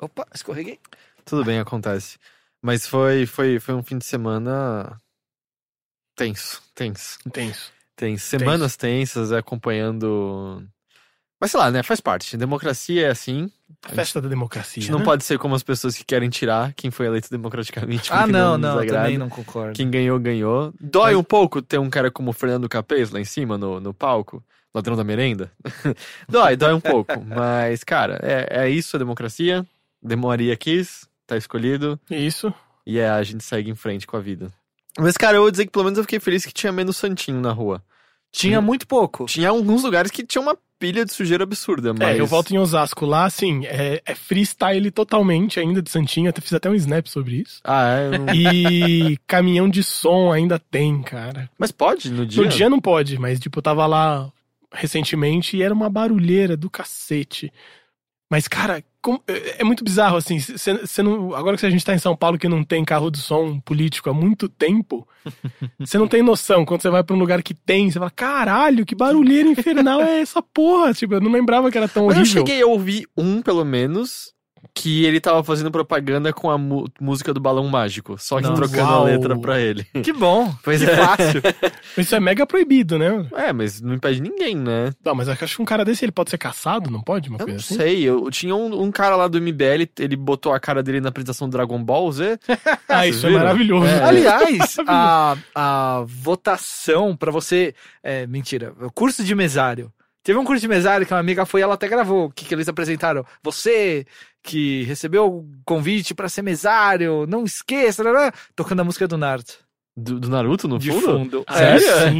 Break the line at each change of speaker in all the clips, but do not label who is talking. Opa, escorreguei.
Tudo bem, acontece. Mas foi, foi, foi um fim de semana tenso, tenso.
Intenso.
Tem semanas tensas acompanhando. Mas sei lá, né? Faz parte. Democracia é assim.
A Festa da
A
democracia.
gente não
né?
pode ser como as pessoas que querem tirar quem foi eleito democraticamente.
Ah,
porque
não,
nos
não, eu
agrada.
também não concordo.
Quem ganhou, ganhou. Dói
Mas-
um pouco ter um cara como o Fernando Capês lá em cima, no, no palco, ladrão da merenda. dói, dói um pouco. Mas, cara, é, é isso a democracia. Demoria quis, tá escolhido.
Isso.
E é, a gente segue em frente com a vida. Mas, cara, eu vou dizer que pelo menos eu fiquei feliz que tinha menos santinho na rua. Hum.
Tinha muito pouco.
Tinha alguns lugares que tinha uma pilha de sujeira absurda, mas...
É, eu volto em Osasco lá, assim, é, é freestyle totalmente ainda de Santinho. Até fiz até um snap sobre isso.
Ah, é? eu não-
E caminhão de som ainda tem, cara.
Mas pode, no dia?
No dia não pode, mas tipo, eu tava lá recentemente e era uma barulheira do cacete. Mas, cara, como- é é muito bizarro, assim. cê- cê- cê não- agora que a gente tá em São Paulo que não tem carro de som político há muito tempo, você não tem noção. Quando você vai pra um lugar que tem, você fala, caralho, que barulheira infernal é essa porra? Tipo, eu não lembrava que era tão
Mas eu
horrível.
cheguei a ouvir um, pelo menos, que ele tava fazendo propaganda com a mu- música do Balão Mágico, só que
Nossa.
trocando
Uau.
a letra pra ele.
Que bom.
Pois
que fácil.
Isso é mega proibido, né?
É, mas não impede ninguém, né?
Não, mas eu acho que um cara desse ele pode ser caçado, não pode? Uma
Eu
coisa
não
assim?
sei, eu tinha um, um cara lá do MBL, ele botou a cara dele na apresentação do Dragon Ball Z.
Ah,
Vocês
isso é
viram?
maravilhoso.
É.
Aliás, a, a votação pra você. É, mentira. O curso de mesário. Teve um curso de mesário que uma amiga foi, ela até gravou o que, que eles apresentaram. Você que recebeu o convite pra ser mesário, não esqueça, lá, lá, tocando a música do Naruto.
Do, do Naruto, no
De
fundo?
fundo.
Sério?
É.
Sim,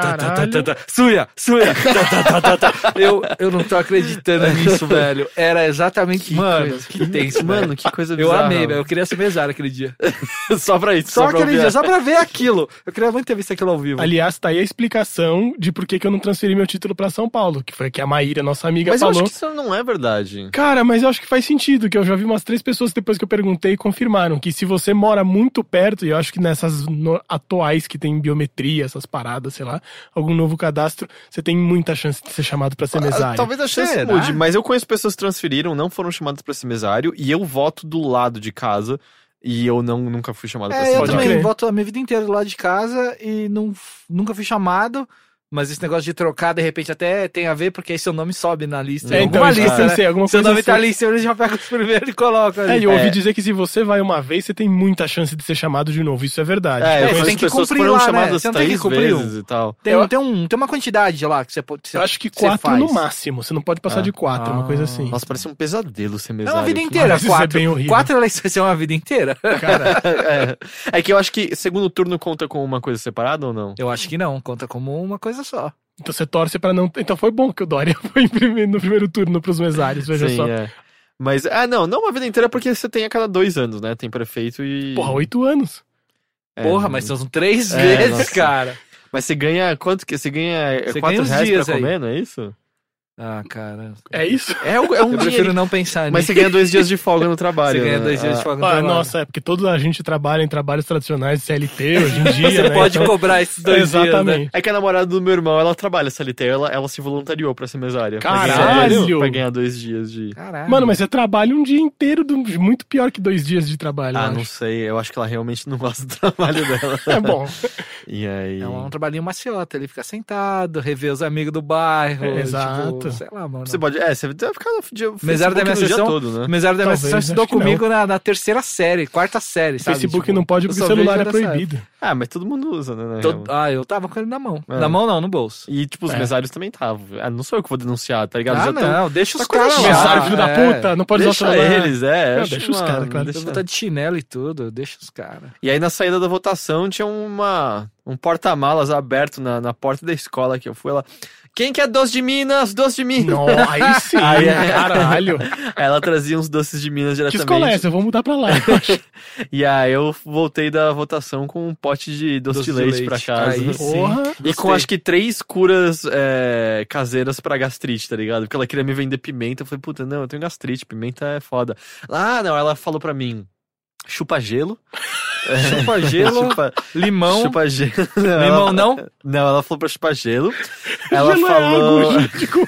caralho.
Suya, Suya. Tá, tá, tá, tá, tá. Eu, eu não tô acreditando nisso, velho. Era exatamente
Que
Mano,
coisa-
que tenso, mano.
Mano, que coisa
Eu
bizarra.
amei, velho. Eu queria ser mesário aquele dia.
só pra isso,
Só,
só, pra
aquele
ouvir.
dia, só pra ver aquilo. Eu queria muito ter visto aquilo ao vivo.
Aliás, tá aí a explicação de por que, que eu não transferi meu título pra São Paulo, que foi que a Maíra, nossa amiga,
Mas eu
falou.
acho que isso não é verdade.
Cara, mas eu acho que faz sentido, que eu já vi umas três pessoas depois que eu perguntei confirmaram que se você mora muito perto, e eu acho que nessas no- atuais que tem biometria, essas paradas, sei lá, algum novo cadastro, você tem muita chance de ser chamado pra ser
Ah,
mesário.
Talvez a chance
Será?
mude, mas eu conheço pessoas que transferiram, não foram chamadas pra ser mesário, e eu voto do lado de casa, e eu não, nunca fui chamado pra
É,
ser
eu
Pode
também
mesário.
crer.
boto a minha vida inteira do lado de casa e não, f- nunca fui chamado. Mas esse negócio de trocar, de repente, até tem a ver, porque aí seu nome sobe na lista.
É,
em
então,
alguma
isso que
lista,
eu
né?
sei, alguma
Seu
coisa
nome tá
assim.
ali, você já pega os primeiros e coloca ali.
É, e eu ouvi
É.
dizer que se você vai uma vez, você tem muita chance de ser chamado de novo. Isso é verdade.
É,
É,
eu
você
conheço
tem que
pessoas que
cumprir
foram
lá, né?
chamadas
Você não tem que
três
cumprir um.
vezes e tal.
Tem,
Eu-
tem, um, tem uma quantidade lá que você pode.
Eu acho que
Você
quatro no
faz.
máximo. Você não pode passar
Ah.
de quatro, uma coisa assim.
Nossa, parece um pesadelo ser
É
mesário.
uma vida
aqui.
inteira,
Mas isso é
quatro.
bem horrível.
quatro eleições é uma vida inteira?
Cara,
é. É que eu acho que segundo turno conta com uma coisa separada ou não?
Eu acho que não, conta como uma coisa só.
então você torce pra não. Então foi bom que o Dória foi em prime- no primeiro turno pros mesários, veja
Sim,
só.
é. Mas, ah, não, não uma vida inteira porque você tem a cada dois anos, né? Tem prefeito e.
Porra, oito anos.
É,
Porra, mas são três
É,
vezes,
nossa.
cara.
Mas você ganha quanto que? Você ganha
Você ganha
quatro
uns
reais
dias
pra
aí.
comer, não é isso?
Ah, cara.
É isso?
É, um- é um
Eu
dinheiro
prefiro não pensar
Mas
nisso.
você ganha dois dias de folga no trabalho.
Você ganha
né?
dois dias de
Ah,
folga no
Ah,
trabalho.
nossa, é porque toda a gente trabalha em trabalhos tradicionais, CLT, hoje em dia.
Você
né?
pode
Então,
cobrar esses dois dias, né?
Exatamente.
É que a namorada do meu irmão, ela trabalha CLT, ela, ela se voluntariou pra ser mesária. Pra
Caralho!
ganhar, pra ganhar dois dias de...
Caralho.
Mano, mas você trabalha um dia inteiro, do- muito pior que dois dias de trabalho.
Ah,
eu
não
acho.
sei, eu acho que ela realmente não gosta do trabalho dela.
É bom.
E aí...
É um trabalhinho maciota, ele fica sentado, rever os amigos do bairro.
É,
tipo,
exato.
sei lá, mano.
Você pode... É, você vai ficar no dia, no
Mesário da minha
Facebook no dia
sessão-
todo,
O
né?
mesário da minha
Talvez,
sessão
acho
estudou
que não.
comigo na, na terceira série, quarta série, sabe?
Facebook
Tipo,
não pode
eu
porque
só
o
vejo
celular é
dessa época.
proibido.
Ah, mas todo mundo usa, né? na
tô-
real.
Ah, eu tava com ele na mão.
É.
Na mão não, no bolso.
E, tipo, os
É.
mesários também estavam. Ah, não sou eu que vou denunciar, tá ligado?
Ah,
Já tão-
não, deixa os
tá coisa
caras lá.
chata.
Mesário, filho da
é.
puta, não pode usar o
Deixa
celular.
eles, é.
Não,
acho,
deixa os caras,
mano,
claro.
Eu
deixa.
vou estar de chinelo e tudo, deixa os caras.
E aí na saída da votação tinha uma, um porta-malas aberto na, na porta da escola que eu fui lá. Quem quer doce de Minas? Doce de Minas!
Não, aí sim,
Aí é-
caralho.
Aí Ela trazia uns doces de Minas
Que
diretamente.
escola é essa? Eu vou mudar pra lá. eu acho.
E aí eu voltei da votação com um pote de doce, de leite, pra casa.
Aí sim.
Porra.
E com acho que três curas é, caseiras pra gastrite, tá ligado? Porque ela queria me vender pimenta. Eu falei, puta, não, eu tenho gastrite, pimenta é foda. Ah, não, ela falou pra mim, chupa gelo.
Chupa gelo,
chupa,
limão.
chupa gelo.
Limão não?
Não, ela falou pra chupar gelo. Ela
Gelo é
falou.
algo, gente, tipo,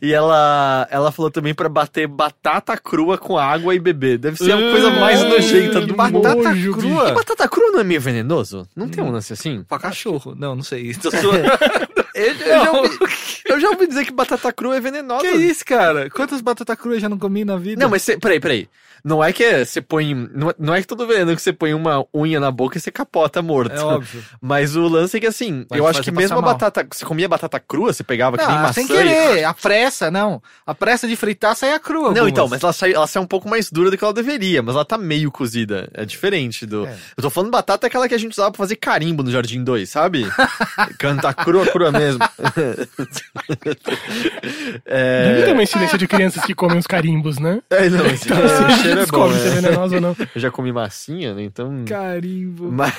E ela, ela falou também pra bater batata crua com água e beber. Deve
é
ser a coisa mais
Ai,
nojenta do
Hum, Batata
mundo.
crua? Hum.
E batata crua não é meio venenoso? Não tem um lance assim?
Pra cachorro. Não, não sei. Tô zoando.
Eu, eu já ouvi, eu já ouvi dizer que batata crua é venenosa.
que isso, cara? Quantas batatas cruas já não comi na vida?
Não, mas cê, peraí, peraí. Não é que você põe. Não é, não é que todo veneno que você põe uma unha na boca e você capota morto.
É óbvio.
Mas o lance é que assim,
Vai
eu
te
acho que
fazer
mesmo a
passar mal.
batata. Você comia batata crua, você pegava que nem
Não, ah,
maçã.
sem
e-
querer. A pressa, não. A pressa de fritar sai a crua.
Não,
algumas.
então, mas ela sai, ela sai um pouco mais dura do que ela deveria, mas ela tá meio cozida. É diferente do.
É.
Eu tô falando batata é aquela que a gente usava pra fazer carimbo no Jardim 2, sabe? Canta crua, crua mesmo.
Deve ter
é...
uma incidência de crianças que comem os carimbos, né?
é, não, esse,
Ah,
Então assim,
o
a gente
cheiro é bom.
descobre se é
né?
venenosa ou não.
Eu já comi massinha, né? Então.
Carimbo.
Mas,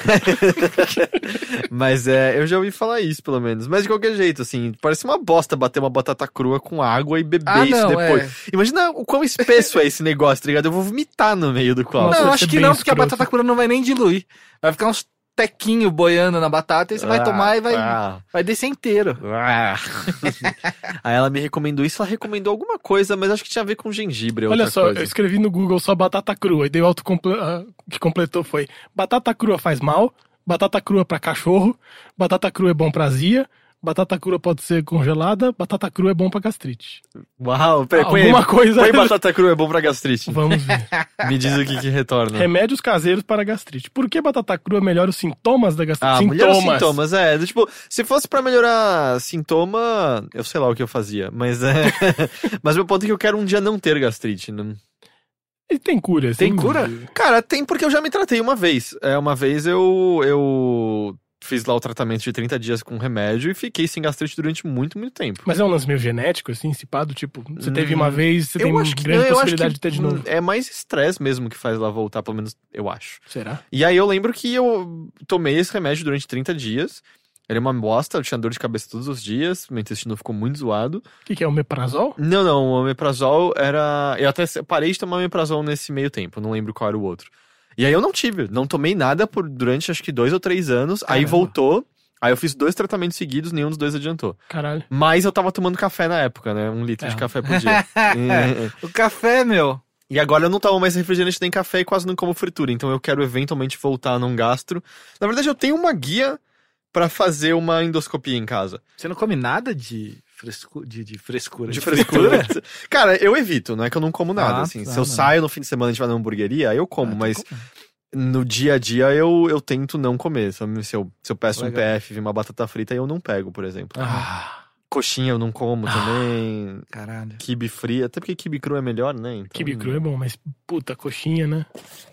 mas é, eu já ouvi falar isso, pelo menos. Mas de qualquer jeito, assim, parece uma bosta bater uma batata crua com água e beber
Ah,
isso
não,
depois.
é.
Imagina o quão espesso é esse negócio, tá ligado? Eu vou vomitar no meio do copo.
Nossa,
não,
deve
acho
ser
que
bem
não, porque a
escroto.
batata crua não vai nem diluir. Vai ficar uns tequinhos boiando na batata e você vai
Ah,
tomar e vai,
ah,
vai descer inteiro.
ah. Aí ela me recomendou isso, ela recomendou alguma coisa, mas acho que tinha a ver com gengibre.
Olha
outra
só,
coisa.
eu escrevi no Google só batata crua e dei o auto que completou foi batata crua faz mal, batata crua pra cachorro, batata crua é bom pra azia, batata crua pode ser congelada, batata crua é bom pra gastrite.
Uau, peraí, É, põe,
Alguma
aí,
coisa.
põe batata crua é bom pra gastrite.
Vamos ver.
Me diz o que que retorna.
Remédios caseiros para gastrite. Por que batata crua melhora os sintomas da gastrite?
Ah, melhora
sintomas.
os sintomas, é. do Tipo, se fosse pra melhorar sintoma, eu sei lá o que eu fazia. Mas é. mas meu ponto é que eu quero um dia não ter gastrite. Né?
E tem cura,
Tem
sim.
cura?
Cara, tem porque eu já me tratei uma vez. É, uma vez eu. eu... Fiz lá o tratamento de 30 dias com remédio e fiquei sem gastrite durante muito, muito tempo.
Mas é um lance meio genético, assim, cipado, tipo, você teve
Hum,
uma vez, você tem grande
não,
possibilidade de ter de novo.
É mais estresse mesmo que faz lá voltar, pelo menos eu acho.
Será?
E aí eu lembro que eu tomei esse remédio durante 30 dias. Era uma bosta, eu tinha dor de cabeça todos os dias, meu intestino ficou muito zoado.
O que, que é? O meprazol?
Não, não, o omeprazol era. Eu até se- parei de tomar omeprazol nesse meio tempo, não lembro qual era o outro. E aí eu não tive, não tomei nada por durante acho que dois ou três anos, aí
Caramba.
voltou. Aí eu fiz dois tratamentos seguidos, nenhum dos dois adiantou.
Caralho.
Mas eu tava tomando café na época, né? Um litro
É.
de café por dia. É, é.
o café, meu.
E agora eu não tomo mais refrigerante nem café e quase não como fritura, então eu quero eventualmente voltar a não gastro. Na verdade, eu tenho uma guia pra fazer uma endoscopia em casa.
Você não come nada de, frescu... de, de frescura.
De fritura? Cara, eu evito, não é que eu não como nada,
Ah,
assim.
tá,
Se eu
não.
saio no fim de semana e tiver na hamburgueria, aí eu como,
Ah, tá
mas
com-
no dia a dia eu, eu tento não comer. sabe? Se eu, se eu peço um
Legal.
PF, e uma batata frita, eu não pego, por exemplo.
Ah,
Coxinha eu não como
Ah.
também,
Caralho.
kibe fria, até porque kibe cru é melhor, né? Então...
kibe cru é bom, mas puta, coxinha, né?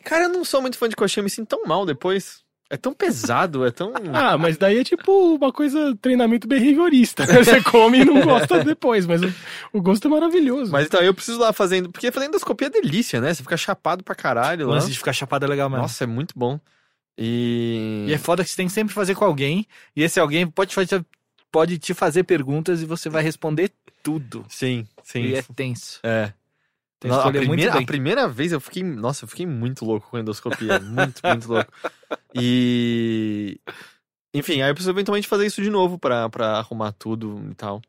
Cara, eu não sou muito fã de coxinha, eu me sinto tão mal depois. É tão pesado, é tão.
Ah, mas daí é tipo uma coisa, treinamento behaviorista. né? Você come e não gosta depois, mas o, o gosto é maravilhoso.
Mas então eu preciso lá fazendo. Porque fazer endoscopia é delícia, né? Você fica chapado pra caralho
O
lá.
lance de ficar chapado é legal mesmo.
Nossa, é muito bom. E.
E é foda que você tem que sempre fazer com alguém. E esse alguém pode, fazer- pode te fazer perguntas e você vai responder tudo.
Sim, sim.
E é tenso.
É.
Tem que
Não, a,
escolher muito
primeira, a
bem.
primeira vez eu fiquei. Nossa, eu fiquei muito louco com endoscopia. muito, muito louco. E. Enfim, aí eu preciso eventualmente fazer isso de novo pra, pra arrumar tudo e tal.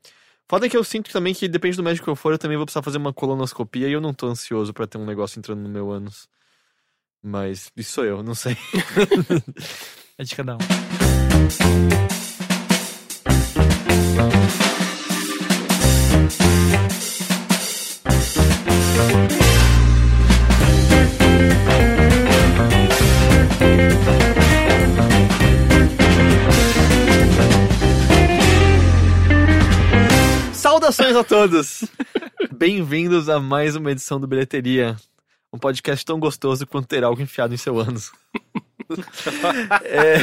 Foda é que eu sinto também que, depende do médico que eu for, eu também vou precisar fazer uma colonoscopia e eu não tô ansioso pra ter um negócio entrando no meu ânus. Mas isso sou eu, não sei.
É de cada um.
Saudações a todos! Bem-vindos a mais uma edição do Bilheteria. Um podcast tão gostoso quanto ter algo enfiado em seu ânus. É,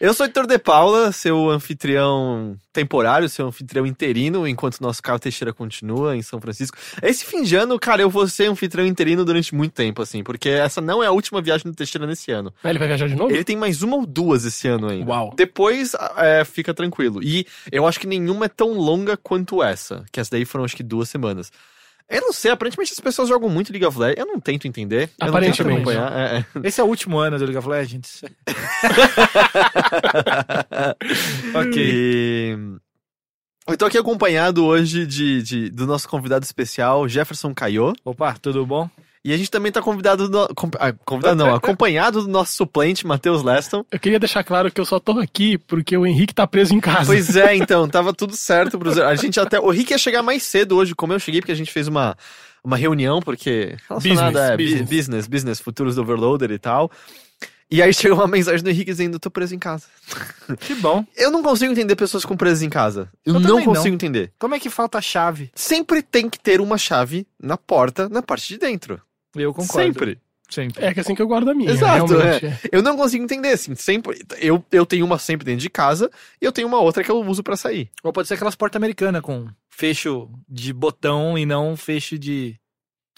Eu sou Heitor De Paula, seu anfitrião temporário, seu anfitrião interino, enquanto o nosso Caio Teixeira continua em São Francisco. Esse fim de ano, cara, eu vou ser anfitrião interino durante muito tempo, assim, porque essa não é a última viagem do Teixeira nesse ano.
Ah, ele vai viajar de novo?
Ele tem mais uma ou duas esse ano ainda.
Uau.
Depois é, fica tranquilo. E eu acho que nenhuma é tão longa quanto essa. Que essa daí foram acho que duas semanas. Eu não sei, aparentemente as pessoas jogam muito League of Legends. Eu não tento entender. Eu não tento
Aparentemente.
acompanhar. é, é.
Esse é o último ano do League of Legends. ok.
E... Eu tô aqui acompanhado hoje de, de- do nosso convidado especial, Jefferson Caio.
Opa, tudo bom?
E a gente também tá convidado. do- com- ah, convidado não, acompanhado do nosso suplente, Matheus Leston.
Eu queria deixar claro que eu só tô aqui porque o Henrique tá preso em casa.
Pois é, então, tava tudo certo pro Zé. A gente até. O Rick ia chegar mais cedo hoje, como eu cheguei, porque a gente fez uma, uma reunião, porque. Relacionada
Business,
business, é, bu- business. business, futuros do overloader e tal. E aí chegou uma mensagem do Henrique dizendo: tô preso em casa.
Que bom.
Eu não consigo entender pessoas com presas em casa. Eu,
Eu
não
também não.
consigo entender.
Como é que falta a chave?
Sempre tem que ter uma chave na porta, na parte de dentro.
Eu concordo.
Sempre.
Sempre.
É que assim que eu guardo a minha.
Exato,
realmente. é.
Eu não consigo entender, assim, sempre. Eu, eu tenho uma sempre dentro de casa e eu tenho uma outra que eu uso pra sair.
Ou pode ser aquelas portas americanas com fecho de botão e não fecho de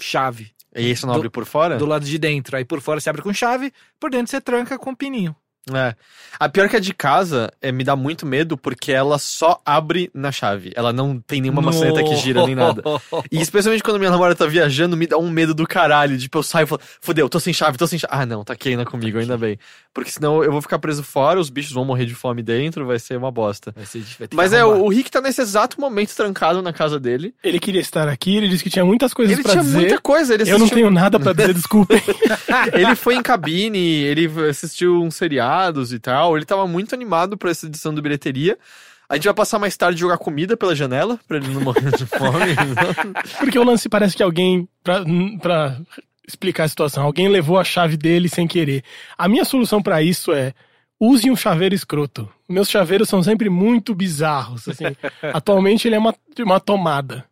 chave.
E isso não
Do-
abre por fora?
Do lado de dentro. Aí por fora você abre com chave, por dentro você tranca com um pininho.
É. A pior que a de casa é, me dá muito medo porque ela só abre na chave. Ela não tem nenhuma maçaneta que gira nem nada. E especialmente quando minha namorada tá viajando, me dá um medo do caralho. Tipo, eu saio e falo, fodeu, tô sem chave, tô sem chave. Ah, não, tá queina comigo, ainda bem. Porque senão eu vou ficar preso fora, os bichos vão morrer de fome dentro, vai ser uma bosta.
Vai ser difícil, vai ter
Mas
que
é,
arrombar.
o Rick tá nesse exato momento trancado na casa dele.
Ele queria estar aqui, ele disse que tinha muitas coisas
ele
pra
tinha
dizer.
muita coisa, ele
Eu não
assistiu-
tenho nada pra dizer, desculpa.
Ele foi em cabine, ele assistiu uns seriados e tal. Ele tava muito animado pra essa edição do bilheteria. A gente vai passar mais tarde jogar comida pela janela, pra ele não morrer de fome.
Porque o lance parece que alguém, pra, pra explicar a situação, alguém levou a chave dele sem querer. A minha solução pra isso é use um chaveiro escroto. Meus chaveiros são sempre muito bizarros. assim. Atualmente ele é uma, de uma tomada.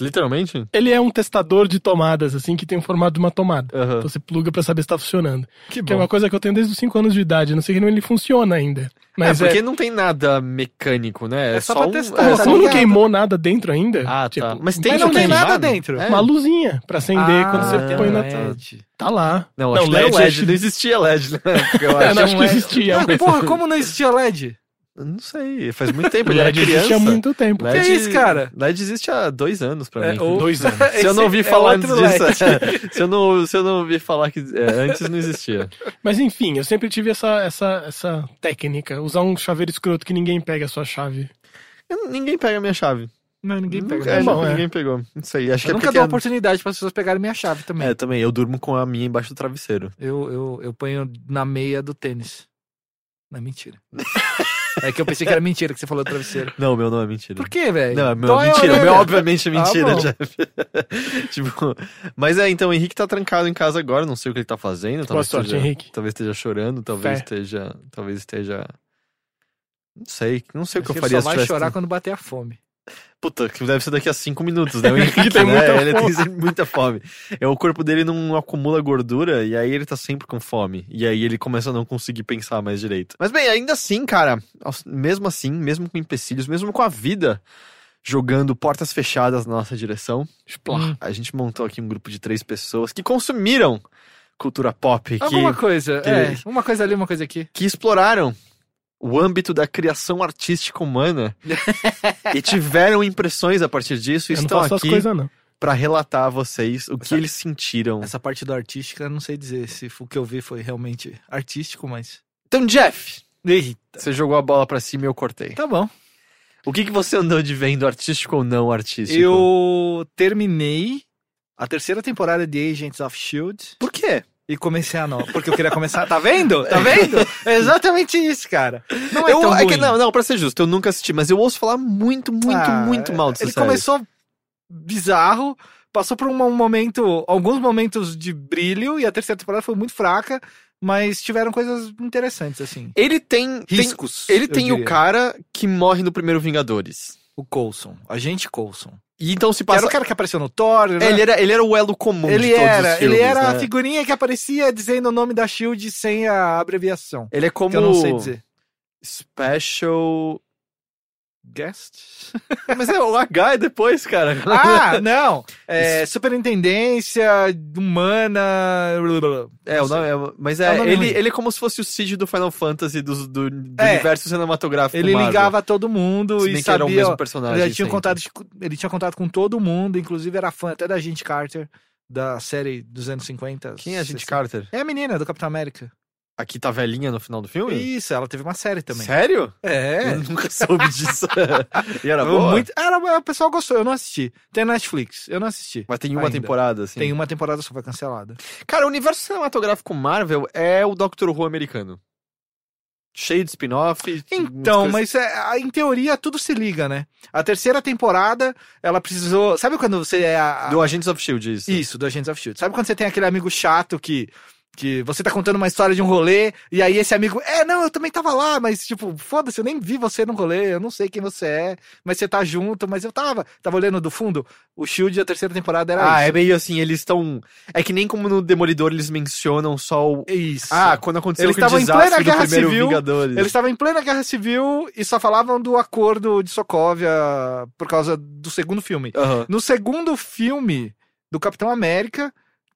Literalmente?
Ele é um testador de tomadas, assim, que tem o formato de uma tomada.
Aham.
Então você pluga pra saber se tá funcionando.
Que
Que é
bom.
uma coisa que eu tenho desde os 5 anos de idade. Eu Não sei que ele funciona ainda. Mas
é,
é,
porque não tem nada mecânico, né?
É só pra testar,
é
Pô,
tá
como não
ligado?
queimou nada dentro ainda? Tipo,
Ah, tá. Mas tem
Mas
isso
não tem
aqui,
nada
mano?
dentro.
É.
Uma luzinha pra acender quando você
Ah,
põe na.
LED.
Tá lá.
um- Não, acho que era
LED,
LED,
acho-
não existia LED, né? Porque eu
É,
acho-
não, acho que
não é-
existia.
Ah, porra, como não existia LED?
Eu Não sei, faz muito tempo, ele era
LED existia
criança. Né?
há muito tempo.
Que é isso, cara?
LED existe há dois anos pra
É,
mim.
ou-
Dois anos.
Se eu não ouvi
Esse é
falar antes
outro
disso,
LED.
se, eu não, se eu não ouvi falar que é, antes não existia.
Mas enfim, eu sempre tive essa, essa, essa técnica. Usar um chaveiro escroto que ninguém pega a sua chave.
Eu- ninguém pega a minha chave.
Não, ninguém
Nunca-
pega.
é,
né?
Bom,
nunca
é.
Ninguém pegou. Não sei,
Eu
acho que é
nunca
porque...
dou oportunidade para as pessoas pegarem minha chave também.
É, também, eu durmo com a minha embaixo do travesseiro.
Eu, eu, eu ponho na meia do tênis. Não, é mentira. é que eu pensei que era mentira que você falou do travesseiro.
Não, o meu não é mentira.
Por quê, velho?
Não, é meu,
Dói a
mentira. O meu
orelha.
obviamente é
Ah,
mentira,
bom.
Jeff. tipo, mas é, então, o Henrique tá trancado em casa agora, não sei o que ele tá fazendo.
Boa
Talvez
sorte,
esteja,
Henrique.
talvez esteja chorando, talvez
Fé.
esteja... Talvez esteja... Não sei, não sei o
Acho
que eu
que
faria
ele
se
só vai
tivesse-
chorar quando bater a fome.
Puta, que deve ser daqui a cinco minutos, né? O Henrique
tem
né?
muita
ele
fome.
tem sempre muita fome. É, o corpo dele não acumula gordura e aí ele tá sempre com fome. E aí ele começa a não conseguir pensar mais direito. Mas bem, ainda assim, cara, aos- mesmo assim, mesmo com empecilhos, mesmo com a vida jogando portas fechadas na nossa direção, tipo,
Splá.
a gente montou aqui um grupo de três pessoas que consumiram cultura pop, É que,
Alguma coisa.
que-
É, uma coisa ali, uma coisa aqui.
que exploraram o âmbito da criação artística humana e tiveram impressões a partir disso e
Eu não
estão
faço as
aqui
coisas, não.
Pra relatar a vocês o que
Essa-
eles sentiram.
Essa parte do artística, eu não sei dizer se o que eu vi foi realmente artístico, mas.
Então, Jeff,
Eita.
você jogou a bola pra cima e eu cortei.
Tá bom.
O que, que você andou de vendo, artístico ou não artístico?
Eu terminei a terceira temporada de Agents of Shield
Por quê?
e comecei a nova. Porque eu queria começar. Tá vendo? Tá vendo? É exatamente isso, cara. Não é
eu,
tão
é que,
ruim.
não, não, pra ser justo, eu nunca assisti, mas eu ouço falar muito, muito,
Ah,
muito mal dessa
Ele
série.
começou bizarro, passou por um momento, alguns momentos de brilho e a terceira temporada foi muito fraca, mas tiveram coisas interessantes assim.
Ele tem. tem-
Riscos.
ele
eu
tem o
diria.
cara que morre no primeiro Vingadores.
o Coulson, agente Coulson.
E então se
Que
passa.
Era o cara que apareceu no Thor, né?
É, ele, era, ele era o elo comum
Ele
de todos
era,
os filmes,
ele era a
né?
figurinha que aparecia dizendo o nome da Shield sem a abreviação.
Ele é como
Que eu não sei dizer.
Special.
Guest?
Mas é o H é depois, cara.
Ah, não! É, superintendência humana. blá, blá, blá.
É, o nome é. Mas é,
É o nome
ele,
ruim.
ele é como se fosse o Cid do Final Fantasy dos- do, do
É.
universo cinematográfico.
Ele
Marvel.
ligava a todo mundo
se
e
bem que era o
sabia.
mesmo personagem.
ele, tinha
sempre.
contato, de- ele tinha contato com todo mundo, inclusive era fã até da gente Carter, da série 250.
Quem é a gente
60.
Carter?
É a menina do Capitão América.
Aqui tá velhinha no final do filme?
Isso, ela teve uma série também.
Sério?
É.
Eu nunca soube disso. e era boa?
Muito... Era, o pessoal gostou, eu não assisti. Tem na Netflix, eu não assisti.
Mas tem uma
Ainda.
temporada, assim.
Tem um uma temporada só foi cancelada.
Cara, o universo cinematográfico Marvel é o Doctor Who americano. Cheio de spin-off.
Então,
muitas coisas-
mas é, a- em teoria tudo se liga, né? A terceira temporada, ela precisou. Sabe quando você é a. a-
Do Agents of S.H.I.E.L.D. isso.
Isso, do Agents of Shield. Sabe quando você tem aquele amigo chato que. Que você tá contando uma história de um rolê, e aí esse amigo, é, não, eu também tava lá, mas tipo, foda-se, eu nem vi você no rolê, eu não sei quem você é, mas você tá junto, mas eu tava, tava olhando do fundo, o Shield da terceira temporada era
Ah,
isso.
é meio assim, eles estão... É que nem como no Demolidor eles mencionam só o...
É isso.
Ah, quando aconteceu
Eles estavam
aquele
em
desastre
plena
do
Guerra
primeiro
Civil,
Vingadores.
Eles estavam em plena guerra civil e só falavam do acordo de Sokovia por causa do segundo filme.
Aham.
No segundo filme do Capitão América,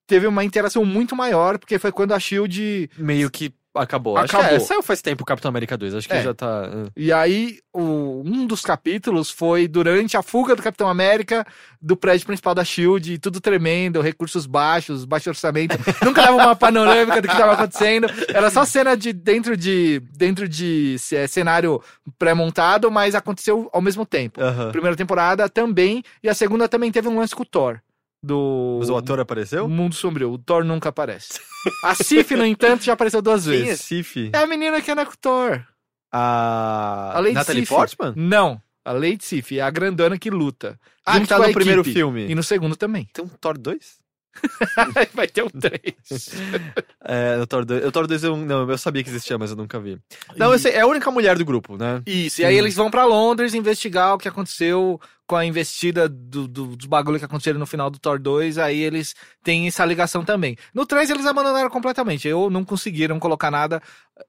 teve uma interação muito maior, porque foi quando a Shield.
Meio que acabou. Acho que
Acabou.
é, saiu faz tempo o Capitão América 2. Acho que
É.
já tá... ah.
E aí, o- um dos capítulos foi durante a fuga do Capitão América do prédio principal da Shield, e tudo tremendo, recursos baixos, baixo orçamento. Nunca dava uma panorâmica do que estava acontecendo. Era só cena de dentro de dentro de eh, cenário pré-montado, mas aconteceu ao mesmo tempo.
Aham.
Primeira temporada também, e a segunda também teve um lance com o Thor. Do
Mas o ator apareceu?
Um Mundo Sombrio. O Thor nunca aparece. A Sif, no entanto, já apareceu duas
Quem é
vezes.
Sif?
É a menina que anda com o Thor.
A...
A Lady
Natalie
Sif.
Portman?
Não. A Lady Sif é a grandona que luta.
Ah, que
Junto
tá
com
no
a
primeiro
equipe.
filme.
E no segundo também.
Tem um Thor 2?
Vai ter um três.
É, o Thor 2. O Thor 2 eu, não, eu sabia que existia, mas eu nunca vi. Não, eu sei, é a única mulher do grupo, né?
Isso. E aí eles vão pra Londres investigar o que aconteceu com a investida do, do- dos bagulho que aconteceram no final do Thor 2. Aí eles têm essa ligação também. No 3 eles abandonaram completamente. Eu não conseguiram colocar nada.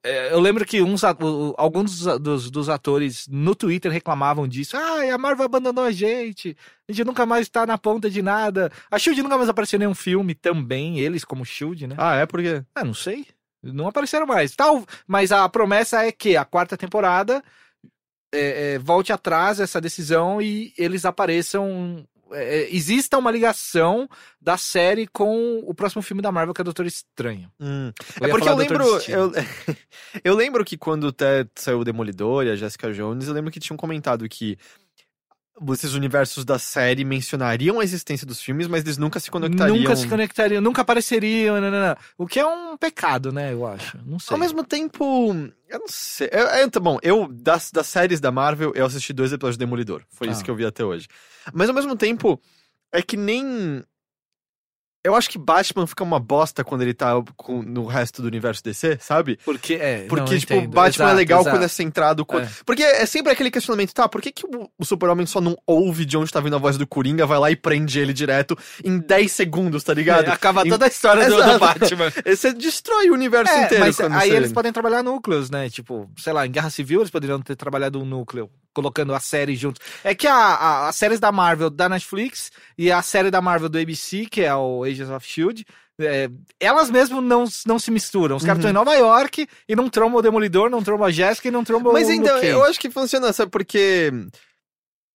É, Eu lembro que uns, a- o- o- alguns dos, dos- dos atores no Twitter reclamavam disso. Ah, a Marvel abandonou a gente. A gente nunca mais tá na ponta de nada. A Shield nunca mais apareceu em nenhum filme também. Eles como Shield, né?
Ah, é porque.
Ah, não sei. Não apareceram mais. Tal, mas a promessa é que a quarta temporada é, é, volte atrás essa decisão e eles apareçam. é, é, exista uma ligação da série com o próximo filme da Marvel, que é Doutor Estranho.
É
ia
porque eu
falar do Dr.
lembro.
Destino.
Eu, eu lembro que quando até saiu o Demolidor e a Jessica Jones, eu lembro que tinham comentado que esses universos da série mencionariam a existência dos filmes, mas eles nunca se conectariam.
Nunca se conectariam, nunca apareceriam, não, não, não. o que é um pecado, né? Eu acho. Não sei.
Ao mesmo tempo, eu não sei. Eu, eu- tá bom, eu, das, das séries da Marvel, eu assisti dois episódios de Demolidor. Foi
Tá.
isso que eu vi até hoje. Mas ao mesmo tempo, é que nem. Eu acho que Batman fica uma bosta quando ele tá com- no resto do universo DC, sabe?
Porque, é, não,
Porque,
eu
tipo,
entendo.
Batman é
Exato,
legal
exato.
quando é centrado. com-
É.
Porque é sempre aquele questionamento, tá? Por que, que o, o Super-Homem só não ouve de onde tá vindo a voz do Coringa, vai lá e prende ele direto em 10 segundos, tá ligado?
É, acaba
Em-
toda a história do, do
Exato.
Batman.
Você destrói o universo
É,
inteiro
mas
quando
aí
você-
eles podem trabalhar núcleos, né? Tipo, sei lá, em Guerra Civil eles poderiam ter trabalhado um núcleo, colocando a série junto. É que a, a- as séries da Marvel da Netflix e a série da Marvel do ABC, que é o Agents of S.H.I.E.L.D., é, elas mesmo não, não se misturam. Os caras estão
Uhum.
em Nova York e não trombam o Demolidor, não trombam a Jéssica e não trombam
Mas
o
então,
Luke Cage.
eu acho que funciona, sabe? Porque.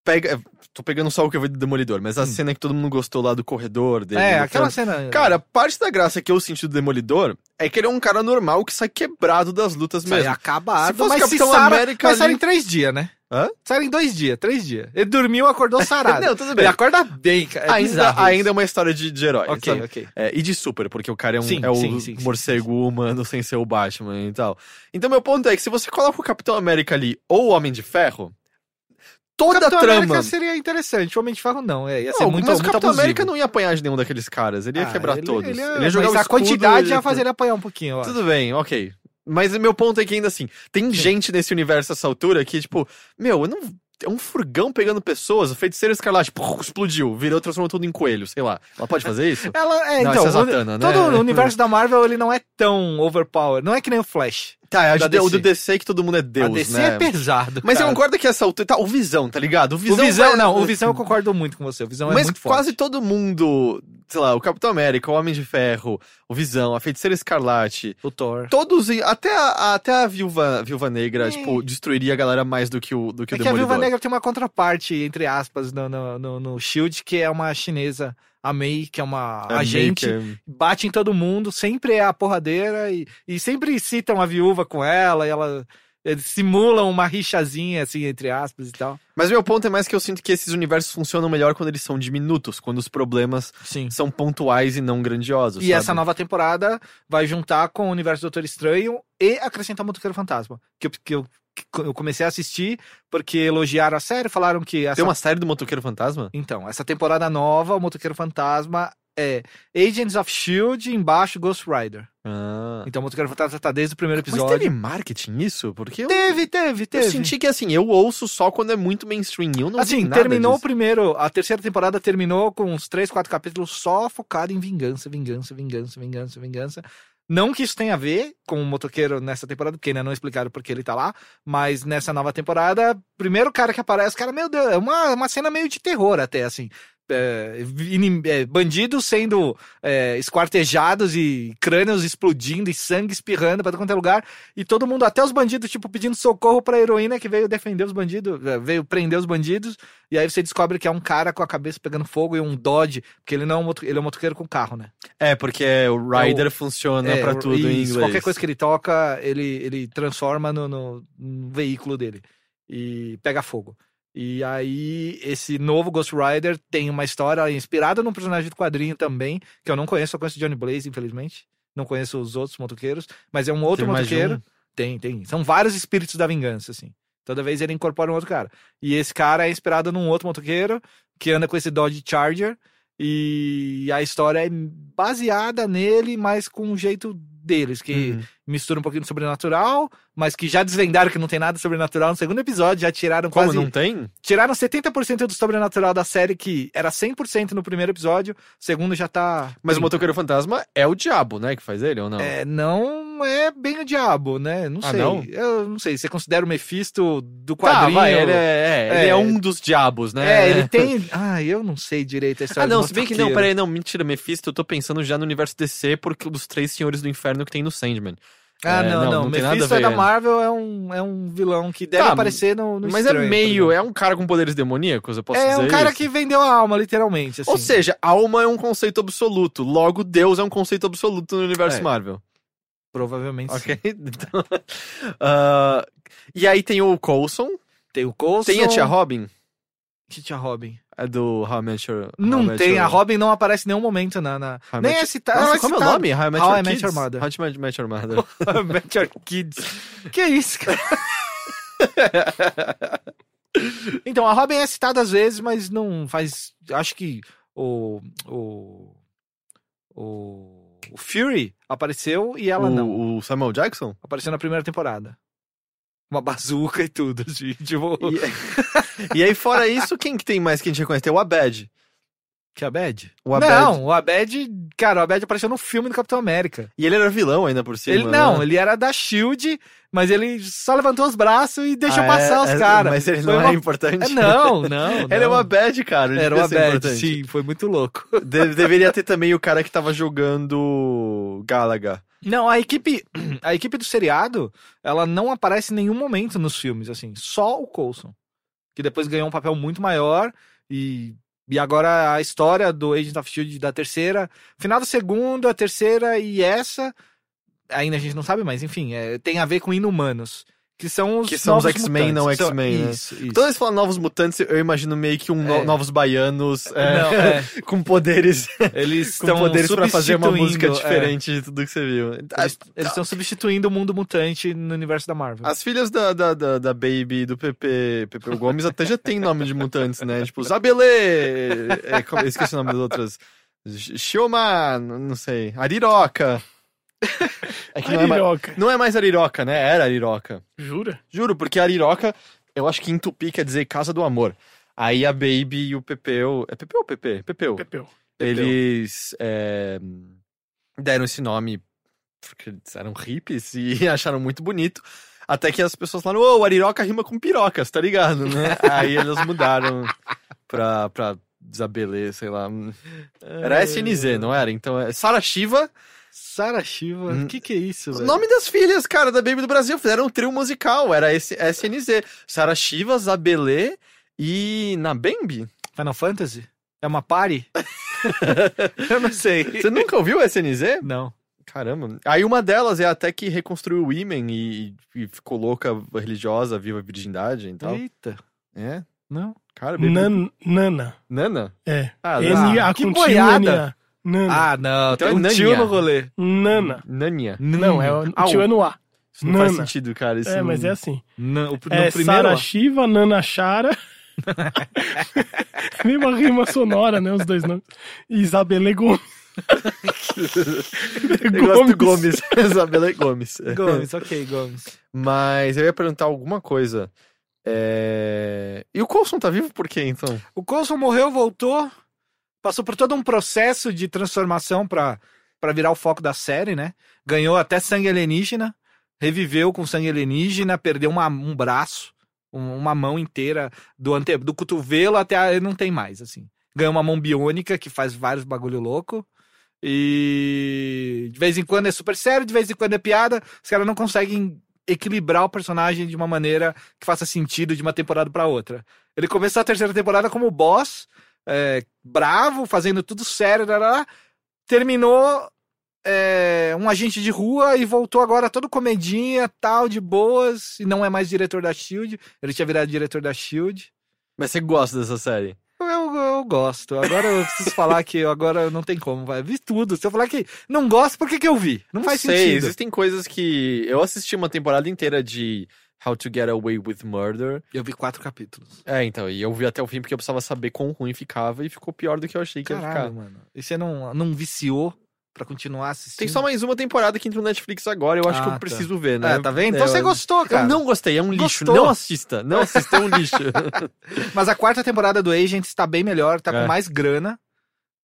Pega, tô pegando só o que eu vi do Demolidor, mas a
Hum.
cena que todo mundo gostou lá do corredor dele.
É,
do
aquela
canto.
cena...
então. Cara, parte da graça que eu senti do Demolidor é que ele é um cara normal que sai quebrado das lutas
Sai
mesmo.
é acabado,
Se fosse
mas se
Capitão
sara,
América
mas sara
ali-
em três dias, né?
Hã?
Sara em dois dias, três dias. Ele dormiu, acordou sarado.
Não, tudo
Ele
bem.
acorda bem, cara. É bizarro
ainda,
isso.
ainda é uma história de, de herói.
Ok,
sabe?
ok.
É, e de super, porque o cara é, um,
Sim,
é o
sim, sim, sim,
morcego humano sem ser o Batman e tal. Então, meu ponto é que se você coloca o Capitão América ali ou o Homem de Ferro, toda
Capitão
a trama.
América seria interessante. O Homem de Ferro não. É, ia ser
Não,
muito,
mas o
muito
Capitão
abusivo.
América não ia apanhar de nenhum daqueles caras. Ele ia
Ah,
quebrar
ele-
todos.
Ele,
Ele
ia-
ia, jogar
mas
o
a
escudo,
quantidade
ele-
ia fazer ele apanhar um pouquinho, ó.
Tudo bem, ok. Mas o meu ponto é que ainda assim, tem gente nesse universo a essa altura que, tipo, meu, eu não. É um furgão pegando pessoas, o feiticeiro escarlate pô, explodiu, virou, transformou tudo em coelho, sei lá. Ela pode fazer isso?
Ela, é,
Não,
então,
essa é a Zatanna,
o-
né?
todo o universo da Marvel ele não é tão overpower. Não é que nem o Flash.
tá, é a
Da
de- o
DC.
do DC que todo mundo é Deus,
a DC
né?
é pesado.
Mas eu
cara.
concordo que essa altura. Tá, o Visão, tá ligado? O
O
Visão.
Visão,
vai-
não, o Visão eu concordo muito com você. O Visão é
Mas
muito forte.
quase todo mundo, sei lá, o Capitão América, o Homem de Ferro, o Visão, a Feiticeira Escarlate,
O Thor.
Todos, em- até a, até a Viúva, Viúva Negra,
É.
tipo, destruiria a galera mais do que o, do
É
que o
que a
Demolidor.
Viúva Negra tem uma contraparte, entre aspas, no, no, no, no Shield, que é uma chinesa, a May, que é uma
A é
agente,
Maker-
bate em todo mundo, sempre é a porradeira e, e sempre citam a viúva com ela, e ela eles simulam uma rixazinha, assim, entre aspas e tal.
Mas meu ponto é mais que eu sinto que esses universos funcionam melhor quando eles são diminutos, quando os problemas
Sim.
são pontuais e não grandiosos.
E
sabe?
essa nova temporada vai juntar com o universo do Doutor Estranho e acrescentar o Motoqueiro Fantasma. Que eu, que eu, que eu comecei a assistir porque elogiaram a série, falaram que essa
Tem uma série do Motoqueiro Fantasma?
Então, essa temporada nova, o Motoqueiro Fantasma é Agents of Shield embaixo Ghost Rider.
Ah.
Então, o Motoqueiro Fantasma tá desde o primeiro
Mas
episódio.
teve marketing isso? Porque eu,
teve, teve,
eu
teve.
senti que assim, eu ouço só quando é muito mainstream. Eu não vi
Assim,
nada
terminou o
disso.
primeiro, a terceira temporada terminou com uns três, quatro capítulos só focado em vingança, vingança, vingança, vingança, vingança. Não que isso tenha a ver com o motoqueiro nessa temporada, porque ainda não explicaram porque ele tá lá, mas nessa nova temporada, primeiro cara que aparece, cara, meu Deus, é uma, uma cena meio de terror até, assim. É, inim- é, bandidos sendo é, esquartejados e crânios explodindo e sangue espirrando pra todo quanto é lugar. E todo mundo, até os bandidos, tipo, pedindo socorro pra heroína que veio defender os bandidos, eh, veio prender os bandidos. E aí você descobre que é um cara com a cabeça pegando fogo e um Dodge, porque ele não é um, moto- ele é um motoqueiro com carro, né?
É, porque o Rider funciona
é,
pra
o-
tudo em
isso,
inglês.
Qualquer coisa que ele toca, ele, ele transforma no, no- no veículo dele e pega fogo. E aí, esse novo Ghost Rider tem uma história inspirada num personagem do quadrinho também, que eu não conheço, só conheço Johnny Blaze, infelizmente. Não conheço os outros motoqueiros, mas é um outro
Tem mais de um?
motoqueiro. Tem, tem. São vários espíritos da vingança, assim. Toda vez ele incorpora um outro cara. E esse cara é inspirado num outro motoqueiro que anda com esse Dodge Charger. E a história é baseada nele, mas com o jeito deles, que
Uhum.
mistura um pouquinho de sobrenatural, mas que já desvendaram que não tem nada de sobrenatural no segundo episódio, já tiraram
Como
quase.
não tem?
Tiraram 70% do sobrenatural da série, que era 100% no primeiro episódio, o segundo já tá.
Mas o Motoqueiro Fantasma é o diabo, né? Que faz ele ou não?
É, não é bem o diabo, né? Não
Ah,
sei.
não?
Eu não sei. Você considera o Mephisto do
Tá,
quadrinho?
vai, ele é, é, ele
É.
é um dos diabos, né?
É, ele tem. Ah, eu não sei direito a história
Ah, não,
do
se bem que não,
motoqueiro.
peraí, não, mentira, Mephisto, eu tô pensando já no universo DC porque um dos três senhores do inferno que tem no Sandman.
Ah,
É,
não,
não,
não.
não tem nada a
Mephisto é
ver.
da Marvel, é um, é um vilão que deve
Tá,
aparecer no, no
Mas é
Estranho, por exemplo.
meio, é um cara com poderes demoníacos, eu posso
É
dizer
um cara
isso?
que vendeu a alma, literalmente. Assim.
Ou seja, alma é um conceito absoluto, logo Deus é um conceito absoluto no universo
É.
Marvel.
provavelmente sim.
Ok? Então, ah, e aí tem o Coulson,
Tem o Coulson.
tem a tia Robin, Ah,
Que tia Robin?
a do How I Met Your... How I
Não
Met
tem,
Your-
a Robin não aparece em nenhum momento na. na...
How I
Nem
Met-
é citada.
Ah, Nossa,
ela é
como é o
citada.
nome? How I Met
How
Your
I Met
Kids?
Your Mother.
How I Met Your Mother.
Met Your Kids. Que isso, cara? então, a Robin é citada às vezes, mas não faz. Acho que o. O. O, o Fury apareceu e ela
o,
não.
o Samuel Jackson?
Apareceu na primeira temporada. Uma bazuca e tudo, assim, tipo.
E, e aí, fora isso, quem que tem mais que a gente reconhece? Tem o Abed.
Que Abed?
O Abed.
Não, o Abed. Cara, o Abed apareceu no filme do Capitão América.
E ele era vilão ainda por cima.
ele não,
né?
ele era da Shield, mas ele só levantou os braços e deixou
Ah, é,
passar
é,
os caras.
Mas ele
Foi
não
uma
é importante.
É, não, não.
Ele é
não.
uma bad, cara. ele
Era
devia
uma
ser
bad,
é importante.
sim, foi muito louco.
De- deveria ter também o cara que tava jogando Galaga.
Não, a equipe, a equipe do seriado, ela não aparece em nenhum momento nos filmes, assim, só o Coulson, que depois ganhou um papel muito maior e e agora a história do Agent of Shield da terceira, final da segunda, a terceira e essa, ainda a gente não sabe, mas enfim, é, tem a ver com Inumanos, que são os
Que são os
novos
X-Men, não
mutantes, que são-
X-Men, né?
Isso, isso.
Todos eles falam novos mutantes, eu imagino meio que um no-
É.
novos baianos é,
Não, é,
com poderes,
eles
com
estão
poderes para fazer uma música
substituindo, é.
diferente de tudo que você viu.
Eles eles estão substituindo o mundo mutante no universo da Marvel.
As filhas da, da, da, da Baby e do Pepe, Pepe Gomes até já tem nome de mutantes, né? Tipo, Zabelê! É, como- eu esqueci o nome das outras. Sh- Shioma, n- não sei. Ariroca. É que não é, mais,
Ariroca.
não é mais Ariroca, né? Era Ariroca.
Jura?
Juro, porque Ariroca, eu acho que em tupi quer dizer casa do amor. Aí a Baby e o Pepeu. É Pepeu ou Pepe? Pepeu.
Pepeu.
Eles é, deram esse nome porque eles eram hippies e acharam muito bonito. Até que as pessoas falaram, ô, Ariroca rima com pirocas, tá ligado, né? Aí eles mudaram pra, pra Zabelê, sei lá. Era SNZ, não era? Então é Sara Shiva.
Sara Shiva, o
Hum.
que que é isso,
O
velho?
nome das filhas, cara, da Baby do Brasil. Fizeram um trio musical, era esse SNZ. Sara Shiva, Zabelê e Nabembe?
Final Fantasy? É uma party? eu não sei.
Você nunca ouviu o SNZ?
Não.
Caramba. Aí uma delas é até que reconstruiu o Imen e, e ficou louca, religiosa, viva a virgindade e tal.
Eita.
É?
Não.
Cara, bem...
Nan, nana.
Nana?
É.
Ah,
N-
N-A
que
com tio,
boiada.
N-A. Nana.
Ah, não. tem
Então é
um tio
Nania.
no rolê. Hum.
Nana.
Nania.
Não, é o
Au.
tio é no A.
Isso não faz
Nana.
sentido, cara. Isso
É,
não-
mas é assim.
Não, o pr-
É
no primeiro.
Sara
ó.
Shiva, Nana Chara. Mesma rima sonora, né? Os dois nomes. E Isabelle Gomes. é
Eu gosto do Gomes. Isabela e Gomes.
Gomes, ok, Gomes.
Mas eu ia perguntar alguma coisa. É... E o Coulson tá vivo por quê, então?
O Coulson morreu, voltou, passou por todo um processo de transformação pra, pra virar o foco da série, né? Ganhou até sangue alienígena, reviveu com sangue alienígena, perdeu uma- um braço, um- uma mão inteira, do, ante, do cotovelo até a, não tem mais, assim. Ganhou uma mão biônica que faz vários bagulho louco. E de vez em quando é super sério, de vez em quando é piada. Os caras não conseguem equilibrar o personagem de uma maneira que faça sentido de uma temporada pra outra. Ele começou a terceira temporada como boss, é, bravo, fazendo tudo sério, lá, lá, lá. terminou é, um agente de rua e voltou agora todo comedinha, tal, de boas, e não é mais diretor da SHIELD. Ele tinha virado diretor da SHIELD.
Mas você gosta dessa série?
Eu, eu gosto. Agora eu preciso falar que eu- agora não tem como. Vai. Vi tudo. Se eu falar que não gosto, por que, que eu vi? Não, faz
sei,
sentido.
existem coisas que... Eu assisti uma temporada inteira de How to Get Away with Murder.
Eu vi quatro capítulos.
É, então, e eu vi até o fim porque eu precisava saber quão ruim ficava e ficou pior do que eu achei que ia ficar.
Caralho, mano. E você não, não viciou pra continuar assistindo?
Tem só mais uma temporada que entra no Netflix agora, eu acho
Ah,
que eu
tá.
preciso ver, né?
É, tá vendo? Então
É,
você
eu-
gostou, cara.
Eu não gostei, é um lixo.
Gostou?
Não assista, não assista, é um lixo.
Mas a quarta temporada do Agents está bem melhor, tá
É.
com mais grana.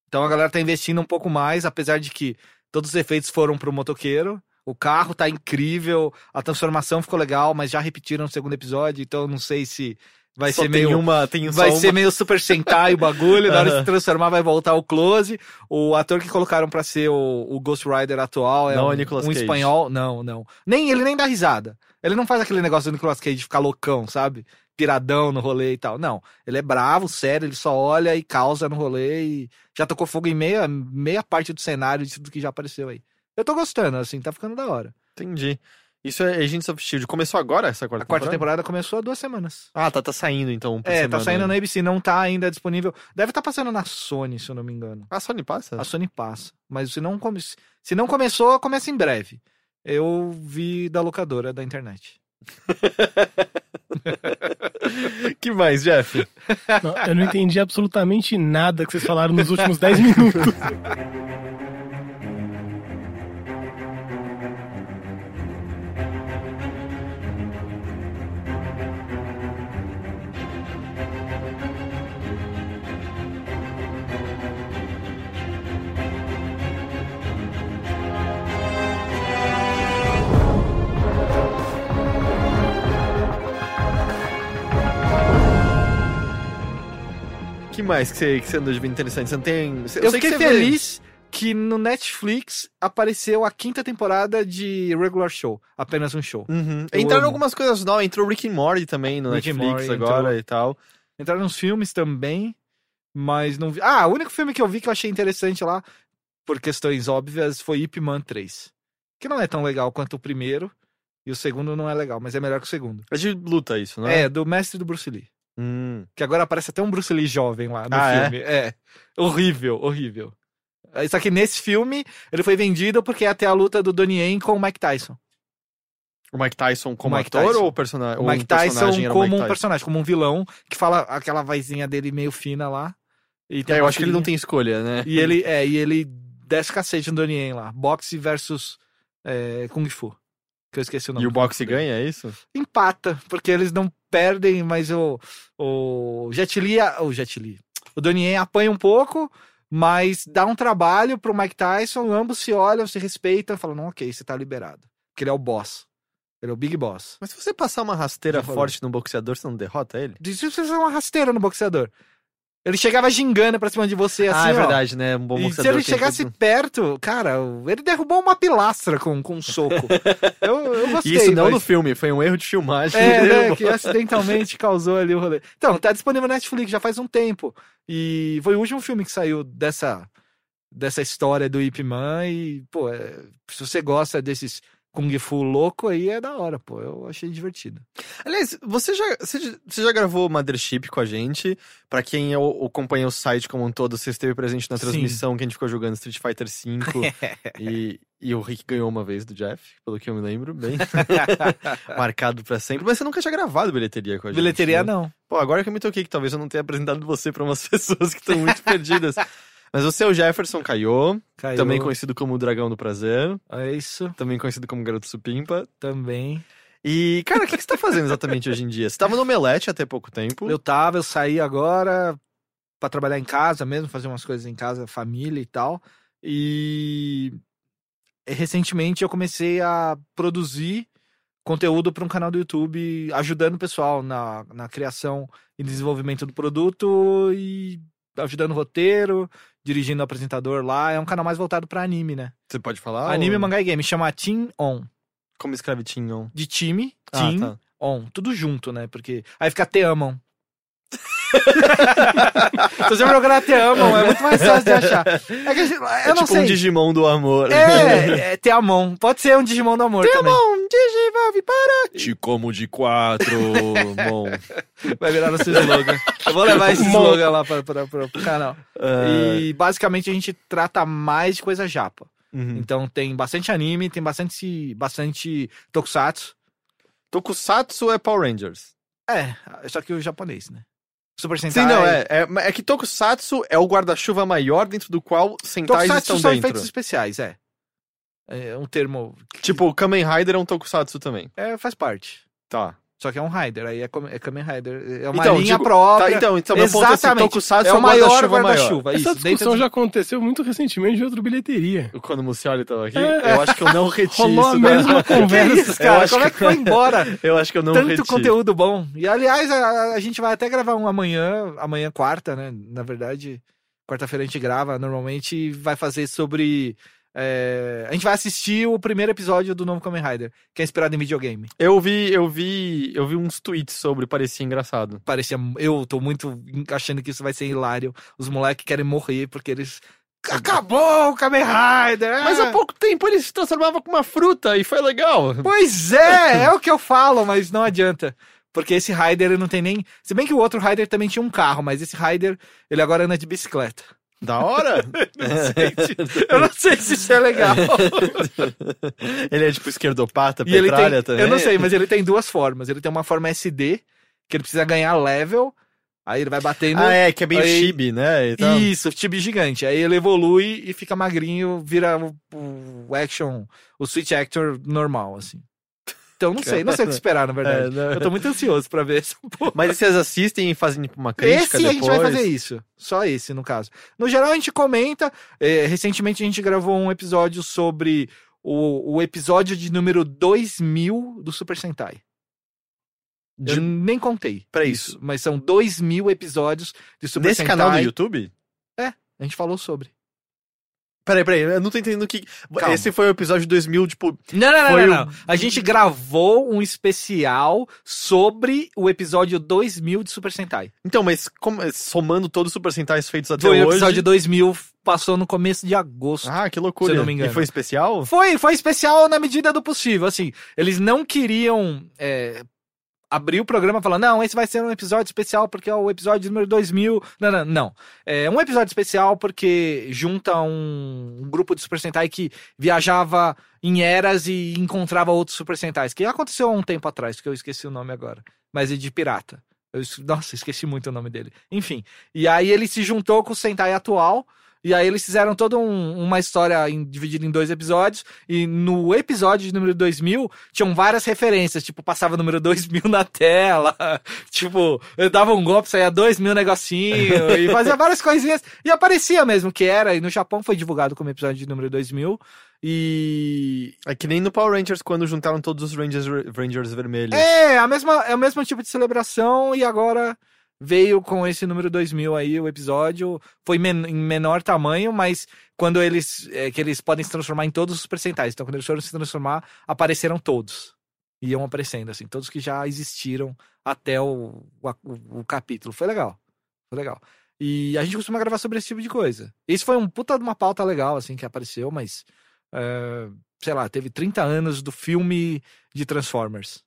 Então a galera tá investindo um pouco mais, apesar de que todos os efeitos foram pro motoqueiro. O carro tá incrível, a transformação ficou legal, mas já repetiram no segundo episódio, então eu não sei se vai
Só
ser
tem um
meio
uma, tem
vai
só
ser meio Super Sentai o bagulho, na hora de
Aham.
se transformar vai voltar o close. O ator que colocaram pra ser o, o Ghost Rider atual é
Não
um,
é Nicolas
um
Cage.
espanhol. Não, não. Nem, ele nem dá risada. Ele não faz aquele negócio do Nicolas Cage de ficar loucão, sabe? Piradão no rolê e tal. Não. Ele é bravo, sério, ele só olha e causa no rolê e já tocou fogo em meia, meia parte do cenário de tudo que já apareceu aí. Eu tô gostando, assim, tá ficando da hora.
Entendi. Isso é Agents of S.H.I.E.L.D. Começou agora essa quarta,
A quarta temporada começou há duas semanas.
Ah, tá, tá saindo então. por
É, tá
semana,
saindo
né?
na ABC, não tá ainda disponível. Deve estar passando na Sony, se eu não me engano.
Ah, Sony passa?
A Sony passa. Mas se não, come... se não começou, começa em breve. Eu vi da locadora da internet.
que mais, Jeff?
Não, eu não entendi absolutamente nada que vocês falaram nos últimos 10 minutos.
que mais que você, que você andou de bem interessante? Você não tem. você-
Eu,
sei
fiquei
que você
feliz que no Netflix apareceu a quinta temporada de Regular Show. Apenas um show.
vê- Uhum.
Eu
Entraram
amo.
algumas coisas novas. Entrou Rick and Morty também no
Rick and
Netflix
Morty
agora
entrou.
e tal.
Entraram nos filmes também, mas não vi. Ah, o único filme que eu vi que eu achei interessante lá, por questões óbvias, foi Ip Man 3. Que não é tão legal quanto o primeiro. E o segundo não é legal, mas é melhor que o segundo.
É de luta isso, né?
É, do mestre do Bruce Lee.
Hum.
Que agora aparece até um Bruce Lee jovem lá no
Ah, é?
filme. É? Horrível, horrível. É, Só que nesse filme, ele foi vendido porque ia ter a luta do Donnie Yen com o Mike Tyson.
O Mike Tyson como
Mike
ator
Tyson.
ou personagem?
O Mike Tyson
Um personagem era o
como
Mike
um
Tyson?
personagem, como um vilão, que fala aquela vozinha dele meio fina lá. E tem
É, eu
uma
acho que ele
filhinha.
não tem escolha, né?
E ele, é, e ele desce cacete no Donnie Yen lá. Boxe versus é, Kung Fu. Que eu esqueci o nome.
E o boxe ganha, é isso?
Empata, porque eles não perdem, mas o, o Jet Li, a- o Jet Li, o Donnie Yen apanha um pouco, mas dá um trabalho pro Mike Tyson, ambos se olham, se respeitam, falam, não, ok, você tá liberado. Porque ele é o boss. Ele é o big boss.
Mas se você passar uma rasteira
Já falei.
forte num boxeador, você não derrota ele?
Diz isso, você é uma rasteira no boxeador. Ele chegava gingando pra cima de você, assim,
ah, é
ó.
verdade, né? Um bom
E se
boxeador.
ele
tem um
chegasse
tudo.
perto, cara, ele derrubou uma pilastra com, com um soco. Eu, eu gostei.
E isso não
mas-
no filme, foi um erro de filmagem.
É,
Ele
né,
derrubou.
que acidentalmente causou ali o rolê. Então, tá disponível na Netflix já faz um tempo. E foi o último filme que saiu dessa, dessa história do Ip Man. E, pô, é- se você gosta desses Kung Fu louco aí, é da hora, pô. Eu achei divertido.
Aliás, você já, você, já- você já gravou Mothership com a gente? Pra quem o- acompanha o site como um todo, você esteve presente na
Sim.
transmissão que a gente ficou jogando Street Fighter V. e, e o Rick ganhou uma vez do Jeff, pelo que eu me lembro, bem marcado pra sempre. Mas você nunca tinha gravado bilheteria com a gente.
Bilheteria
né?
não.
Pô, agora que eu me toquei que talvez eu não tenha apresentado você pra umas pessoas que estão muito perdidas. Mas você é o Jefferson Caio,
Caiu.
também conhecido como o Dragão do Prazer,
É isso,
também conhecido como Garoto Supimpa.
também.
E, cara, o que, que você tá fazendo exatamente hoje em dia? Você tava no Omelete até pouco tempo.
Eu tava, eu saí agora pra trabalhar em casa mesmo, fazer umas coisas em casa, família e tal. E recentemente eu comecei a produzir conteúdo para um canal do YouTube, ajudando o pessoal na, na criação e desenvolvimento do produto e ajudando o roteiro, dirigindo o apresentador lá. É um canal mais voltado pra anime, né?
Você pode falar?
anime,
ou...
mangá e game. Chama Team On.
Como escravitinho.
De time,
Ah,
Team
tá.
On, tudo junto, né? Porque aí fica Te Amam. Se você procurar Te Amam, é muito mais fácil de achar. É que a gente- eu
É
não
tipo
sei.
um Digimon do amor.
É, é Te Amam. Pode ser um Digimon do amor também.
Digimon, Digivolve, para! Te como de quatro, bom.
Vai virar nosso slogan. Eu vou levar esse
Mon.
slogan lá pra, pra, pra- pro canal.
É. Ah,
E basicamente a gente trata mais de coisa japa.
uhum. Hum.
Então tem bastante anime, tem bastante, bastante tokusatsu.
Tokusatsu é Power Rangers.
É, só que o japonês, né? Super Sentai.
Sim, não, é, é. mas É que Tokusatsu é o guarda-chuva maior dentro do qual Sentais
Tokusatsu
estão
são
dentro.
efeitos especiais, é. É um termo
Tipo, o Kamen Rider é um Tokusatsu também.
É, faz parte.
Tá.
Só que é um Rider, aí é, Kamen- é Kamen Rider. É uma
Então,
linha
digo,
própria.
tá então, então meu ponto é assim,
Exatamente.
Tokusatsu
é o maior
guarda-chuva maior.
guarda-chuva.
Essa
É isso, dentro
discussão
de-
já aconteceu muito recentemente de outra bilheteria.
Quando o Mucioli tava aqui,
É.
eu acho que eu não reti
Rolou
isso
a
da-
mesma conversa.
Que isso, cara?
Eu acho
Como é que foi embora?
Eu acho que eu não
Tanto
reti.
conteúdo bom. E aliás, a, a gente vai até gravar um amanhã, amanhã quarta, né? Na verdade, quarta-feira a gente grava normalmente e vai fazer sobre. é, a gente vai assistir o primeiro episódio do novo Kamen Rider, que é inspirado em videogame.
Eu vi, eu vi, eu vi uns tweets sobre, parecia engraçado.
parecia. Eu tô muito achando que isso vai ser hilário. Os moleques querem morrer porque eles. Uhum. Acabou o Kamen Rider! é.
Mas há pouco tempo ele se transformava com uma fruta e foi legal.
Pois é, é o que eu falo, mas não adianta. Porque esse Rider ele não tem nem. Se bem que o outro Rider também tinha um carro, mas esse Rider, ele agora anda de bicicleta.
Da hora.
Eu não sei se isso é legal.
ele é tipo esquerdopata,
E ele
petralha
tem,
também.
Eu não sei, mas ele tem duas formas. Ele tem uma forma SD, que ele precisa ganhar level, aí ele vai batendo.
Ah, é, que é bem
Aí-
chibi, né? E tal.
Isso, tibi gigante. Aí ele evolui e fica magrinho, vira o, o action, o switch actor normal, assim. Então não sei, não sei o que esperar, na
É,
verdade.
né?
Eu tô muito ansioso pra ver essa porra.
Mas vocês assistem e fazem tipo, uma
Esse
crítica
a
depois?
gente vai fazer isso. Só esse, no caso. No geral, a gente comenta. eh, recentemente a gente gravou um episódio sobre o, o episódio de número 2000 do Super Sentai.
De-
Eu nem contei.
Pra isso.
Isso. Mas são 2000 episódios de Super
Nesse
Sentai.
canal do YouTube?
A gente falou sobre.
Peraí, peraí, eu não tô entendendo o que...
Calma.
Esse foi o episódio 2000, tipo...
Não, não, não, não,
Foi um-
não. A gente gravou um especial sobre o episódio 2000 de Super Sentai.
Então, mas como- somando todos os Super Sentais feitos até
Foi o
hoje...
episódio 2000, passou no começo de agosto.
Ah, que loucura.
Se eu não me engano.
E foi especial?
Foi, foi especial na medida do possível, assim. Eles não queriam é, abrir o programa falando, não, esse vai ser um episódio especial porque é o episódio número 2000. Não, não, não. É um episódio especial porque junta um, um grupo de Super Sentai que viajava em eras e encontrava outros Super Sentais, que aconteceu há um tempo atrás, que eu esqueci o nome agora, mas é de pirata. Eu es- nossa, esqueci muito o nome dele. Enfim, e aí ele se juntou com o Sentai atual e aí eles fizeram toda um- uma história em- dividida em dois episódios. E no episódio de número 2000, tinham várias referências. Tipo, passava o número 2000 na tela. Tipo, eu dava um golpe, saía 2000 negocinho. e fazia várias coisinhas. E aparecia mesmo que era. E no Japão foi divulgado como episódio de número 2000. E...
É que nem no Power Rangers, quando juntaram todos os Rangers, Rangers vermelhos.
É, a mesma, é o mesmo tipo de celebração. E agora... veio com esse número 2000 aí, o episódio. Foi men- em menor tamanho, mas quando eles. é, que eles podem se transformar em todos os percentais. Então, quando eles foram se transformar, apareceram todos. Iam aparecendo, assim, todos que já existiram até o, o, o capítulo. Foi legal. Foi legal. E a gente costuma gravar sobre esse tipo de coisa. Isso foi um puta de uma pauta legal, assim, que apareceu, mas. é, sei lá, teve 30 anos do filme de Transformers.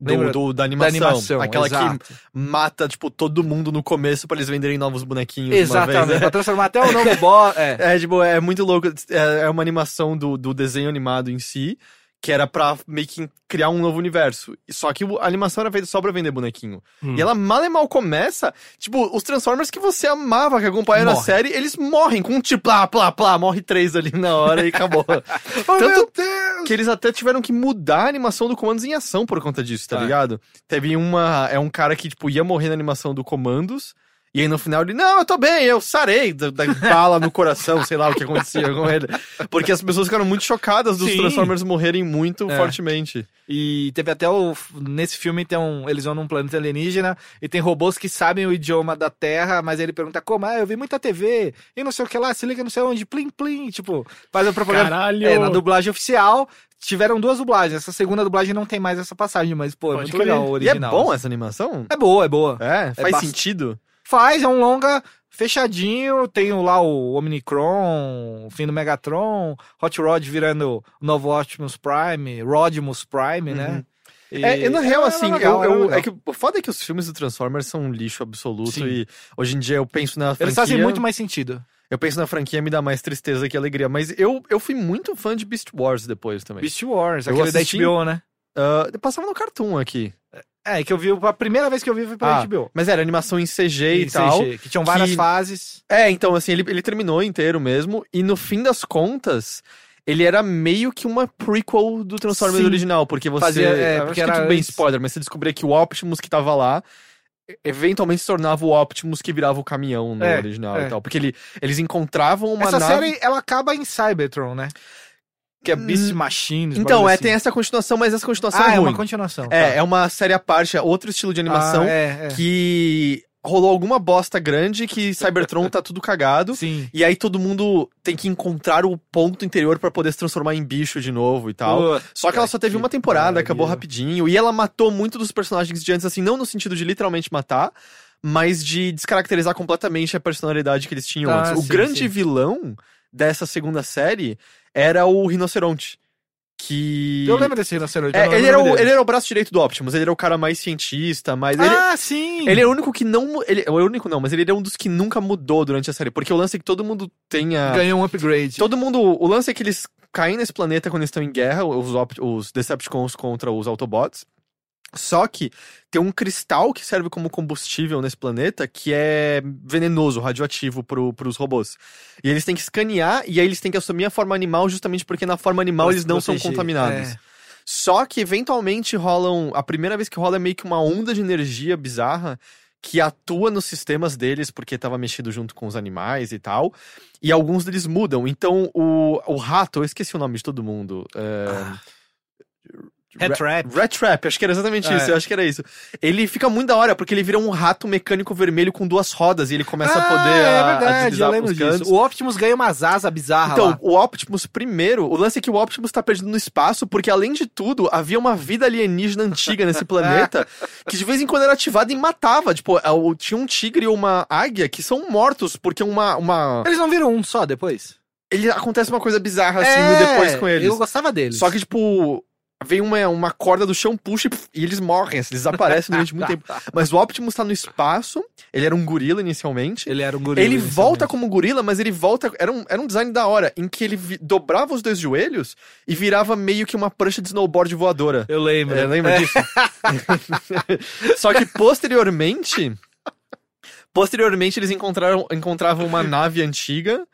Do,
Lembra?
do- da
Da
animação.
animação.
aquela
exato.
que mata, tipo, todo mundo no começo pra eles venderem novos bonequinhos. de uma vez,
Exatamente,
né?
pra transformar até o nome boss. É.
É, tipo, é muito louco. É, é uma animação do, do desenho animado em si, que era pra meio que criar um novo universo. E Só que o- a animação era feita só pra vender bonequinho.
Hum.
E ela mal e mal começa, tipo, os Transformers que você amava, que acompanharam a
Morre.
série, eles morrem com um tipo, plá, plá, plá, morre três ali na hora e acabou.
Tanto-
meu que eles até tiveram que mudar a animação do Comandos em ação por conta disso, tá
É.
ligado? Teve uma. É um cara que, tipo, ia morrer na animação do Comandos. E aí no final ele, não, eu tô bem, eu sarei da, da bala no coração, sei lá o que acontecia com ele. Porque as pessoas ficaram muito chocadas dos
Sim.
Transformers morrerem muito
É.
fortemente.
E teve até o. Nesse filme tem um, eles vão num planeta alienígena e tem robôs que sabem o idioma da Terra, mas ele pergunta como? Ah, eu vi muita TV e não sei o que lá, se liga não sei onde, plim plim. Tipo, faz a propaganda.
Caralho!
É, na dublagem oficial. Tiveram duas dublagens. Essa segunda dublagem não tem mais essa passagem, mas, pô, é
Pode
muito
crer.
legal o original.
E é bom essa animação?
É boa, é boa.
É, faz
bast-
sentido.
Faz, é um longa fechadinho. Tem o- lá o Omnicron, o fim do Megatron, Hot Rod virando o novo Optimus Prime, Rodimus Prime, né? E-
É, e na real,
era
assim,
legal,
eu,
era
eu-
legal.
é que o foda é que os filmes do Transformers são um lixo absoluto
Sim.
e hoje em dia eu penso na franquia...
Eles fazem muito mais sentido.
Eu penso na franquia, me dá mais tristeza que alegria. Mas eu, eu fui muito fã de Beast Wars depois também.
Beast Wars,
Eu
aquele da
assisti-
HBO, né?
Ah, passava no Cartoon aqui.
É, que eu vi, a primeira vez que eu vi foi pela
Ah,
HBO.
Mas era animação em CG e,
Em
tal.
CG, que tinham várias
que-
fases.
É, então, assim, ele, ele terminou inteiro mesmo. E no fim das contas, ele era meio que uma prequel do Transformers
Sim.
original. Porque você.
Fazia- é, porque
acho que
era
tudo bem
antes.
spoiler, mas você descobria que o Optimus que tava lá. e- Eventualmente se tornava o Optimus que virava o caminhão no
É,
original
é.
e tal. Porque ele, eles encontravam uma
Essa
nave.
série, ela acaba em Cybertron, né? Que é Beast
Hum,
Machine. esse
Então,
bagulho
é,
assim.
tem essa continuação, mas essa continuação
Ah,
é
é
ruim.
uma continuação.
É,
tá.
é uma série à parte, é outro estilo de animação
Ah, é, é.
que rolou alguma bosta grande que Cybertron tá tudo cagado.
Sim.
E aí todo mundo tem que encontrar o ponto interior pra poder se transformar em bicho de novo e tal. Só que ela só teve
que
uma temporada,
pariu.
acabou rapidinho. E ela matou muito dos personagens de antes, assim, não no sentido de literalmente matar, mas de descaracterizar completamente a personalidade que eles tinham
Ah,
antes. O
sim,
grande
sim.
vilão dessa segunda série era o Rinoceronte. Que.
Eu lembro desse rinoceronte. eu
É,
não
ele,
lembro
era
o
o,
nome
ele
dele.
era o braço direito do Optimus, ele era o cara mais cientista, mas ele,
Ah, sim!
ele é o único que não. Ele, é o único não, mas ele é um dos que nunca mudou durante a série. Porque o lance é que todo mundo tenha.
ganhou um upgrade.
Todo mundo. O lance é que eles caem nesse planeta quando eles estão em guerra, os, Opt- os Decepticons contra os Autobots. Só que tem um cristal que serve como combustível nesse planeta que é venenoso, radioativo pro, pros robôs. E eles têm que escanear e aí eles têm que assumir a forma animal justamente porque na forma animal
Pra
eles
se
não são
proteger,
contaminados.
é.
Só que eventualmente rolam. A primeira vez que rola é meio que uma onda de energia bizarra que atua nos sistemas deles, porque tava mexido junto com os animais e tal. E alguns deles mudam. Então o, o rato, eu esqueci o nome de todo mundo. É...
É trap.
Rat Trap, acho que era exatamente
É.
isso, eu acho que era isso. Ele fica muito da hora, porque ele vira um rato mecânico vermelho com duas rodas e ele começa a
Ah,
poder
É
a, a
verdade,
deslizar
eu lembro
os cantos.
disso. O Optimus ganha umas asas bizarras
Então,
Ah, lá.
o Optimus primeiro, o lance é que o Optimus tá perdido no espaço, porque além de tudo, havia uma vida alienígena antiga nesse planeta, que de vez em quando era ativada e matava. Tipo, é, o- tinha um tigre e uma águia que são mortos, porque uma. uma...
Eles não viram um só depois?
Ele acontece uma coisa bizarra assim
É,
no depois com eles.
Eu gostava deles.
Só que, tipo, vem uma, uma corda do chão, puxa e, pf, e eles morrem, assim, eles desaparecem durante
Tá,
muito tempo. Mas o Optimus tá no espaço, ele era um gorila inicialmente.
ele era um gorila.
Ele volta
inicialmente.
como gorila, mas ele volta. Era um, era um design da hora, em que ele vi- dobrava os dois joelhos e virava meio que uma prancha de snowboard voadora.
Eu lembro.
É, lembra
É.
disso? Só que posteriormente. Posteriormente, eles encontraram, encontravam uma nave antiga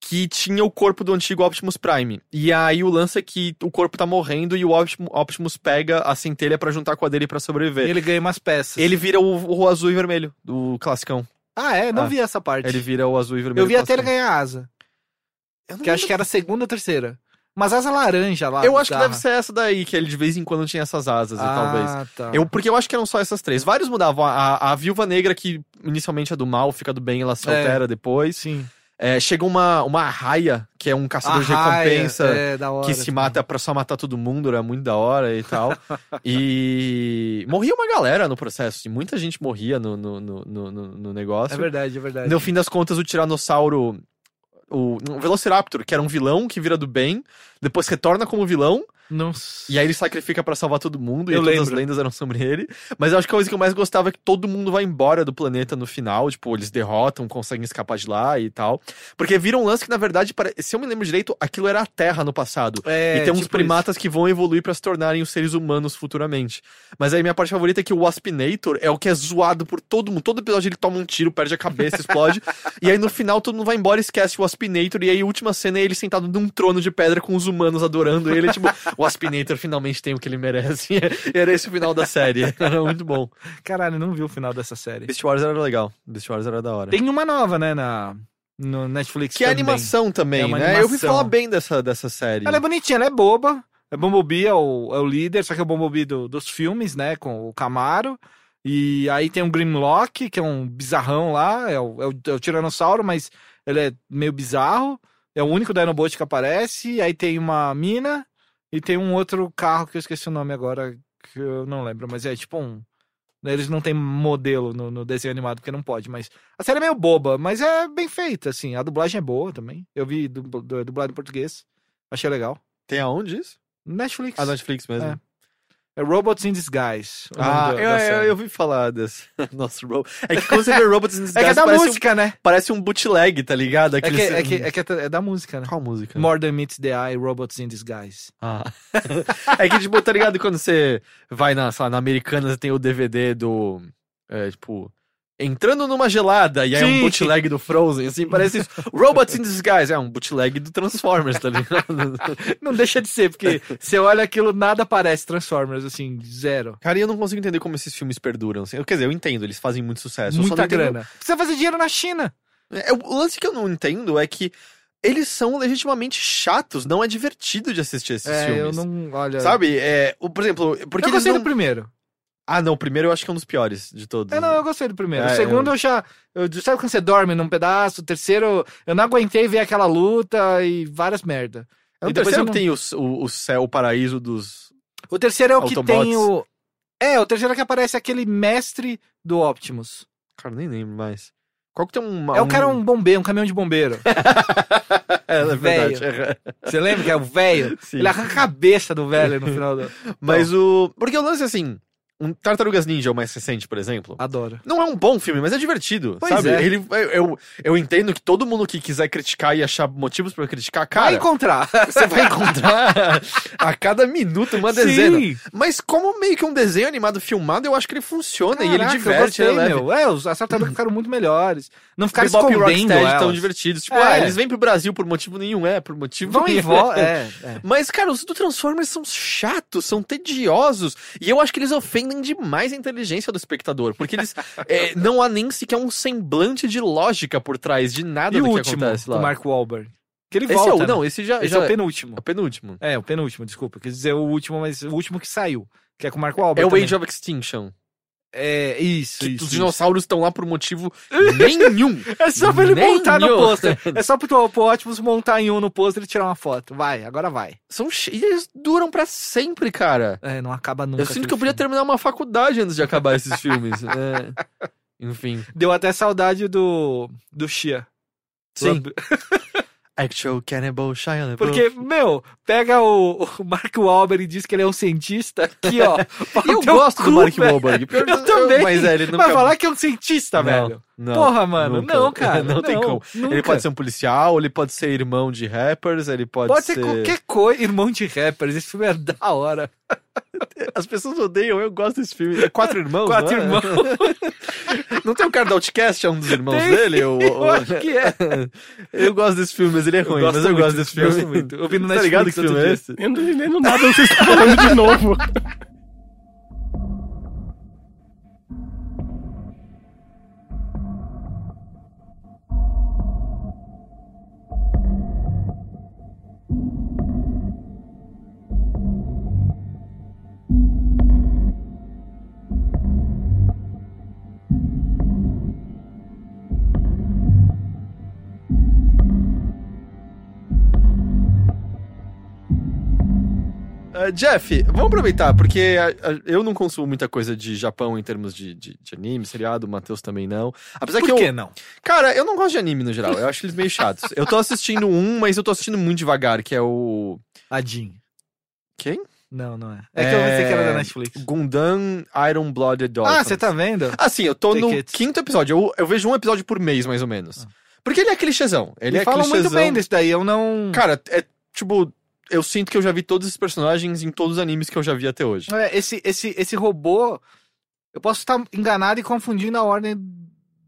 que tinha o corpo do antigo Optimus Prime. E aí o lance é que o corpo tá morrendo e o Optimus, Optimus pega a centelha pra juntar com a dele pra sobreviver.
Ele ganha umas peças.
Ele vira o, o azul e vermelho do classicão.
Ah, é? Não
Ah,
vi essa parte.
Ele assim. vira o azul e vermelho.
Eu vi
do
até ele
classicão.
ganhar asa.
Eu não
Que acho
lembro
que era a segunda ou terceira. Umas asas laranja lá.
eu acho que
bizarra.
deve ser essa daí, que ele de vez em quando tinha essas asas, e talvez.
Ah, tá.
Eu, porque eu acho que eram só essas três. Vários mudavam. A, a, a viúva negra, que inicialmente é do mal, fica do bem, ela se
É.
altera depois.
Sim.
É, chega uma, uma raia, que é um caçador de
Arraia,
recompensa,
é, da hora
que se
também.
mata pra só matar todo mundo, era muito da hora e tal. e morria uma galera no processo, e muita gente morria no, no, no, no, no- no negócio.
É verdade, é verdade.
No fim das contas, o Tiranossauro. O o Velociraptor, que era um vilão que vira do bem, depois retorna como vilão,
Nossa.
e aí ele sacrifica pra salvar todo mundo, e
Eu
todas as
lembro.
lendas eram sobre ele. Mas eu acho que a coisa que eu mais gostava é que todo mundo vai embora do planeta no final, tipo, eles derrotam, conseguem escapar de lá e tal. Porque vira um lance que, na verdade, pare- se eu me lembro direito, aquilo era a Terra no passado.
É,
E tem uns
tipo
primatas que vão evoluir pra se tornarem os seres humanos futuramente. Mas aí minha parte favorita é que o Waspinator é o que é zoado por todo mundo. Todo episódio ele toma um tiro, perde a cabeça, explode. e aí no final todo mundo vai embora, esquece o Waspinator. E aí a última cena é ele sentado num trono de pedra com os humanos adorando ele. Tipo, o Waspinator finalmente tem o que ele merece. E era esse o final da série. Era muito bom.
isso. Caralho, não vi o final dessa série.
Beast Wars era legal. Beast Wars era da hora.
Tem uma nova, né, na no Netflix
Que é
também.
animação também,
É uma
né? Eu ouvi
animação.
falar bem dessa, dessa série.
Ela é bonitinha, ela é boba. É Bumblebee é o, é o líder, só que é o Bumblebee do- dos filmes, né? Com o Camaro. E aí tem o Grimlock, que é um bizarrão lá, é o, é o- é o Tiranossauro, mas ele é meio bizarro. É o único Dinobot que aparece. E aí tem uma mina e tem um outro carro que eu esqueci o nome agora, que eu não lembro, mas é tipo um. Eles não têm modelo no, no desenho animado, porque não pode, mas. A série é meio boba, mas é bem feita, assim. A dublagem é boa também. Eu vi dubl- du- dublado em português. Achei legal.
Tem aonde isso?
Netflix.
A Netflix mesmo.
É. É Robots in Disguise. o
Ah,
nome da-
eu,
da
eu,
série.
eu ouvi falar desse nosso robô. É que quando você vê Robots in
É que é
Disguise,
da
parece,
música, né?
um, parece um bootleg, tá ligado?
É que,
Aqueles-
é, que, é, que é da música, né?
Qual música?
More Than Meets the Eye, Robots in Disguise.
Ah. é que, tipo, tá ligado quando você vai na, sei lá, na Americanas e tem o DVD do. é, tipo. Entrando numa gelada, e aí é um
Sim.
bootleg do Frozen, assim, parece isso. Robots in Disguise, é um bootleg do Transformers, tá ligado?
Não deixa de ser, porque você olha aquilo, nada parece Transformers, assim, zero.
Cara, e eu não consigo entender como esses filmes perduram. Assim. Quer dizer, eu entendo, eles fazem muito sucesso. eu só não
Muita
entendo
grana. Precisa fazer dinheiro na China.
É, o lance que eu não entendo é que eles são legitimamente chatos, não é divertido de assistir esses
é,
filmes.
eu não. Olha.
Sabe? É, o, por exemplo, porque
eu
eles
gostei
não...
do primeiro.
Ah, não, o primeiro eu acho que é um dos piores de todos.
É, não, eu gostei do primeiro.
É,
o segundo eu, já. eu- sabe quando você dorme num pedaço? O terceiro, eu não aguentei ver aquela luta e várias merda.
E
o
depois
é um terceiro
não...
não-
tem o, o, o céu, o paraíso dos...
O terceiro é o que
Autobots.
tem o. É, o terceiro é que aparece aquele mestre do Optimus.
Cara, nem lembro mais. Qual que tem um...
É o cara, um bombeiro, um caminhão de bombeiro.
é, é
velho.
verdade.
Você lembra que é o velho?
Sim.
Ele arranca a cabeça do velho no final do.
Mas o... Porque o lance, assim, um Tartarugas Ninja, o mais recente, por exemplo...
Adoro.
Não é um bom filme, mas é divertido,
Pois
sabe?
é.
Ele, eu, eu, eu entendo que todo mundo que quiser criticar e achar motivos pra criticar, cara...
Vai encontrar.
Você vai encontrar a cada minuto uma dezena.
Sim.
Mas como meio que um desenho animado filmado, eu acho que ele funciona e ele
Caraca,
diverte,
eu
ele é
gostei,
leve.
meu. É, os as tartarugas ficaram muito melhores. Não ficaram
Bebop e
escondendo
Rocksteady tão
elas.
divertidos. Tipo,
É.
ah, eles vêm pro Brasil por motivo nenhum, é, por motivo
Vão em
nenhum.
volta. É, é.
Mas, cara, os do Transformers são chatos, são tediosos. E eu acho que eles ofendem demais a inteligência do espectador. Porque eles... é, não há nem sequer um semblante de lógica por trás de nada
E
do
o
que
último,
acontece lá.
do Mark Wahlberg. Que ele
Esse
volta.
é o...
né?
Não, esse já,
Esse
já
é o penúltimo.
é o penúltimo.
É, o penúltimo, desculpa. Quer dizer, o último, mas o último que saiu. Que é com o Mark Wahlberg.
É o
também.
Age of Extinction.
É, isso,
que
isso.
os
isso.
dinossauros estão lá por motivo nenhum.
É só pra ele
Nem
montar no
eu.
pôster. É só pro, pro Optimus montar em um no pôster e tirar uma foto. Vai, agora vai.
São che- e eles duram pra sempre, cara.
É, não acaba nunca.
Eu sinto
aquele
que eu podia
filme.
terminar uma faculdade antes de acabar esses filmes. É. Enfim.
Deu até saudade do. do Xia. Do-
Actual Cannibal Shia
Porque, meu, pega o, o Mark Wahlberg e diz que ele é um cientista. Aqui, ó.
E eu
Teu
gosto
cu,
do Mark
velho.
Wahlberg.
Eu também.
Mas é, ele nunca... Tá,
Vai falar que é um cientista,
Não,
velho.
Não,
Porra, mano.
nunca.
Não, cara.
Não tem como.
nunca.
Ele pode ser um policial, ele pode ser irmão de rappers, ele pode,
Pode ser qualquer coisa, irmão de rappers. Esse filme é da hora.
As pessoas odeiam, eu gosto desse filme. É Quatro Irmãos,
Quatro
não é?
irmãos.
Não tem o cara do Outcast, é um dos irmãos
Tem.
dele? O,
Eu
o-
acho que é.
Eu gosto desse filme, mas ele é ruim, mas eu
muito,
gosto desse filme.
Gosto muito. Eu vi no
Tá ligado que
Netflix
filme
outro
é
dia.
esse?
Eu não tô entendendo nada do que vocês estão falando de novo.
Ah, Jeff, vamos aproveitar, porque a- a- eu não consumo muita coisa de Japão em termos de, de, de anime, seriado, o Matheus também não. Apesar
Por
é que
que
eu.
não?
Cara, eu não gosto de anime no geral, eu acho eles meio chatos. eu tô assistindo um, mas eu tô assistindo muito devagar, que é o.
A Jean.
Quem?
Não, não é. É que eu pensei que era da Netflix.
Gundam Iron Blooded Dolphins.
Ah, você tá vendo?
Assim, eu tô no
Tickets.
quinto episódio. Eu, eu vejo um episódio por mês, mais ou
Ah.
menos. Porque ele é clichêzão. Ele
Eles
é
falam muito
clichêzão.
bem desse daí, eu não...
Cara, é tipo. Eu sinto que eu já vi todos esses personagens em todos os animes que eu já vi até hoje.
É, esse, esse, esse robô. Eu posso estar enganado e confundindo a ordem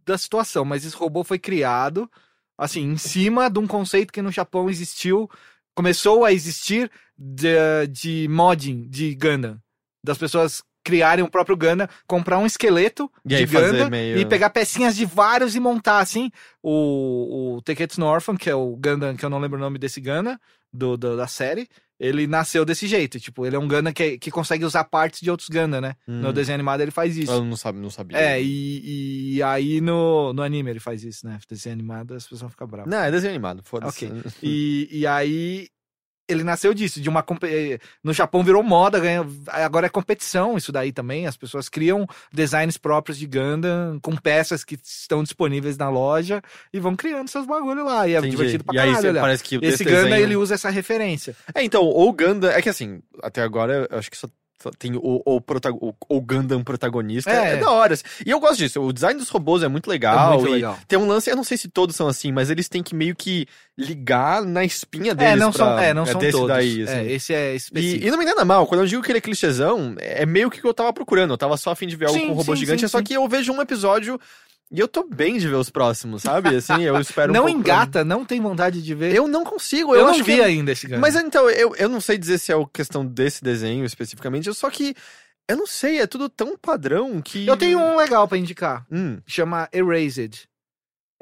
da situação, mas esse robô foi criado, assim, em cima de um conceito que no Japão existiu, começou a existir de, de modding de Gundam. Das pessoas criarem o próprio Gundam, comprar um esqueleto
E
de
aí fazer
Gundam
meio-
e pegar pecinhas de vários e montar, assim, o, o Teketsu no Orphan, que é o Gundam, que eu não lembro o nome desse Gundam, do, do- da série, ele nasceu desse jeito. Tipo, ele é um Gundam que, que consegue usar partes de outros Gundam, né?
Hum.
No desenho animado ele faz isso.
Eu não, sabe, não sabia.
É, e, e aí no, no anime ele faz isso, né? No desenho animado as pessoas ficam bravas.
Não, é desenho animado, foda-se.
Ok. E, e aí ele nasceu disso, de uma compe- eh, no Japão virou moda, ganha- agora é competição isso daí também, as pessoas criam designs próprios de Gundam com peças que estão disponíveis na loja e vão criando seus bagulho lá, e é
Entendi.
divertido pra
e aí
caralho,
cê-
olha.
parece que o
Esse
desenho...
Gundam ele usa essa referência.
É, então, o Gundam... É que assim, até agora eu acho que só... só Tem o, o, prota- o, o Gundam protagonista. É.
É.
da hora. assim. E eu gosto disso. O design dos robôs é muito legal.
é muito
e
legal.
Tem um lance, eu não sei se todos são assim, mas eles têm que meio que ligar na espinha deles.
é, não
pra-
são, é, não são
desse
todos.
Daí, assim.
É, esse é
E,
específico.
e não me entenda mal, quando eu digo que ele é clichêzão, é meio que o que eu tava procurando. Eu tava só a fim de ver algo
Sim,
com um robô
sim,
gigante,
sim,
é só
sim.
que eu vejo um episódio e eu tô bem de ver os próximos, sabe? Assim, eu espero um
não
pouco pra-
engata, não tem vontade de ver.
Eu não consigo,
Eu
eu, acho
não
que- é um
vi ainda esse Gundam.
Mas então, eu, eu não sei dizer se é a questão desse desenho especificamente, eu- só que eu não sei, é tudo tão padrão que.
eu tenho um legal pra indicar.
Hum,
chama Erased.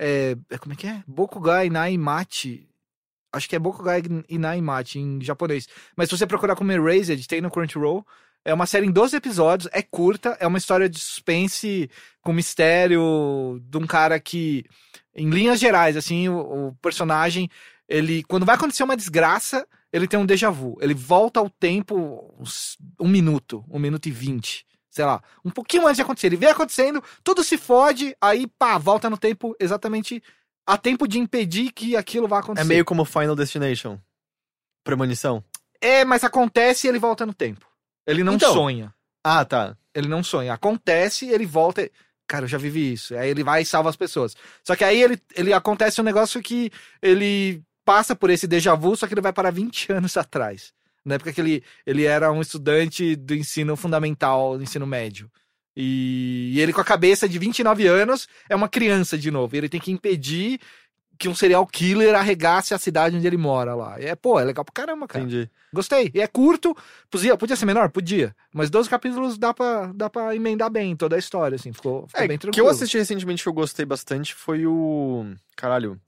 É, é- como é que é? Bokugai Naimachi. Acho que é Bokugai Inaimachi em japonês. Mas se você procurar como Erased, tem no Crunchyroll. É uma série em 12 episódios, é curta, é uma história de suspense com mistério de um cara que, em linhas gerais, assim, o, o personagem, ele, quando vai acontecer uma desgraça, ele tem um déjà vu. Ele volta ao tempo uns- um minuto, um minuto e vinte, sei lá, um pouquinho antes de acontecer. Ele vê acontecendo, tudo se fode, aí pá, volta no tempo exatamente a tempo de impedir que aquilo vá acontecer.
é meio como Final Destination. Premonição.
É, mas acontece e ele volta no tempo. Ele não
Então.
sonha.
Ah, tá.
Ele não sonha. Acontece, ele volta. e- Cara, eu já vivi isso. Aí ele vai e salva as pessoas. Só que aí ele, ele acontece um negócio que ele passa por esse déjà vu, só que ele vai para 20 anos atrás. Na época que ele, ele era um estudante do ensino fundamental, do ensino médio. E, e ele, com a cabeça de 29 anos, é uma criança de novo. E ele tem que impedir que um serial killer arregasse a cidade onde ele mora lá. E é, pô, é legal pra caramba, cara.
Entendi.
Gostei. E é curto. Podia, podia ser menor? Podia. Mas 12 capítulos dá pra, dá pra emendar bem toda a história, assim. Ficou, ficou
É,
bem
que eu
tranquilo.
assisti recentemente que eu gostei bastante foi o. Caralho.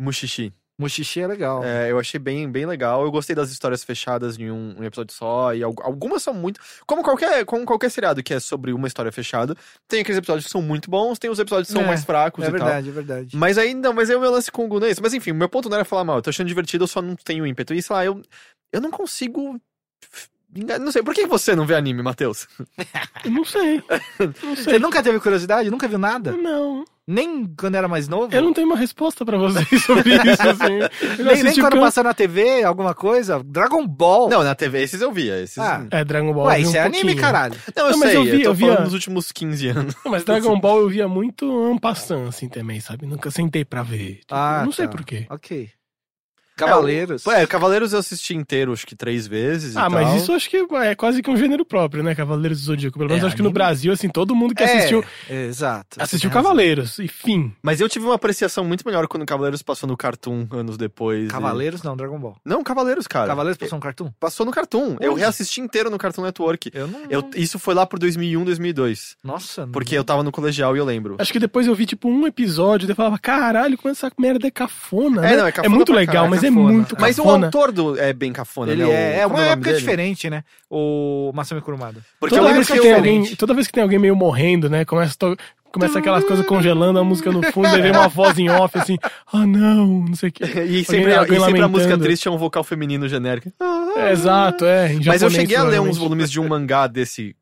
Mushishi.
Muxixe é legal.
É, eu achei bem, bem legal. Eu gostei das histórias fechadas em um, um episódio só. E al- algumas são muito. Como qualquer, como qualquer seriado que é sobre uma história fechada, tem aqueles episódios que são muito bons, tem os episódios que são
É,
mais fracos
É
e tal.
verdade, é verdade.
Mas aí, não, mas aí o meu lance com o Gun é esse. Mas enfim, o meu ponto não era falar mal. Eu tô achando divertido, eu só não tenho ímpeto. E sei lá, eu, eu não consigo. enga- Não sei, por que você não vê anime, Matheus?
Eu não sei. Não
Você
sei.
nunca teve curiosidade? Nunca viu nada?
Não.
Nem quando era mais novo?
Eu não tenho uma resposta pra vocês sobre isso, assim.
nem,
Eu
nem
assisti
quando
pelo-
passou na TV, alguma coisa? Dragon Ball.
Não, na TV esses eu via. Esses...
Ah,
É, Dragon Ball. eu
Ué,
vi
isso
um
é
pouquinho.
anime, caralho.
Não, eu
Não, mas
sei,
eu
eu,
vi-
tô
eu
falando
via-
nos últimos 15 anos.
Mas
Tipo assim-
Dragon Ball eu via muito ampassando, assim, também, sabe? Nunca sentei pra ver. Tipo,
Ah,
não sei
tá.
porquê.
Ok. Cavaleiros.
É, Cavaleiros eu assisti inteiro, acho que três vezes e
Ah, mas
tal.
isso acho que é quase que um gênero próprio, né? Cavaleiros do Zodíaco. Pelo menos
É,
acho que no
anime.
Brasil, assim, todo mundo
É,
que assistiu
Exato.
assistiu
Você tem razão.
Cavaleiros. E fim.
Mas eu tive uma apreciação muito melhor quando Cavaleiros passou no Cartoon anos depois. e-
Cavaleiros não, Dragon Ball.
Não, Cavaleiros, cara.
Cavaleiros passou um cartoon?
Passou no Cartoon. Eu
Onde?
reassisti inteiro no Cartoon Network.
Eu não.
Eu- isso foi lá por 2001, 2002.
Nossa, não-
Porque eu tava no colegial e eu lembro.
Acho que depois eu vi, tipo, um episódio e eu falava, caralho, como essa merda é cafona,
É,
né?
não, é cafona
muito
pra
legal,
caralho,
mas é
cafona.
muito
Mas o
cafona.
autor do é bem cafona,
Ele
né? O-
é, é uma
como o nome
época
dele?
diferente, né? O Masami Kurumada.
Porque
Toda
eu lembro
vez
que
que, tem
eu...
diferente.
alguém, toda vez que tem alguém meio morrendo, né? Começa a to- Começa aquelas coisas congelando, a música no fundo, aí vem uma voz em off, assim, ah não, não sei o quê.
E sempre,
alguém
e sempre a
lamentando.
música triste é um vocal feminino genérico.
É, exato, é. em
Ah. Mas eu
japonês,
cheguei a ler uns
provavelmente.
volumes de um mangá desse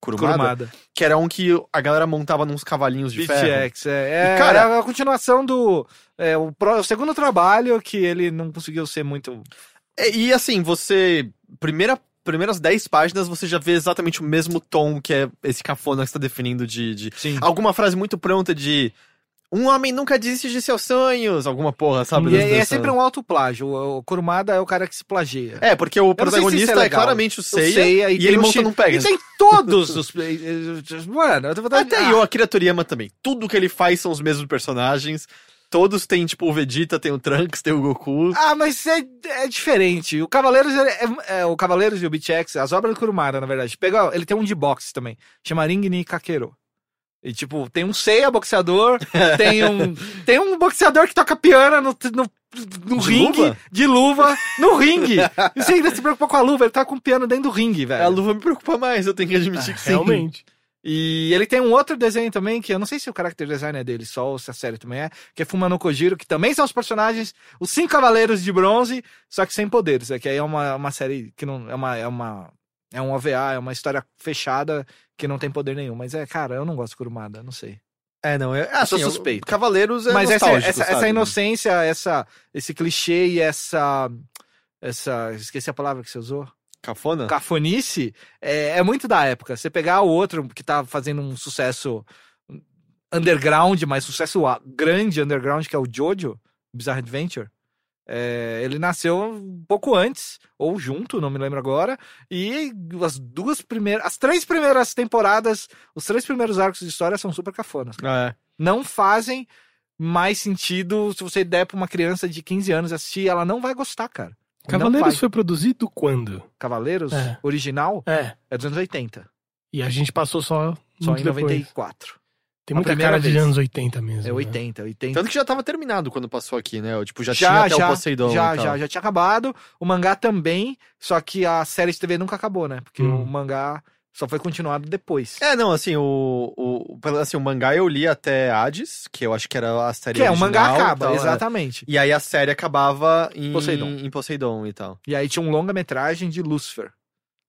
Kurumada,
Kurumada.
que era um que a galera montava nos cavalinhos de ferro.
BTX, é.
E,
É,
cara-
é a continuação do. é, o, pró- o segundo trabalho que ele não conseguiu ser muito.
É, E assim, você. Primeira, primeiras 10 páginas você já vê exatamente o mesmo tom que é esse cafona que você tá definindo de. de-
Sim.
Alguma frase muito pronta de. Um homem nunca desiste de seus sonhos. Alguma porra, sabe?
E
Dessa-
é, é
dessa-
sempre um autoplágio. O, o Kurumada é o cara que se plagia.
É, porque o
sei se isso é
protagonista é
legal.
claramente o Seiya.
O Seiya
e
tem um
ele
o
monta
Shi-
num Pegasus.
E tem todos os. eh, Mano, eu tô vontade de- Ah,
Até eu, Akira Toriyama também. Tudo que ele faz são os mesmos personagens. Todos têm, tipo, o Vegeta, tem o Trunks, tem o Goku.
Ah, mas é, é diferente. O Cavaleiros é, é- é- o Cavaleiros e o BTX, as obras do Kurumada, na verdade. Pega, ele tem um de boxe também, chama Ring Ni Kakero. E tipo, tem um Seiya boxeador, tem um tem um boxeador que toca piano no no, no
De
ringue,
luva?
de luva, no ringue. E você ainda se preocupa com a luva, ele tá com o piano dentro do ringue, velho.
A luva me preocupa mais, eu tenho que admitir
Ah,
que sim.
Realmente.
E ele tem um outro desenho também, que eu não sei se o character design é dele só, ou se a série também é, que é Fumano Kojiro, que também são os personagens, os cinco cavaleiros de bronze, só que sem poderes. É que aí é uma, uma série que não. É uma. É uma é um OVA, é uma história fechada que não tem poder nenhum. Mas é, cara, eu não gosto de Kurumada, não sei.
É, não, é. Ah,
Sou
sim, eu-
suspeito.
Cavaleiros é
Mas essa,
nostálgico,
essa,
sabe?
essa inocência, essa, esse clichê e essa. Essa. Esqueci a palavra que você usou
Cafona?
cafonice é, é muito da época. Você pegar o outro que tá fazendo um sucesso underground, mas sucesso a- grande underground, que é o Jojo, Bizarre Adventure. é, ele nasceu um pouco antes, ou junto, não me lembro agora. E as duas primeiras. As três primeiras temporadas, os três primeiros arcos de história são super cafonas.
É.
Não fazem mais sentido se você der pra uma criança de 15 anos assistir, ela não vai gostar, cara. Não
Cavaleiros
vai.
foi produzido quando?
Cavaleiros,
É.
original,
É.
é dos anos 80.
E a gente passou só.
Só em
muito depois.
94.
Tem
a
muita
primeira
cara de
vez.
anos 80 mesmo.
É
né?
80, 80.
Tanto que já tava terminado quando passou aqui, né? Eu, tipo, já,
Já,
tinha até
já,
o Poseidon.
já,
e tal.
já, já tinha acabado. O mangá também, só que a série de TV nunca acabou, né? Porque
Hum.
o mangá só foi continuado depois.
É, não, assim, o, o, assim, o mangá eu li até Hades, que eu acho que era a série
que é, o
original
mangá
e
acaba,
tal, é.
exatamente.
E aí a série acabava em
Poseidon.
em Poseidon e tal.
E aí tinha um longa-metragem de Lucifer.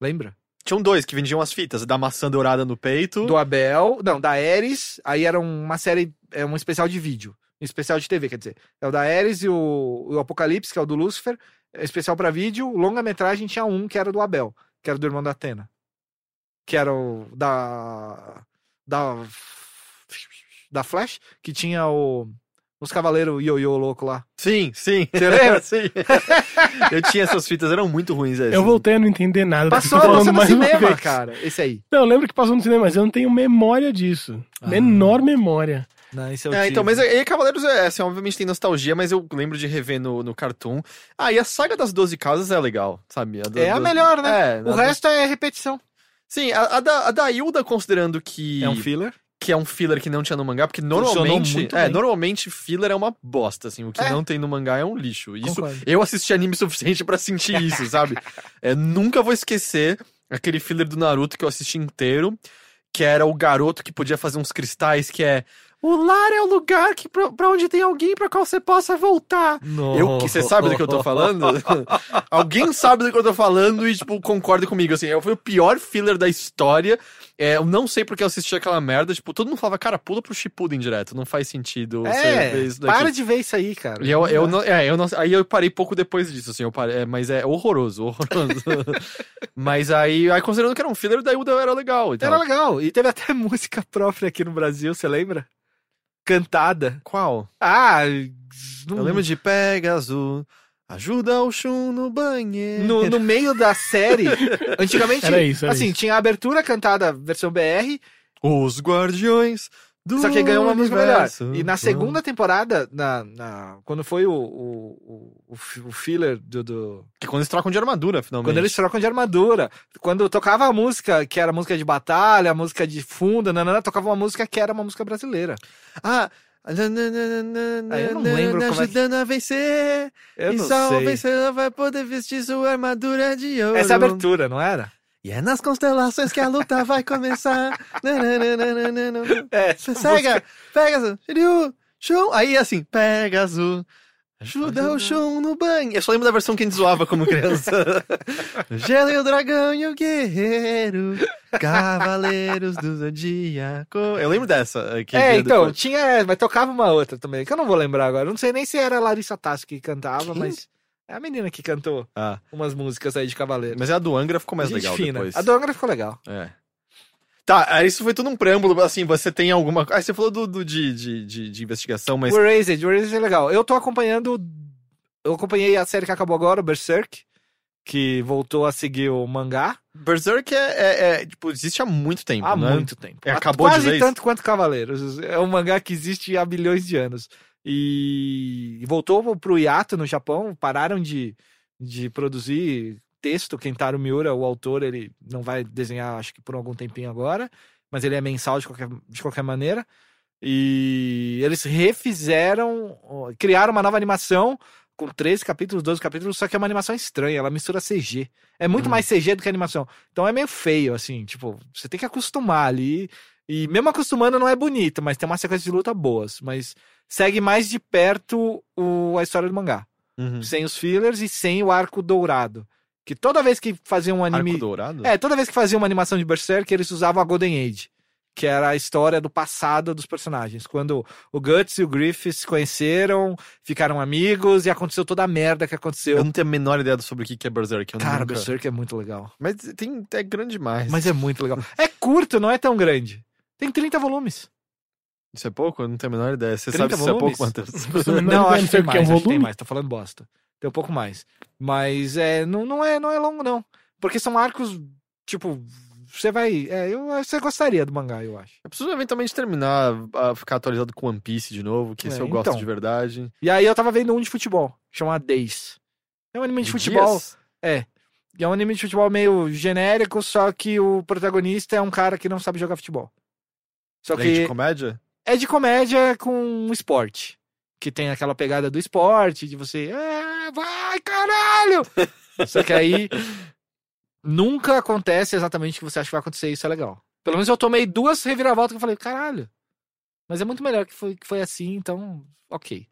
Lembra?
Tinham dois que vendiam as fitas, da maçã dourada no peito.
Do Abel, não, da Ares. Aí era uma série, é um especial de vídeo. Um especial de TV, quer dizer. É o da Ares e o, o Apocalipse, que é o do Lucifer. é Especial pra vídeo. Longa-metragem tinha um que era do Abel, que era do irmão da Atena. Que era o da. Da. Da Flash, que tinha o. Os Cavaleiros Ioiô louco lá.
Sim, sim.
Você lembra?
Sim. eu tinha essas fitas, eram muito ruins essas.
Eu voltei a não entender nada. do que
assim. Passou
eu tô
a nossa
falando
no
mais uma
cinema,
vez.
cara. Esse aí.
Não, eu lembro que passou no cinema, mas eu não tenho memória disso.
Ah.
Menor memória.
Não, esse eu
É, então,
tive.
mas aí Cavaleiros, é, assim, obviamente tem nostalgia, mas eu lembro de rever no, no Cartoon. Ah, e a saga das 12 casas é legal, sabe? do-
É a
do-
melhor, né?
É,
O
a-
resto é repetição.
Sim, a, a da, a da Hilda, considerando que
filler.
que é um filler que não tinha no mangá, porque
É Funcionou
normalmente.
muito
É,
bem.
normalmente filler é uma bosta, assim. O que
É.
não tem no mangá é um lixo. Isso
Concordo.
Eu assisti anime suficiente pra sentir isso, sabe? É, nunca vou esquecer aquele filler do Naruto que eu assisti inteiro, que era o garoto que podia fazer uns cristais, que é. O lar é o lugar que pra, pra onde tem alguém pra qual você possa voltar. Eu, que- você sabe do que eu tô falando? Alguém sabe do que eu tô falando e, tipo, concorda comigo, assim. eu- Foi o pior filler da história. É, eu não sei porque eu assisti aquela merda. Tipo, todo mundo falava, cara, pula pro Shippuden direto. Não faz sentido você ver
É,
isso daqui.
para de ver isso aí, cara.
E eu, eu não, é, eu não- aí eu parei pouco depois disso, assim, eu parei, é, mas é horroroso, horroroso. mas aí, aí, considerando que era um filler, daí o Del era legal. Então.
Era legal. E teve até música própria aqui no Brasil, você lembra? Cantada.
Qual?
Ah, não-
Eu lembro de Pegasus, ajuda o Shun no banheiro.
no, no meio da série. Antigamente,
Era isso, era
assim,
isso.
tinha a abertura cantada versão BR,
Os Guardiões do
só que ganhou uma música melhor.
universo. então.
E na segunda temporada, na, na- quando foi o, o, o, o filler do- do,
Que quando eles trocam de armadura, finalmente.
Quando eles trocam de armadura. Quando tocava a música, que era música de batalha, música de funda, nanana, tocava uma música que era uma música brasileira.
Ah... Aí
eu não lembro como é que-
Ajudando a vencer.
Eu
e
não
só o
sei.
vencedor vai poder vestir sua armadura de ouro.
Essa é a abertura, não era?
E é nas constelações que a luta vai começar. Nananana.
É,
Sega, Pegasus, Shiryu, Shun. Aí assim, Pegasus, ajuda o Shun no banho. Eu só lembro da versão que a gente zoava como criança. Gelo e o dragão e o guerreiro, cavaleiros do zodíaco. Eu lembro dessa. eh, que
É,
veio
então,
depois.
tinha, é, mas tocava uma outra também, que eu não vou lembrar agora. Eu Não sei nem se era a Larissa Tassi que cantava,
Quem?
mas é a menina que cantou
Ah,
umas músicas aí de Cavaleiro.
mas é a do Angra ficou mais
Gente
legal
fina.
depois.
A do Angra ficou legal.
É. Tá, aí isso foi tudo um preâmbulo, assim, você tem alguma... Ah, você falou do, do- de, de, de, de investigação, mas...
O Erased, o Erased é legal. Eu tô acompanhando. Eu acompanhei a série que acabou agora, o Berserk, que voltou a seguir o mangá
Berserk é, é- é, tipo, existe há muito tempo,
há
né?
muito tempo.
É,
Há
acabou de
Quase
vez?
tanto quanto Cavaleiros. É um mangá que existe há milhões de anos. E e voltou pro hiato no Japão, pararam de, de produzir texto. Kentaro Miura, o autor, ele não vai desenhar, acho que por algum tempinho agora, mas ele é mensal de qualquer, de qualquer maneira. E eles refizeram, ó, criaram uma nova animação com 13 capítulos, 12 capítulos, só que é uma animação estranha, ela mistura CG. É muito
Hum.
mais CG do que animação. Então é meio feio, assim, tipo, você tem que acostumar ali. E mesmo acostumando não é bonito, mas tem uma sequência de luta boas. Mas segue mais de perto o- a história do mangá.
Uhum.
Sem os fillers e sem o arco dourado. Que toda vez que fazia um anime.
Arco Dourado?
É, toda vez que fazia uma animação de Berserk, eles usavam a Golden Age, que era a história do passado dos personagens. Quando o Guts e o Griffith se conheceram, ficaram amigos e aconteceu toda a merda que aconteceu.
Eu não tenho a menor ideia sobre o que que é Berserk. Eu
Cara,
nunca...
Berserk é muito legal.
Mas tem, é grande demais.
Mas é muito legal. É curto, não é tão grande. Tem 30 volumes.
Isso é pouco? Eu não tenho a menor ideia. Você
30
sabe se isso é pouco,
volumes?
Matheus?
Não,
Não, acho que tem
sei o que é
mais, acho
um
que tem
volume.
mais. Tô falando bosta. Tem um pouco mais. Mas é, não, não, é, não é longo, não. Porque são arcos, tipo... Você vai... É, eu, você gostaria do mangá, eu acho.
Eu preciso eventualmente terminar, a ficar atualizado com One Piece de novo, que
É,
esse eu gosto
então.
de verdade.
E aí eu tava vendo um de futebol, chama Days. É um anime de,
De
futebol.
dias?
É um anime de futebol meio genérico, só que o protagonista é um cara que não sabe jogar futebol. Só
Lei de
que
comédia?
é de comédia com esporte. Que tem aquela pegada do esporte, de você. "Ah, vai, caralho! só que aí nunca acontece exatamente o que você acha que vai acontecer, isso é legal. Pelo menos eu tomei duas reviravoltas que eu falei, caralho. Mas é muito melhor que foi, que foi assim, então, ok.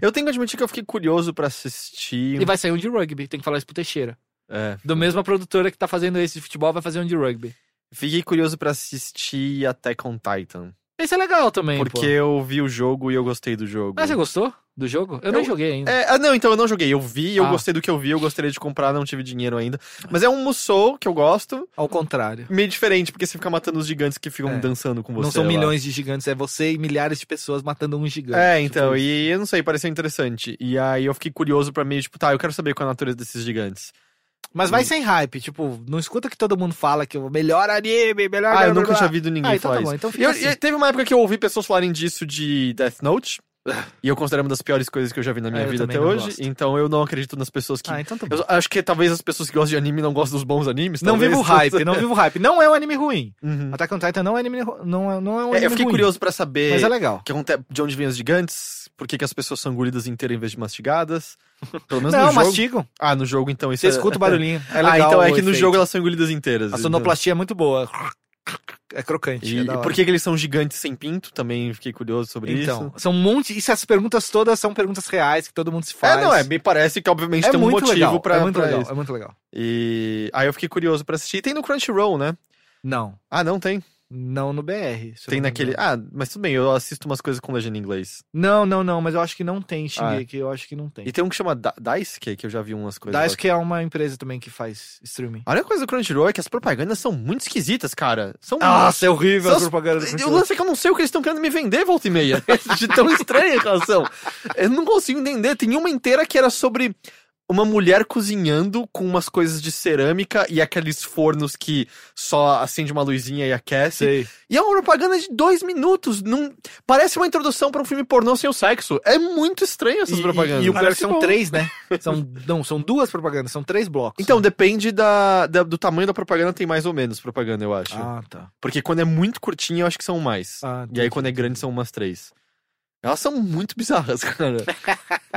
Eu tenho que admitir que eu fiquei curioso pra assistir.
E vai sair um de rugby, tem que falar isso pro Teixeira.
É.
Do mesma produtora que tá fazendo esse de futebol, vai fazer um de rugby.
Fiquei curioso pra assistir Attack on Titan.
Esse é legal também,
porque
pô.
eu vi o jogo e eu gostei do jogo.
Ah, você gostou do jogo? Eu,
Eu-
não joguei ainda.
É, ah, não, então eu não joguei. Eu vi, eu
Ah.
gostei do que eu vi, eu gostaria de comprar, não tive dinheiro ainda. Mas é um Musou que eu gosto,
Ao contrário.
meio diferente, porque você fica matando os gigantes que ficam
É.
dançando com você.
não são
lá.
milhões de gigantes, é você e milhares de pessoas matando um gigante.
É, então,
Tipo,
e eu não sei, pareceu interessante. E aí eu fiquei curioso pra meio, tipo, tá, eu quero saber qual é a natureza desses gigantes.
Mas vai sem hype, tipo, não escuta que todo mundo fala que o melhor anime, melhor...
Ah,
blá,
eu
blá,
nunca
blá.
tinha ouvido ninguém
Ah, então
falar
tá bom,
isso.
então fica
E eu-
assim.
e teve uma época que eu ouvi pessoas falarem disso de Death Note, e eu considero uma das piores coisas que eu já vi na minha
É, eu
vida
também
até
não
hoje,
gosto.
então eu não acredito nas pessoas que...
Ah, então tá bom.
Eu acho que talvez as pessoas que gostam de anime não gostam dos bons animes.
Não
talvez.
vivo hype, não vivo hype. Não é um anime ruim.
Uhum.
Attack on Titan não é, anime, ru- não é, não é um
É,
anime
eu fiquei
ruim,
curioso pra saber
Mas é legal.
o que aconte- de onde vêm os gigantes, por que, que as pessoas são engolidas inteiras em vez de mastigadas. Pelo menos no
Não,
jogo.
mastigam.
Ah, no jogo então isso
Você
é...
escuta o barulhinho. É
ah,
legal
então é
o
que no
efeito.
jogo elas são engolidas
A
inteiras. então.
sonoplastia é muito boa. É crocante.
E,
é
e
da hora.
por que, que eles são gigantes sem pinto? Também fiquei curioso sobre
então,
isso.
são um monte. Isso, essas perguntas todas são perguntas reais que todo mundo se faz.
É, não, é, me parece que obviamente
É
tem um
muito
motivo
legal.
pra,
é muito
pra
legal.
isso.
É muito legal.
E aí eu fiquei curioso pra assistir. Tem no Crunchyroll, né?
Não,
Ah, não tem.
não no BR. se eu
tem
não me
naquele.
engano.
Ah, mas tudo bem, eu assisto umas coisas com legenda em inglês.
Não, não, não, mas eu acho que não tem
Ah, é.
Shingeki, eu acho que não tem.
E tem um que chama Da- Daisuke, que eu já vi umas coisas. lá.
Daisuke é uma empresa também que faz streaming.
A única coisa do Crunchyroll é que as propagandas são muito esquisitas, cara. São
Nossa, é horrível
São
a
as-
propaganda. do
Ah, Eu lance é que eu não sei o que eles estão querendo me vender, volta e meia. De tão estranha a relação. Eu não consigo entender. Tem uma inteira que era sobre uma mulher cozinhando com umas coisas de cerâmica e aqueles fornos que só acende uma luzinha e aquece.
Sei.
E é uma propaganda de dois minutos. Não... Parece uma introdução pra um filme pornô sem o sexo. É muito estranho essas
E-
propagandas.
E, e o pior é que
Parece
são
bom.
três, né? São, não, são duas propagandas, são três blocos.
Então, depende da, da- do tamanho da propaganda, tem mais ou menos propaganda, eu acho.
Ah, tá.
Porque quando é muito curtinho, eu acho que são mais.
Ah,
E aí,
entendi.
quando é grande, são umas três. Elas são muito bizarras, cara.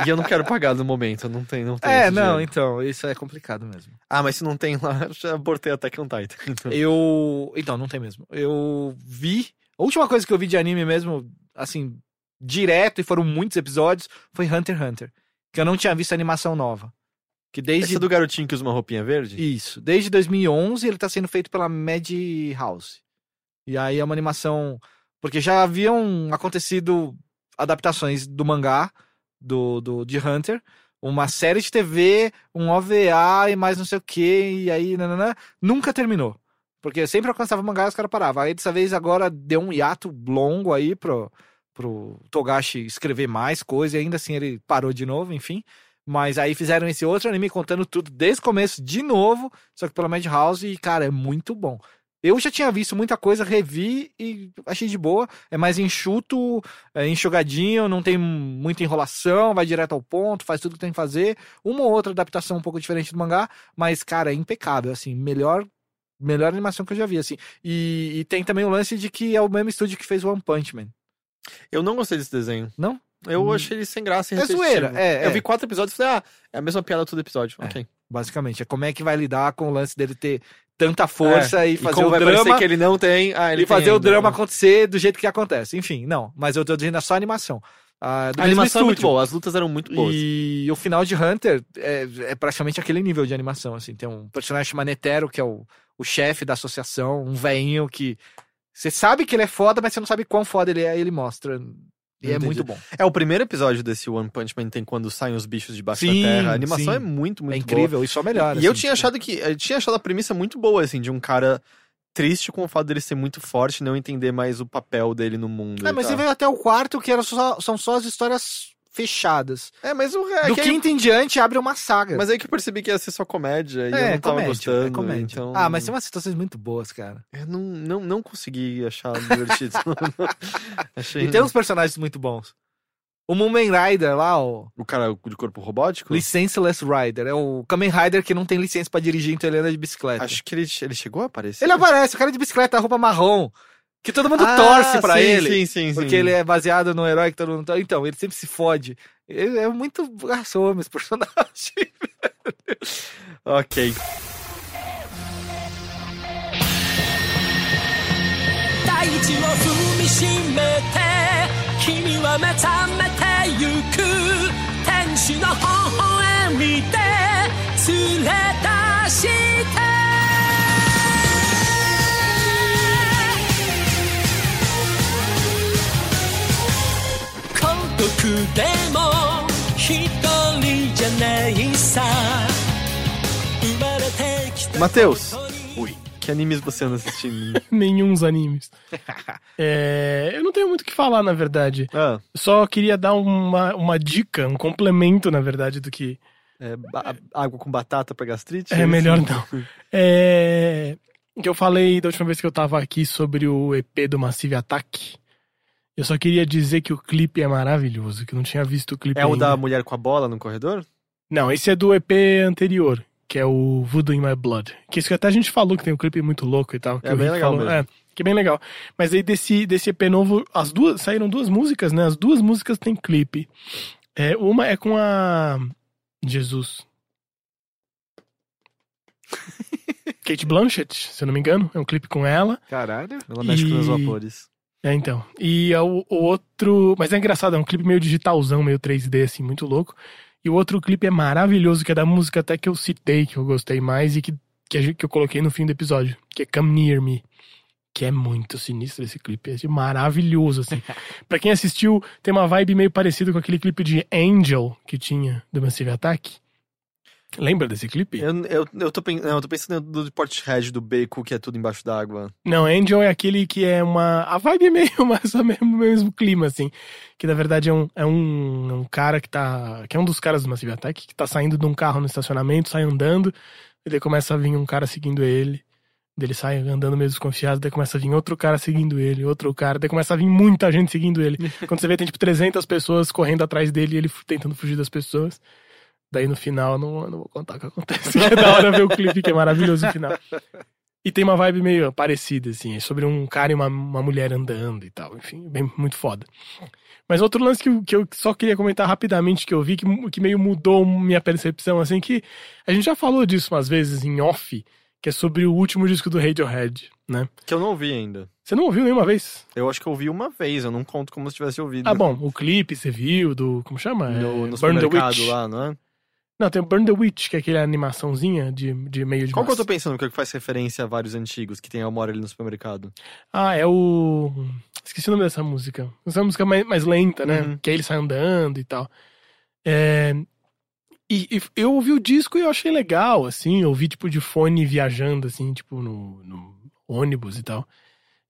e eu não quero pagar no momento, não tem, não tem.
É,
esse
não,
dinheiro.
então, isso é complicado mesmo.
Ah, mas se não tem lá, eu já abortei até on Titan. Então,
Eu. Então, não tem mesmo. Eu vi. A última coisa que eu vi de anime mesmo, assim, direto, e foram muitos episódios, foi Hunter x Hunter. Que eu não tinha visto animação nova. Que desde.
Esse do garotinho que usa uma roupinha verde?
Isso. Desde 2011 ele tá sendo feito pela Madhouse. E aí é uma animação. Porque já haviam acontecido adaptações do mangá, do, do de Hunter, uma série de TV, um OVA e mais não sei o que, e aí. Nananã, nunca terminou. Porque sempre alcançava o mangá e os caras paravam. Aí dessa vez agora deu um hiato longo aí pro, pro Togashi escrever mais coisa, e ainda assim ele parou de novo, enfim. Mas aí fizeram esse outro anime contando tudo desde o começo de novo, só que pela Madhouse, e cara, é muito bom. Eu já tinha visto muita coisa, revi e achei de boa. É mais enxuto, é enxugadinho, não tem muita enrolação, vai direto ao ponto, faz tudo que tem que fazer. Uma ou outra adaptação um pouco diferente do mangá, mas, cara, é impecável, assim, melhor melhor animação que eu já vi, assim. E, e tem também o lance de que é o mesmo estúdio que fez One Punch Man.
Eu não gostei desse desenho.
Não?
Eu
Hum.
achei ele sem graça e
É
repetitivo.
zoeira, é,
Eu
é.
vi quatro episódios e falei, ah, é a mesma piada todo episódio.
É.
Ok.
Basicamente, é como é que vai lidar com o lance dele ter tanta força e
E
fazer
como
o
vai
drama
parecer que ele não tem... Ah, ele
e
tem
fazer o
ainda.
drama acontecer do jeito que acontece. Enfim, não. Mas eu tô dizendo é só animação. Ah, do
A
mesmo
animação é muito
estúdio.
boa, as lutas eram muito boas.
E o final de Hunter é, é praticamente aquele nível de animação, assim. Tem um personagem chamado Netero, que é o, o chefe da associação, um veinho que... Você sabe que ele é foda, mas você não sabe quão foda ele é, e ele mostra. E é
Entendi.
muito bom.
É, o primeiro episódio desse One Punch Man tem quando saem os bichos debaixo
Sim,
da terra. A animação
sim.
é muito, muito
é
boa.
incrível, e só melhor. assim.
E eu tinha achado que. Eu tinha achado a premissa muito boa, assim, de um cara triste com o fato dele ser muito forte e não entender mais o papel dele no mundo.
É,
e
mas
tal.
você veio até o quarto, que era só- são só as histórias fechadas.
É, mas o é
Do
que aí-
quinto em diante abre uma saga.
Mas aí que eu percebi que ia ser só comédia e eu
é,
não tava
comédia,
gostando.
é comédia.
Então...
Ah, mas tem umas situações muito boas, cara.
Eu não, não, não consegui achar divertido. Achei.
E tem uns personagens muito bons. O Mumen Rider lá, o
O cara de corpo robótico?
Licenseless Rider. É o Kamen Rider que não tem licença pra dirigir, então ele anda de bicicleta.
Acho que ele, ele chegou a aparecer.
Ele aparece, o cara é de bicicleta, a roupa marrom. Que todo mundo
Ah,
torce pra
sim,
ele.
Sim, sim, sim.
Porque ele é baseado no herói que todo mundo. torce. Então, ele sempre se fode. Ele é muito garçom, esse personagem.
Ok.
「大地を踏みしめて君は目覚めてゆく」「天使の微笑みで連れ出して」孤独でも一人じゃないさ生まれてきた
Matheus.
ことに
Que animes você anda assistindo?
Nenhuns animes. É, eu não tenho muito o que falar, na verdade.
ah,
Só queria dar uma, uma dica, um complemento, na verdade, do que.
é ba- água com batata pra gastrite?
É
isso?
melhor não. É, que eu falei da última vez que eu tava aqui sobre o EP do Massive Attack. Eu só queria dizer que o clipe é maravilhoso, que eu não tinha visto o clipe
É o
ainda.
da mulher com a bola no corredor?
Não, esse é do EP anterior, que é o Voodoo in My Blood. Que isso que até a gente falou, que tem um clipe muito louco e tal. que
É
o
bem
Rick
legal
falou.
mesmo.
É, que é bem legal. Mas aí desse, desse EP novo, as duas, saíram duas músicas, né? As duas músicas têm clipe. É, uma é com a... Jesus. Kate Blanchett, se eu não me engano. É um clipe com ela.
Caralho.
Ela mexe com os
E-
vapores.
É, então. E é o, o outro. Mas é engraçado, é um clipe meio digitalzão, meio 3D, assim, muito louco. E o outro clipe é maravilhoso, que é da música até que eu citei, que eu gostei mais e que, que, a gente- que eu coloquei no fim do episódio, que é Come Near Me. Que é muito sinistro esse clipe, é maravilhoso, assim. pra quem assistiu, tem uma vibe meio parecida com aquele clipe de Angel que tinha do Massive Attack. Lembra desse clipe?
Eu, eu, eu, tô, pen- não, eu tô pensando do Portrait do Bacon, que é tudo embaixo d'água.
Não, Angel é aquele que é uma. A vibe é meio mais ou menos o mesmo clima, assim. Que na verdade é um, é um, um cara que tá. Que é um dos caras do Massive Attack, que tá saindo de um carro no estacionamento, sai andando. e Daí começa a vir um cara seguindo ele. Daí ele sai andando meio desconfiado, daí começa a vir outro cara seguindo ele, outro cara, daí começa a vir muita gente seguindo ele. Quando você vê, tem tipo 300 pessoas correndo atrás dele e ele fu- tentando fugir das pessoas. Daí no final, eu não, eu não vou contar o que acontece, que é da hora ver o clipe, que é maravilhoso o final. E tem uma vibe meio parecida, assim. É sobre um cara e uma, uma mulher andando e tal. Enfim, bem, muito foda. Mas outro lance que, eu- que eu só queria comentar rapidamente que eu vi, que, mu- que meio mudou minha percepção, assim, que a gente já falou disso umas vezes em off, que é sobre o último disco do Radiohead, né?
Que eu não ouvi ainda.
Você não ouviu nenhuma vez?
Eu acho que eu ouvi uma vez, eu não conto como se tivesse ouvido.
Ah, bom, o clipe você viu do. Como chama? É,
No, no
Burn the
supermercado
Witch.
lá, não é?
Não, tem o Burn the Witch, que é aquela animaçãozinha de, de meio de.
Qual que eu
massa.
tô pensando que é que faz referência a vários antigos que tem a mora ali no supermercado?
Ah, é o. Esqueci o nome dessa música. Essa é uma música mais, mais lenta, né?
Uhum.
Que aí ele sai andando e tal. É, E, e eu ouvi o disco e eu achei legal, assim. Eu ouvi, tipo, de fone viajando, assim, tipo, no, no ônibus e tal.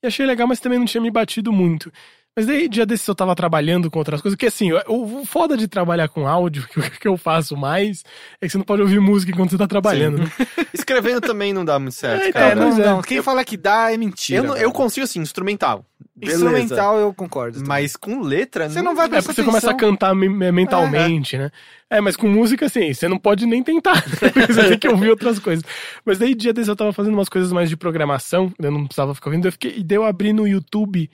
E achei legal, mas também não tinha me batido muito. Mas daí, dia desses eu tava trabalhando com outras coisas. Porque, assim, eu- o o foda de trabalhar com áudio, que eu, que eu faço mais, é que você não pode ouvir música enquanto você tá trabalhando, né?
Escrevendo também não dá muito certo,
É, né? então,
É,
cara.
não,
mas é.
não. Quem fala que dá é mentira.
eu, não- eu
velho.
consigo assim, instrumental. Beleza.
Instrumental eu concordo. também.
Mas com letra,
Você não vai
É
prestar
porque você começa a
atenção.
cantar me- me- mentalmente, né? É, mas com música, assim, você não pode nem tentar. né? Porque você tem que ouvir outras coisas. Mas daí, dia desse, eu tava fazendo umas coisas mais de programação, eu não precisava ficar ouvindo. Eu fiquei, e daí eu abri no YouTube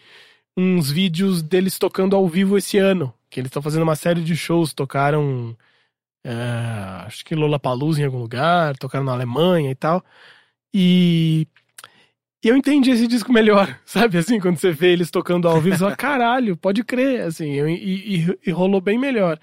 uns vídeos deles tocando ao vivo esse ano. Que eles estão fazendo uma série de shows, tocaram. é, acho que Lollapalooza em algum lugar, tocaram na Alemanha e tal. E. E eu entendi esse disco melhor, sabe? Assim, quando você vê eles tocando ao vivo, você fala, caralho, pode crer, assim, eu- e, e- e rolou bem melhor.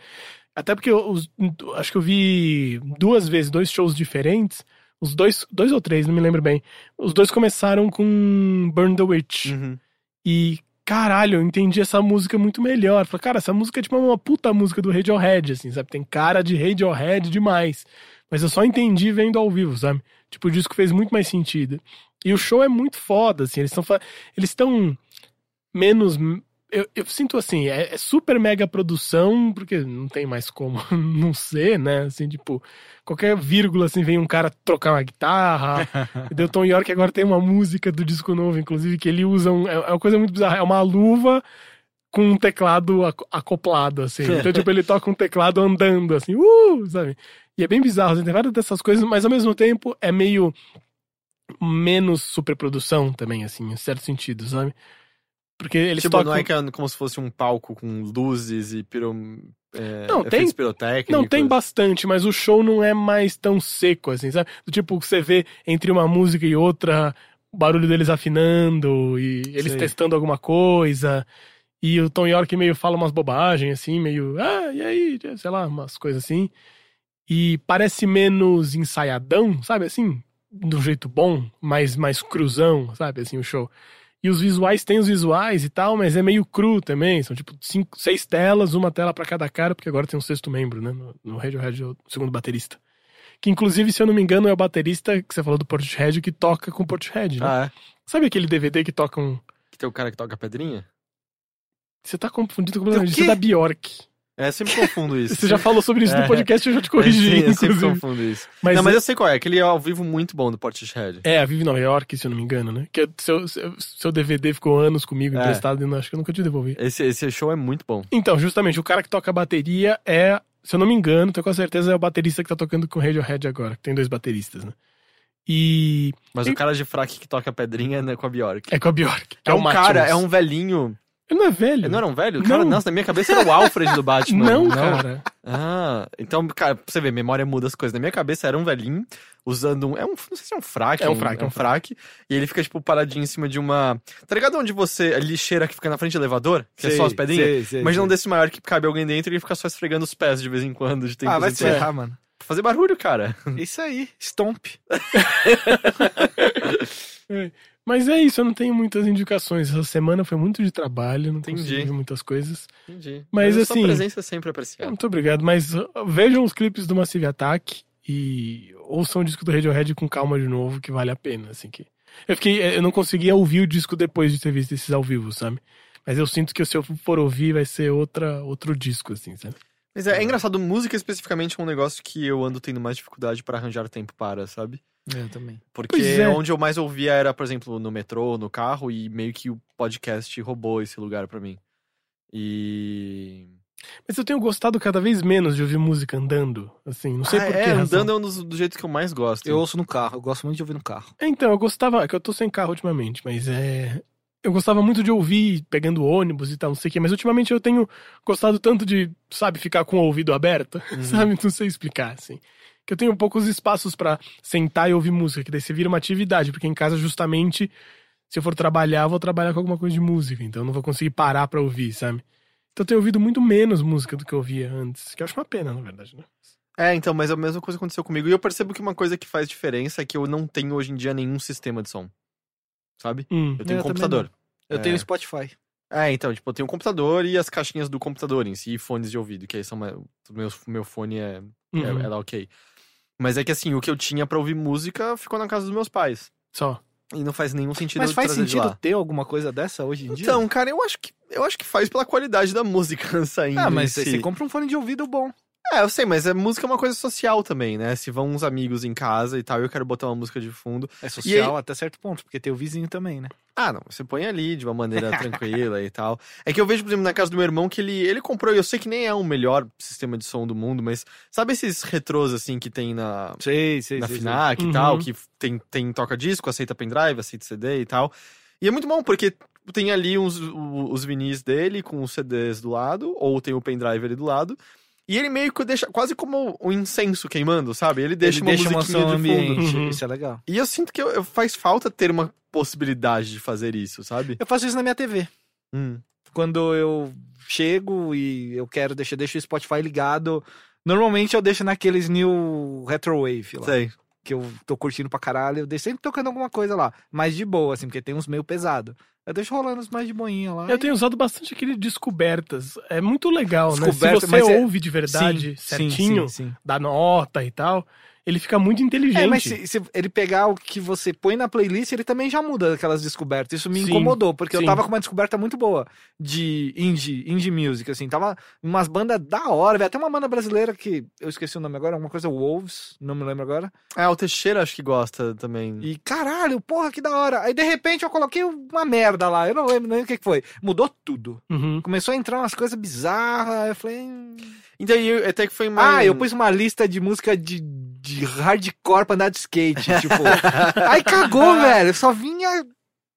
Até porque eu, os- acho que eu vi duas vezes, dois shows diferentes, os dois, dois ou três, não me lembro bem. Os dois começaram com Burn the Witch.
Uhum.
E, caralho, eu entendi essa música muito melhor. Falei, cara, essa música é tipo uma puta música do Radiohead, assim, sabe? Tem cara de Radiohead demais. Mas eu só entendi vendo ao vivo, sabe? Tipo, o disco fez muito mais sentido. E o show é muito foda, assim. Eles estão eles estão menos. Eu, eu sinto assim, é, é super mega produção, porque não tem mais como não ser, né? Assim, tipo, qualquer vírgula assim vem um cara trocar uma guitarra. E daí o Tom York agora tem uma música do disco novo, inclusive, que ele usa. Um, é, é uma coisa muito bizarra, é uma luva com um teclado ac- acoplado, assim. Então, tipo, ele toca um teclado andando, assim, uh, sabe? E é bem bizarro, assim, tem várias dessas coisas, mas ao mesmo tempo é meio menos superprodução também, assim, em certo sentido, sabe? Porque eles
tipo,
tocam...
não é que é como se fosse um palco com luzes e piro... é,
Não, tem-
efeitos pirotécnicos.
Não, tem bastante, mas o show não é mais tão seco, assim, sabe? Do tipo, que você vê entre uma música e outra, o barulho deles afinando e eles
Sei.
testando alguma coisa. E o Tom York meio fala umas bobagens, assim, meio, ah, e aí, sei lá, umas coisas assim. E parece menos ensaiadão, sabe, assim, do jeito bom, mais, mais cruzão, sabe, assim, o show. E os visuais tem os visuais e tal, mas é meio cru também. São tipo cinco, seis telas, uma tela pra cada cara, porque agora tem um sexto membro, né? No, no Radiohead, o segundo baterista. Que inclusive, se eu não me engano, é o baterista que você falou do Portishead que toca com o Portishead, né?
Ah, é?
Sabe aquele DVD que toca um.
Que tem o cara que toca pedrinha?
Você tá confundido completamente.
Do
Isso é
quê?
da Bjork.
É, eu sempre confundo isso.
Você já falou sobre isso
É.
no podcast, eu já te
É, sim,
corrigi,
eu sempre
inclusive.
confundo isso.
Mas,
não, mas eu sei qual é. Aquele é ao vivo muito bom do Portishead.
É, a Vive Nova York, se eu não me engano, né? Que é- seu, seu, seu DVD ficou anos comigo
É.
emprestado e eu não- acho que eu nunca te devolvi.
Esse, esse show é muito bom.
Então, justamente, o cara que toca a bateria é, se eu não me engano, tô com certeza, é o baterista que tá tocando com o Radiohead agora, que tem dois bateristas, né? E
Mas
E-
o cara de fraque que toca pedrinha né, com a Bjork.
é com a Bjork. que
É um
Matthews.
cara, é um velhinho.
Ele não é velho.
Não era um velho?
Não.
Cara, nossa, na minha cabeça era o Alfred do Batman.
Não, cara.
Ah, então, cara, pra você ver, memória muda as coisas. Na minha cabeça era um velhinho usando um. É um não sei se é um fraque.
É um fraque,
É um fraque. E ele fica, tipo, paradinho em cima de uma. Tá ligado onde você. A lixeira que fica na frente do elevador? Que é só as pedrinhas?
Sei, sei,
Imagina um
sei. Ah,
desse maior que cabe alguém dentro e ele fica só esfregando os pés de vez em quando, de tempo
Ah,
em
vai se
tempo.
ferrar, mano.
Pra fazer barulho, cara.
Isso aí, stomp.
Mas é isso, eu não tenho muitas indicações. Essa semana foi muito de trabalho, não
Entendi.
consegui ver muitas coisas.
Entendi.
Mas,
a sua
assim-
presença é sempre apreciada.
Muito obrigado, mas uh, vejam os clipes do Massive Attack e ouçam o disco do Radiohead com calma de novo, que vale a pena, assim que. Eu fiquei, eh, eu não conseguia ouvir o disco depois de ter visto esses ao vivo, sabe? Mas eu sinto que se eu for ouvir vai ser outra, outro disco, assim, sabe?
Mas é, é engraçado, música especificamente é um negócio que eu ando tendo mais dificuldade pra arranjar tempo para, sabe?
Eu também.
Porque
Pois é.
onde eu mais ouvia era, por exemplo, no metrô, no carro, e meio que o podcast roubou esse lugar pra mim. E.
Mas eu tenho gostado cada vez menos de ouvir música andando, assim, não sei
Ah,
por que
é,
razão.
andando é um dos, dos jeitos que eu mais gosto.
Eu ouço no carro, eu gosto muito de ouvir no carro.
É, Então, eu gostava, é que eu tô sem carro ultimamente, mas é. Eu gostava muito de ouvir pegando ônibus e tal, não sei o quê, mas ultimamente eu tenho gostado tanto de, sabe, ficar com o ouvido aberto,
Uhum.
sabe? Não sei explicar, assim. Que eu tenho poucos espaços pra sentar e ouvir música, que daí você vira uma atividade, porque em casa, justamente, se eu for trabalhar, eu vou trabalhar com alguma coisa de música, então eu não vou conseguir parar pra ouvir, sabe? Então eu tenho ouvido muito menos música do que eu ouvia antes, que eu acho uma pena, na verdade, né?
É, então, mas a mesma coisa aconteceu comigo. E eu percebo que uma coisa que faz diferença é que eu não tenho hoje em dia nenhum sistema de som. Sabe?
Hum.
Eu tenho um
Eu também
computador.
Eu
É.
tenho Spotify.
É, então, tipo, eu tenho um computador e as caixinhas do computador em si, e fones de ouvido, que aí são. Meu, meu fone é, é,
Uhum.
é da ok. Mas é que assim, o que eu tinha pra ouvir música ficou na casa dos meus pais.
Só.
E não faz nenhum sentido
Mas
eu
faz
trazer de
sentido
lá.
ter alguma coisa dessa hoje em dia?
Então, cara, eu acho que eu acho que faz pela qualidade da música saindo.
Ah, mas
em si.
você compra um fone de ouvido bom.
É, eu sei, mas a música é uma coisa social também, né? Se vão uns amigos em casa e tal, eu quero botar uma música de fundo.
É social até certo ponto, porque tem o vizinho também, né?
Ah, não, você põe ali de uma maneira tranquila e tal. É que eu vejo, por exemplo, na casa do meu irmão que ele, ele comprou, e eu sei que nem é o melhor sistema de som do mundo, mas sabe esses retrôs assim que tem na,
Sei, sei,
na
sei,
FINAC
Uhum.
e tal, que tem, tem toca-disco, aceita pendrive, aceita CD e tal. E é muito bom, porque tem ali uns, o- os vinis dele com os CDs do lado, ou tem o pendrive ali do lado. E ele meio que deixa, quase como um incenso queimando, sabe? Ele deixa
Ele
uma
deixa uma
musiquinha
som
de fundo.
ambiente,
Uhum.
isso é legal.
E eu sinto que eu- eu- faz falta ter uma possibilidade de fazer isso, sabe?
Eu faço isso na minha TV.
Hum.
quando eu chego e eu quero deixar deixo o Spotify ligado. Normalmente eu deixo naqueles new retrowave lá,
Sei.
que eu tô curtindo pra caralho. Eu deixo sempre tocando alguma coisa lá, mais de boa, assim, porque tem uns meio pesado. Eu deixo rolando os mais de boinha lá.
Eu tenho usado bastante aquele descobertas. É muito legal,
Descoberta,
né? Se
mas
você
é-
ouve de verdade, certinho,
Sim, sim,
dá nota e tal, ele fica muito inteligente.
É, mas se, se ele pegar o que você põe na playlist, ele também já muda aquelas descobertas. Isso me
Sim,
incomodou, porque
sim.
eu tava com uma descoberta muito boa de indie, indie music, assim. Tava umas bandas da hora, velho. Até uma banda brasileira que eu esqueci o nome agora, alguma coisa Wolves, não me lembro agora.
Ah, o Teixeira acho que gosta também.
E caralho, porra, que da hora. Aí de repente eu coloquei uma merda lá, eu não lembro nem o que que foi. Mudou tudo.
Uhum.
Começou a entrar umas coisas bizarras. aí Eu falei. "Hum."
Então, eu- até que foi um mais...
Ah, eu pus uma lista de música de, de hardcore pra andar de skate. Tipo. aí cagou, velho. Só vinha.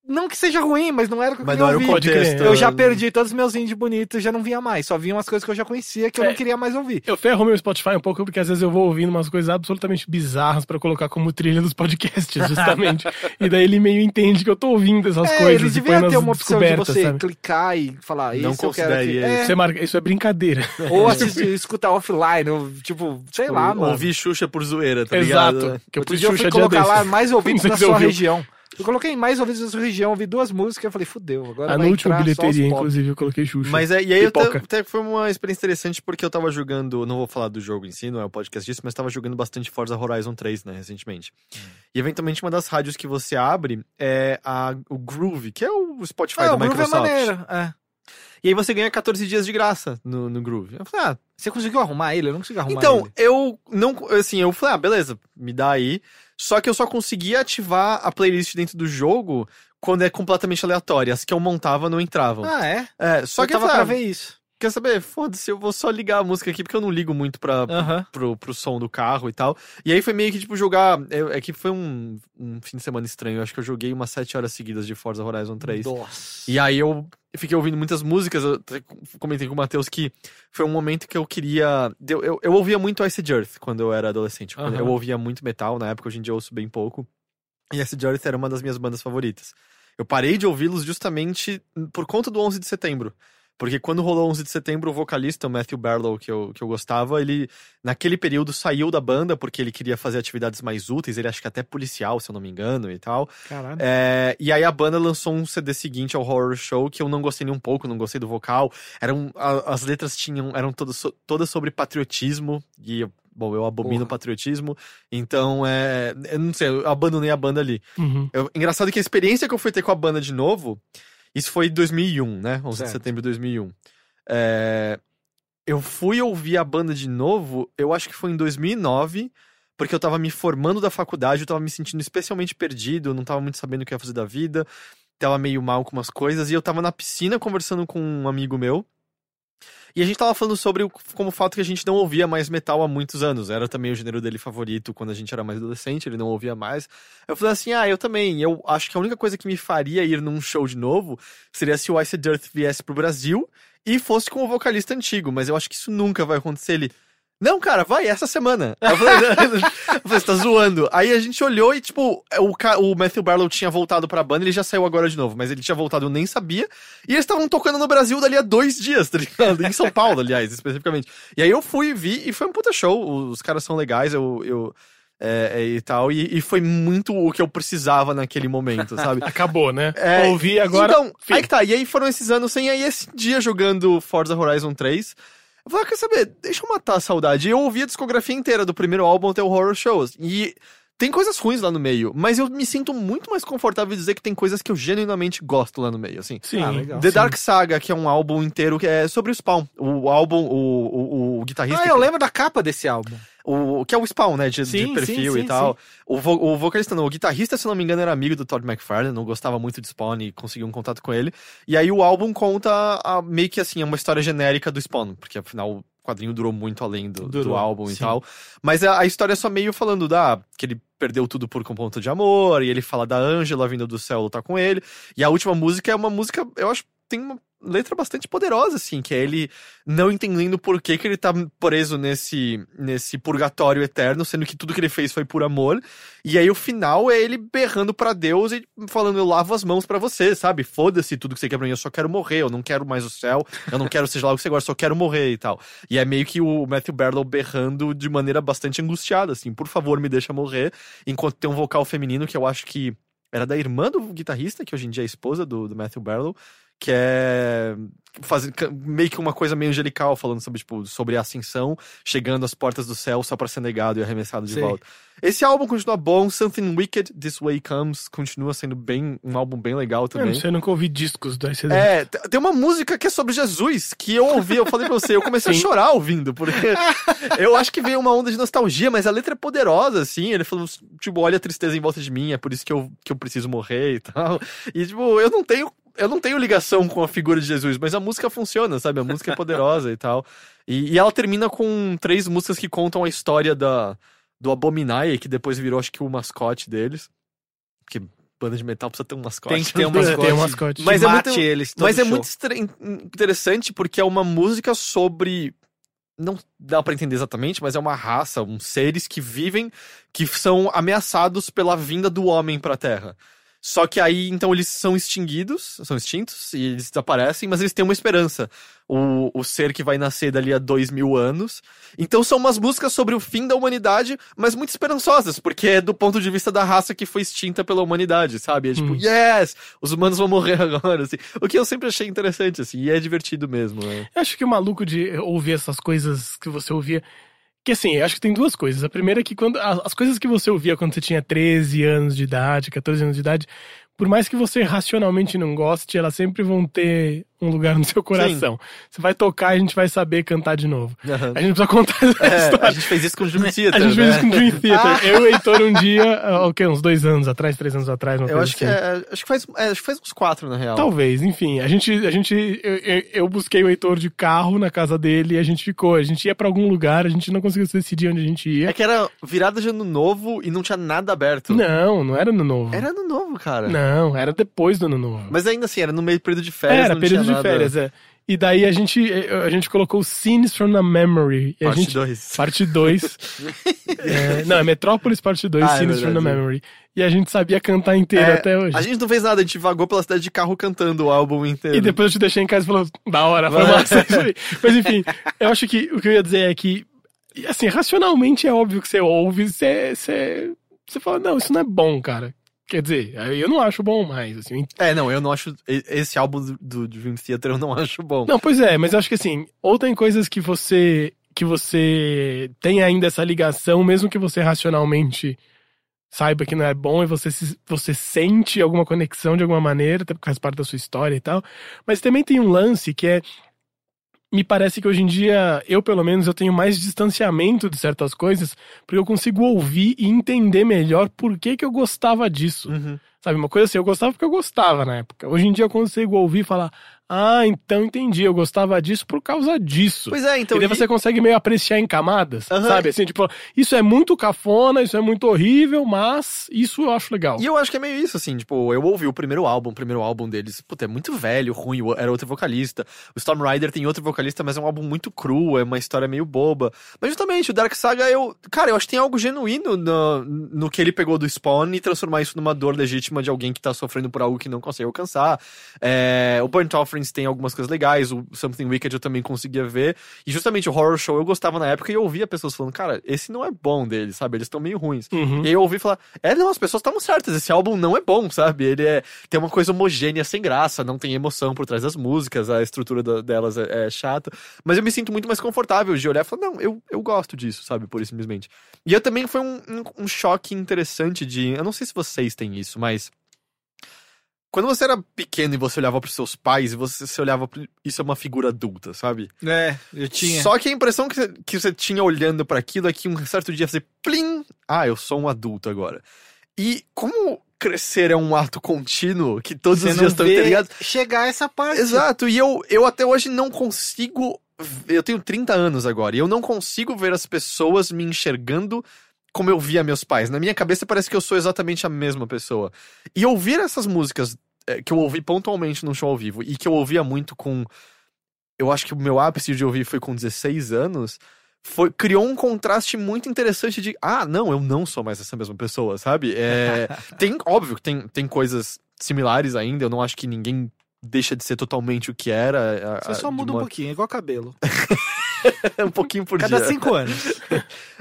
Não que seja ruim, mas não era o que eu
Mas
queria
não era o
ouvir.
Pode crer.
contexto.
Eu já perdi todos os meus indies bonitos, já não vinha mais. Só vinha umas coisas que eu já conhecia que eu
É.
não queria mais ouvir.
Eu ferro meu Spotify um pouco, porque às vezes eu vou ouvindo umas coisas absolutamente bizarras pra colocar como trilha dos podcasts, justamente. e daí ele meio entende que eu tô ouvindo essas
é,
coisas.
ele
e
devia
põe nas
ter uma opção de
descobertas,
você
sabe?
clicar e falar isso.
Não
eu quero aqui.
considere
É,
Você marca- Isso é brincadeira.
Ou assistir, escutar offline, ou, tipo, sei lá, mano.
Ouvi um Xuxa por zoeira, tá ligado?
Exato. Que eu
né? Outro
pus
dia eu fui
Xuxa dia
colocar
desse.
lá mais ouvidos
Não sei
da
se você
sua
ouviu.
região. Eu coloquei mais ouvidos da sua região, ouvi duas músicas, eu falei, fudeu, agora
Ah,
vai
no último
entrar só os
bilheteria,
pop.
inclusive, eu coloquei Xuxa.
Mas é, e aí eu
Pipoca.
até, até foi uma experiência interessante porque eu tava jogando, não vou falar do jogo em si, não é o podcast disso, mas tava jogando bastante Forza Horizon 3, né, recentemente. E eventualmente uma das rádios que você abre é a, o Groove, que é o Spotify
Ah,
da
o Groove é
Microsoft.
maneiro. é.
e aí você ganha 14 dias de graça no, no Groove. Eu falei, ah,
Você conseguiu arrumar ele? Eu não consegui arrumar
então,
ele.
eu não. Assim, eu falei, ah, beleza, me dá aí. Só que eu só conseguia ativar a playlist dentro do jogo quando é completamente aleatória. As que eu montava não entravam.
Ah, é?
é, só
Só
que
que
eu
tava
falei,
pra
ah,
ver isso.
quer saber? Foda-se, eu vou só ligar a música aqui, porque eu não ligo muito pra,
Aham.
pro, pro som do carro e tal. E aí foi meio que, tipo, jogar. É, é que foi um, um fim de semana estranho. Eu acho que eu joguei umas 7 horas seguidas de Forza Horizon 3.
Nossa.
E aí eu fiquei ouvindo muitas músicas, eu até comentei com o Matheus que foi um momento que eu queria. Eu, eu, eu ouvia muito Acid Earth quando eu era adolescente. Quando
Aham.
Eu ouvia muito metal, na época hoje em dia eu ouço bem pouco. E Acid Earth era uma das minhas bandas favoritas. Eu parei de ouvi-los justamente por conta do 11 de setembro. Porque quando rolou 11 de setembro, o vocalista, o Matthew Barlow, que eu, que eu gostava, ele, naquele período, saiu da banda porque ele queria fazer atividades mais úteis. Ele acho que até policial, se eu não me engano, e tal.
Caralho.
É, e aí a banda lançou um CD seguinte ao Horror Show que eu não gostei nem um pouco, não gostei do vocal. Eram, a- as letras tinham eram todas, so- todas sobre patriotismo e bom, eu abomino
Porra.
patriotismo. Então, é, eu não sei, eu abandonei a banda ali.
Uhum.
Eu- engraçado que a experiência que eu fui ter com a banda de novo, isso foi em 2001, né? 11 de
Certo.
setembro de 2001. É, eu fui ouvir a banda de novo, eu acho que foi em 2009, porque eu tava me formando da faculdade, eu tava me sentindo especialmente perdido, eu não tava muito sabendo o que eu ia fazer da vida, tava meio mal com umas coisas, e eu tava na piscina conversando com um amigo meu. E a gente tava falando sobre o- como o fato que a gente não ouvia mais metal há muitos anos. Era também o gênero dele favorito quando a gente era mais adolescente, ele não ouvia mais. Eu falei assim: ah, eu também. Eu acho que a única coisa que me faria ir num show de novo seria se o Iced Earth viesse pro Brasil e fosse com o vocalista antigo. Mas eu acho que isso nunca vai acontecer. Ele. Não, cara, vai, essa semana. Eu falei, eu falei, você tá zoando. Aí a gente olhou e, tipo, o, ca- o Matthew Barlow tinha voltado pra banda, ele já saiu agora de novo, mas ele tinha voltado, eu nem sabia. E eles estavam tocando no Brasil dali a dois dias, tá ligado? Em São Paulo, aliás, especificamente. E aí eu fui, vi, e foi um puta show. Os caras são legais, eu. eu é, é, e tal, e, e foi muito o que eu precisava naquele momento, sabe?
Acabou, né?
É,
Ouvi agora.
Então,
fim.
aí que tá. E aí foram esses anos sem. Aí esse dia jogando Forza Horizon 3. Eu falei, ah, quer saber? Deixa eu matar a saudade. Eu ouvi a discografia inteira do primeiro álbum até o Horror Shows. E tem coisas ruins lá no meio. Mas eu me sinto muito mais confortável em dizer que tem coisas que eu genuinamente gosto lá no meio, assim.
Sim.
Ah, legal.
The
sim.
Dark Saga, que é um álbum inteiro que é sobre o Spawn. O álbum, o, o, o guitarrista.
Ah, eu lembro da capa desse álbum.
O, que é o Spawn, né? De, de
Sim, sim,
perfil
sim,
e tal. O, vo- o vocalista, não, o guitarrista, se não me engano, era amigo do Todd McFarlane, não gostava muito de Spawn e conseguiu um contato com ele. E aí o álbum conta a- meio que assim, é uma história genérica do Spawn, porque afinal o quadrinho durou muito além do, do
Durou,
álbum e
sim.
tal. Mas a, a história é só meio falando da. que ele perdeu tudo por um ponto de amor, e ele fala da Angela vindo do céu lutar com ele. E a última música é uma música, eu acho, que tem uma letra bastante poderosa, assim, que é ele não entendendo por que, que ele tá preso nesse, nesse purgatório eterno, sendo que tudo que ele fez foi por amor. E aí o final é ele berrando pra Deus e falando: Eu lavo as mãos pra você, sabe? Foda-se tudo que você quer pra mim, eu só quero morrer, eu não quero mais o céu, eu não quero seja lá o que você gosta, eu só quero morrer e tal. E é meio que o Matthew Barlow berrando de maneira bastante angustiada, assim: Por favor, me deixa morrer. Enquanto tem um vocal feminino que eu acho que era da irmã do guitarrista, que hoje em dia é a esposa do, do Matthew Barlow. Que é fazer ca- meio que uma coisa meio angelical, falando sobre, tipo, sobre a ascensão, chegando às portas do céu só pra ser negado e arremessado de
Sei.
volta. Esse álbum continua bom, Something Wicked This Way Comes continua sendo bem um álbum bem legal
Eu não
também.
sei, eu nunca ouvi discos do ICD.
É, t- tem uma música que é sobre Jesus, que eu ouvi, eu falei pra você, eu comecei a
Sim.
chorar ouvindo, porque eu acho que veio uma onda de nostalgia, mas a letra é poderosa, assim, ele falou, tipo, olha a tristeza em volta de mim, é por isso que eu, que eu preciso morrer e tal, e tipo, eu não tenho, eu não tenho ligação com a figura de Jesus, mas a música funciona, sabe, a música é poderosa e tal, e, e ela termina com três músicas que contam a história da, do Abominai, que depois virou, acho que, o mascote deles, porque banda de metal precisa ter um mascote.
Tem que ter um
Tem
mascote.
um mascote.
Mas é
mate
muito-
eles todo
Mas é
show.
muito estra- in- interessante porque é uma música sobre. Não dá pra entender exatamente, mas é uma raça, uns seres que vivem, que são ameaçados pela vinda do homem pra Terra. Só que aí, então, eles são extinguidos, são extintos, e eles desaparecem, mas eles têm uma esperança. O, o ser que vai nascer dali a dois mil anos. Então são umas músicas sobre o fim da humanidade, mas muito esperançosas, porque é do ponto de vista da raça que foi extinta pela humanidade, sabe? É tipo,
Hum.
yes! Os humanos vão morrer agora, assim. O que eu sempre achei interessante, assim, e é divertido mesmo, né?
Eu acho que o maluco de ouvir essas coisas que você ouvia. Que assim, eu acho que tem duas coisas. A primeira é que quando a- as coisas que você ouvia quando você tinha 13 anos de idade, 14 anos de idade, por mais que você racionalmente não goste, elas sempre vão ter um lugar no seu coração. Você vai tocar e a gente vai saber cantar de novo. A gente não precisa contar essa
É, a
história.
gente fez isso com o Dream
A
Theater,
gente
né?
fez isso com o Dream Theater. Eu e o Heitor um dia, ah, ok, uns dois anos atrás, três anos atrás, uma
Eu
coisa
acho que,
assim.
é, acho, que faz, é, acho que faz uns quatro, na real.
Talvez, enfim. A gente, a gente eu, eu- eu busquei o Heitor de carro na casa dele e a gente ficou. A gente ia pra algum lugar, a gente não conseguiu decidir onde a gente ia.
É que era virada de ano novo e não tinha nada aberto.
Não, não era ano novo.
Era ano novo, cara.
Não, era depois do ano novo.
Mas ainda assim, era no meio do período de férias.
era
não
período
tinha
de
nada.
férias, é. E daí a gente, eh, a gente colocou Scenes from the Memory. E a
Parte
gente,
2.
Parte 2. não, é Metrópolis Parte 2,
Ah, é
Scenes from the
verdade, é.
Memory. E a gente sabia cantar inteiro
É,
até hoje.
A gente não fez nada, a gente vagou pela cidade de carro cantando o álbum inteiro.
E depois eu te deixei em casa e falou, da hora, foi massa isso aí. Mas enfim, eu acho que o que eu ia dizer é que, e assim, racionalmente é óbvio que você ouve, você, você, você fala, não, isso não é bom, cara. Quer dizer, eu não acho bom mais, assim.
É, não, eu não acho. e- Esse álbum do, do Dream Theater eu não acho bom.
Não, pois é, mas eu acho que assim, ou tem coisas que você, que você tem ainda essa ligação, mesmo que você racionalmente saiba que não é bom e você, se- você sente alguma conexão de alguma maneira, até porque faz parte da sua história e tal. Mas também tem um lance que é. Me parece que hoje em dia, eu pelo menos, eu tenho mais distanciamento de certas coisas, porque eu consigo ouvir e entender melhor por que, que eu gostava disso.
Uhum.
Sabe, uma coisa assim, eu gostava porque eu gostava na época. Hoje em dia eu consigo ouvir e falar, Ah, então entendi. Eu gostava disso por causa disso.
Pois é, então.
e daí você consegue meio apreciar em camadas,
Aham.
sabe? Assim, tipo, isso é muito cafona, isso é muito horrível, mas isso eu acho legal.
E eu acho que é meio isso, assim, tipo, eu ouvi o primeiro álbum, o primeiro álbum deles, puta, é muito velho, ruim, o- era outro vocalista. O Storm Rider tem outro vocalista, mas é um álbum muito cru, é uma história meio boba. Mas justamente, o Dark Saga, eu, cara, eu acho que tem algo genuíno no, no que ele pegou do Spawn e transformar isso numa dor legítima de alguém que tá sofrendo por algo que não consegue alcançar. É, o Burnt Offerings tem algumas coisas legais, o Something Wicked eu também conseguia ver. E justamente o Horror Show eu gostava na época e eu ouvia pessoas falando, cara, esse não é bom deles, sabe? Eles estão meio ruins.
Uhum.
E aí eu ouvi falar, é, não, as pessoas estavam certas, esse álbum não é bom, sabe? Ele é, tem uma coisa homogênea, sem graça, não tem emoção por trás das músicas, a estrutura da- delas é, é chata. Mas eu me sinto muito mais confortável de olhar e falar, não, eu, eu gosto disso, sabe? Por isso, simplesmente. E eu também foi um, um, um choque interessante de. Eu não sei se vocês têm isso, mas. Quando você era pequeno e você olhava pros seus pais, e você se olhava. pro- Isso é uma figura adulta, sabe?
É, eu tinha.
Só que a impressão que você, que você tinha olhando pra aquilo é que um certo dia você, plim, ah, eu sou um adulto agora. E como crescer é um ato contínuo, que todos
Você
os
não
dias estão
vê
interligados.
chegar a essa parte.
Exato, e eu, eu até hoje não consigo. Eu tenho 30 anos agora, e eu não consigo ver as pessoas me enxergando como eu via meus pais. Na minha cabeça parece que eu sou exatamente a mesma pessoa. E ouvir essas músicas é, que eu ouvi pontualmente num show ao vivo e que eu ouvia muito com. Eu acho que o meu ápice de ouvir foi com 16 anos. Foi, criou um contraste muito interessante de ah, não, eu não sou mais essa mesma pessoa, sabe? É, tem, óbvio que tem, tem coisas similares ainda, eu não acho que ninguém deixa de ser totalmente o que era. a- a-
Você só
Ah, de
muda
uma-
um pouquinho, é igual cabelo.
um pouquinho por
Cada
dia.
cinco anos.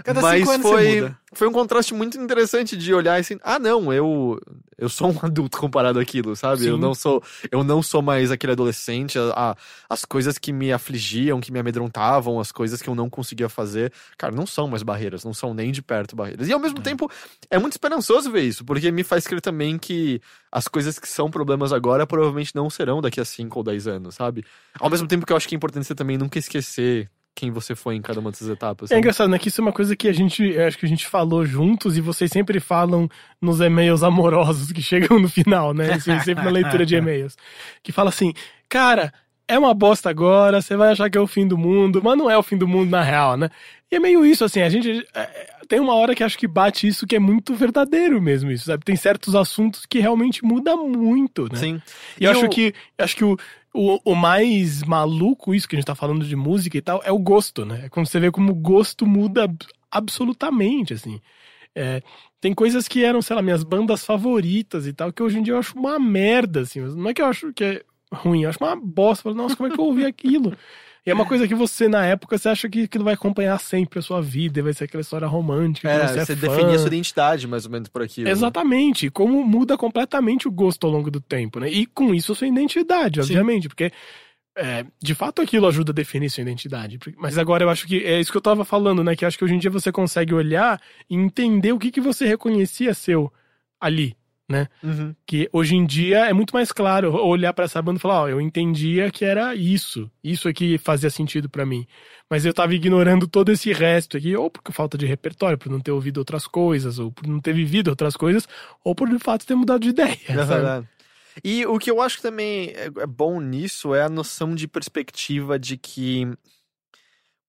Cada
Mas
cinco anos
foi,
você muda.
foi um contraste muito interessante de olhar assim, ah não, eu eu sou um adulto comparado àquilo, sabe? Eu
Sim.
não sou eu não sou mais aquele adolescente, a- a- as coisas que me afligiam, que me amedrontavam, as coisas que eu não conseguia fazer, cara, não são mais barreiras, não são nem de perto barreiras. E ao mesmo tempo é muito esperançoso ver isso, porque me faz crer também que as coisas que são problemas agora provavelmente não serão daqui a 5 ou 10 anos, sabe? Ao mesmo tempo que eu acho que é importante você também nunca esquecer quem você foi em cada uma dessas etapas.
É
sabe?
engraçado, né? Que isso é uma coisa que a gente, eu acho que a gente falou juntos e vocês sempre falam nos e-mails amorosos que chegam no final, né? Assim, sempre na leitura de e-mails. Que fala assim, cara, é uma bosta agora, você vai achar que é o fim do mundo, mas não é o fim do mundo na real, né? E é meio isso, assim, a gente. é, é, Tem uma hora que acho que bate isso que é muito verdadeiro mesmo, isso, sabe? Tem certos assuntos que realmente muda muito, né?
Sim.
E eu
E
acho
o-
que, acho que o, o, o mais maluco, isso que a gente tá falando de música e tal, é o gosto, né? É quando você vê como o gosto muda ab- absolutamente, assim. É, tem coisas que eram, sei lá, minhas bandas favoritas e tal, que hoje em dia eu acho uma merda, assim. Mas Não é que eu acho que é ruim, eu acho uma bosta. Eu falo, Nossa, como é que eu ouvi aquilo? E é uma coisa que você, na época, você acha que aquilo vai acompanhar sempre a sua vida, e vai ser aquela história romântica. que
É,
você,
você,
é fã.
definia sua identidade mais ou menos por aquilo. né?
Exatamente, como muda completamente o gosto ao longo do tempo, né? E com isso sua identidade, obviamente, porque é, de fato aquilo ajuda a definir sua identidade. Mas agora eu acho que é isso que eu tava falando, né? Que eu acho que hoje em dia você consegue olhar e entender o que, que você reconhecia seu ali.
Uhum.
Que hoje em dia é muito mais claro olhar pra essa banda e falar, ó, eu entendia que era isso, isso aqui fazia sentido pra mim. Mas eu tava ignorando todo esse resto aqui, ou por falta de repertório, por não ter ouvido outras coisas, ou por não ter vivido outras coisas, ou por de fato ter mudado de ideia. sabe?
Exato. É E o que eu acho que também é é bom nisso é a noção de perspectiva de que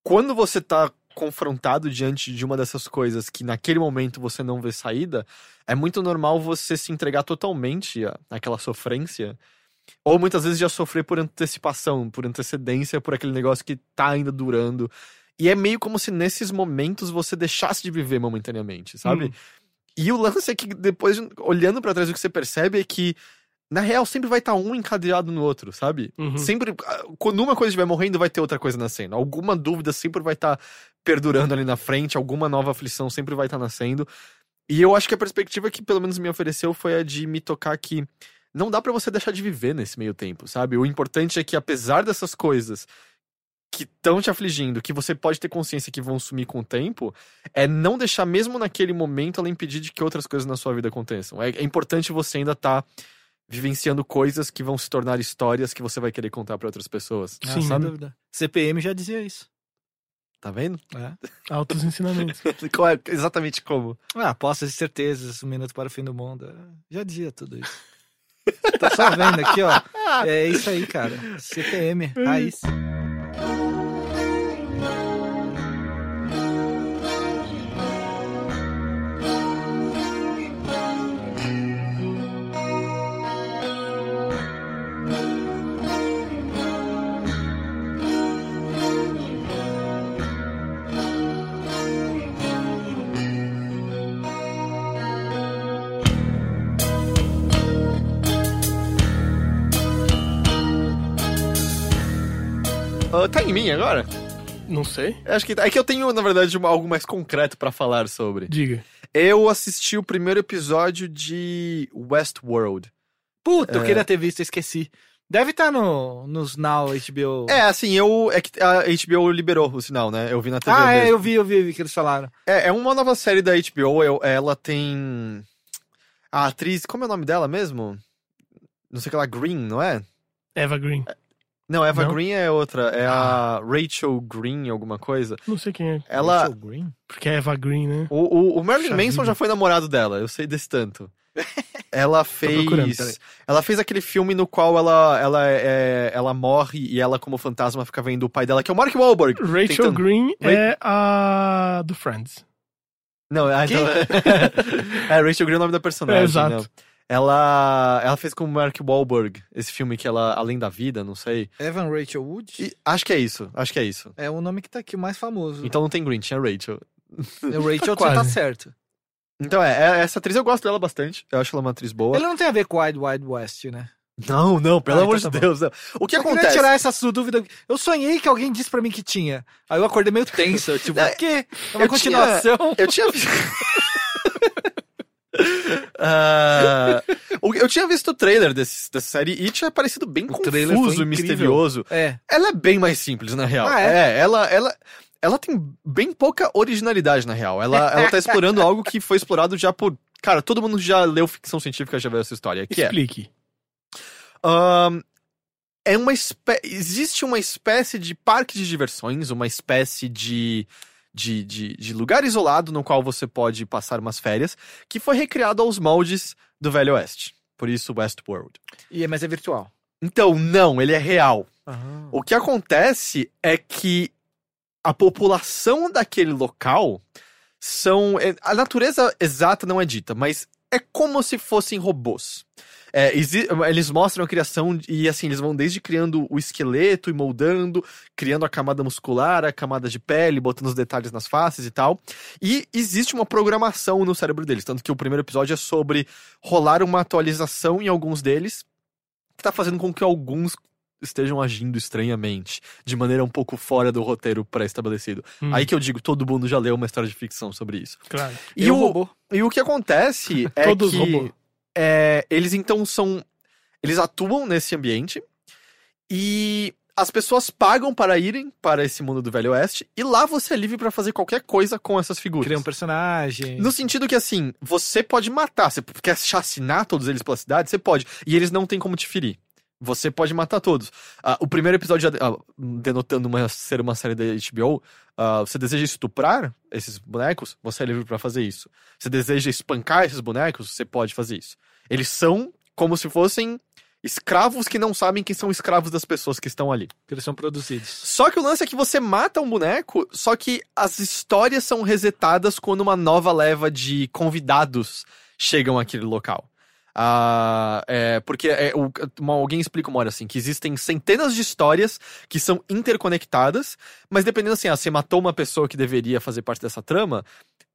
quando você tá confrontado diante de uma dessas coisas que naquele momento você não vê saída, é muito normal você se entregar totalmente à- àquela sofrência. Ou muitas vezes já sofrer por antecipação, por antecedência, por aquele negócio que tá ainda durando. E é meio como se nesses momentos você deixasse de viver momentaneamente, sabe?
Hum.
E o lance é que depois, olhando pra trás, o que você percebe é que, na real, sempre vai estar um encadeado no outro, sabe?
Uhum.
Sempre, ah, quando uma coisa estiver morrendo, vai ter outra coisa nascendo. Alguma dúvida sempre vai estar perdurando ali na frente, alguma nova aflição sempre vai estar nascendo. E eu acho que a perspectiva que pelo menos me ofereceu foi a de me tocar que não dá pra você deixar de viver nesse meio tempo, sabe? O importante é que, apesar dessas coisas que estão te afligindo, que você pode ter consciência que vão sumir com o tempo, é não deixar mesmo naquele momento ela impedir de que outras coisas na sua vida aconteçam. É, é importante você ainda estar vivenciando coisas que vão se tornar histórias que você vai querer contar pra outras pessoas.
Ah,
Sim.
sem dúvida. CPM já dizia isso.
Tá vendo?
Altos ensinamentos.
Qual é- exatamente como.
Ah, apostas e certezas, um minuto para o fim do mundo. Já dizia tudo isso. Tô só vendo aqui, ó. É isso aí, cara. CTM, raiz.
Ah, tá em mim agora?
Não sei.
Acho que tá. É que eu tenho, na verdade, uma- algo mais concreto pra falar sobre.
Diga.
Eu assisti o primeiro episódio de Westworld.
Puta, eu queria ter visto, esqueci. Deve estar no, nos Now HBO.
É, assim, eu. É que a HBO liberou o sinal, né? Eu vi na TV
ah,
mesmo.
é, eu vi, eu vi, eu vi que eles falaram.
É, é uma nova série da HBO, eu- ela tem. A atriz. Como é o nome dela mesmo? Não sei o que lá, Green, não é?
Eva Green.
Não, Eva
Não?
Green é outra. É
Ah.
a Rachel Green, alguma coisa.
Não sei quem é.
Ela.
Rachel Green?
Porque é Eva Green, né?
O, o- o Marilyn
Puxa
Manson
vida.
já foi namorado dela, eu sei desse tanto. Ela
procurando, peraí.
fez. Ela fez aquele filme no qual ela, ela, é- ela morre e ela, como fantasma, fica vendo o pai dela, que é o Mark Wahlberg.
Rachel
tentando-
Green é a do Friends.
Não, ah,
Que?
então... é Rachel Green é o nome da personagem.
É, exato.
não. Ela, ela fez com o Mark Wahlberg esse filme que ela Além da Vida, não sei.
Evan Rachel Wood?
E acho que é isso, acho que é isso.
É o nome que tá aqui, o mais famoso.
Então não tem Green, tinha Rachel.
O Rachel
Tá
você tá
quase.
certo.
Então é, é- essa atriz eu gosto dela bastante. Eu acho ela uma atriz boa.
Ele não tem a ver com Wide Wide West, né?
Não, não, pelo
Ah,
amor
então
de
tá bom.
Deus. não. O que
eu queria
acontece?
tirar essa sua dúvida. Eu sonhei que alguém disse pra mim que tinha. Aí eu acordei meio tenso. eu, Tipo,
É,
o quê? É
eu
uma continuação?
Eu tinha visto. Ah, o- eu tinha visto o trailer desse- dessa série e tinha parecido bem
O trailer foi
confuso
incrível.
e misterioso.
É.
Ela é bem mais simples, na real.
Ah,
é? ela, ela, ela tem bem pouca originalidade, na real. Ela, ela tá explorando algo que foi explorado já por. Cara, todo mundo já leu ficção científica, já viu essa história. Que é.
Explique.
Ahn, é uma espé- Existe uma espécie de parque de diversões, uma espécie de. De, de, de lugar isolado no qual você pode passar umas férias, que foi recriado aos moldes do Velho Oeste. Por isso, Westworld.
E, é- mas é virtual.
Então, não, ele é real. O que acontece é que a população daquele local são. é, A natureza exata não é dita, mas é como se fossem robôs. É, exi- eles mostram a criação de- e assim, eles vão desde criando o esqueleto e moldando, criando a camada muscular, a camada de pele, botando os detalhes nas faces e tal. E existe uma programação no cérebro deles, tanto que o primeiro episódio é sobre rolar uma atualização em alguns deles, que tá fazendo com que alguns estejam agindo estranhamente, de maneira um pouco fora do roteiro pré-estabelecido.
Hum,
Aí que eu digo, todo mundo já leu uma história de ficção sobre isso.
claro.
E,
Eu
o,
robô.
e o que acontece é
Todos
que
robô.
é, eles então são. Eles atuam nesse ambiente e as pessoas pagam para irem para esse mundo do Velho Oeste e lá você é livre para fazer qualquer coisa com essas figuras.
Cria um personagem.
No sentido que, assim, você pode matar, você quer chacinar todos eles pela cidade, você pode. E eles não têm como te ferir. Você pode matar todos. Ah, o primeiro episódio, já- ah, denotando uma, ser uma série da HBO, ah, você deseja estuprar esses bonecos? Você é livre pra fazer isso. Você deseja espancar esses bonecos? Você pode fazer isso. Eles são como se fossem escravos que não sabem que são escravos das pessoas que estão ali.
Que eles são produzidos.
Só que o lance é que você mata um boneco, só que as histórias são resetadas quando uma nova leva de convidados chegam àquele local. Ah, é, porque é, o- uma- alguém explica uma hora assim, que existem centenas de histórias que são interconectadas, mas dependendo assim, ah, você matou uma pessoa que deveria fazer parte dessa trama,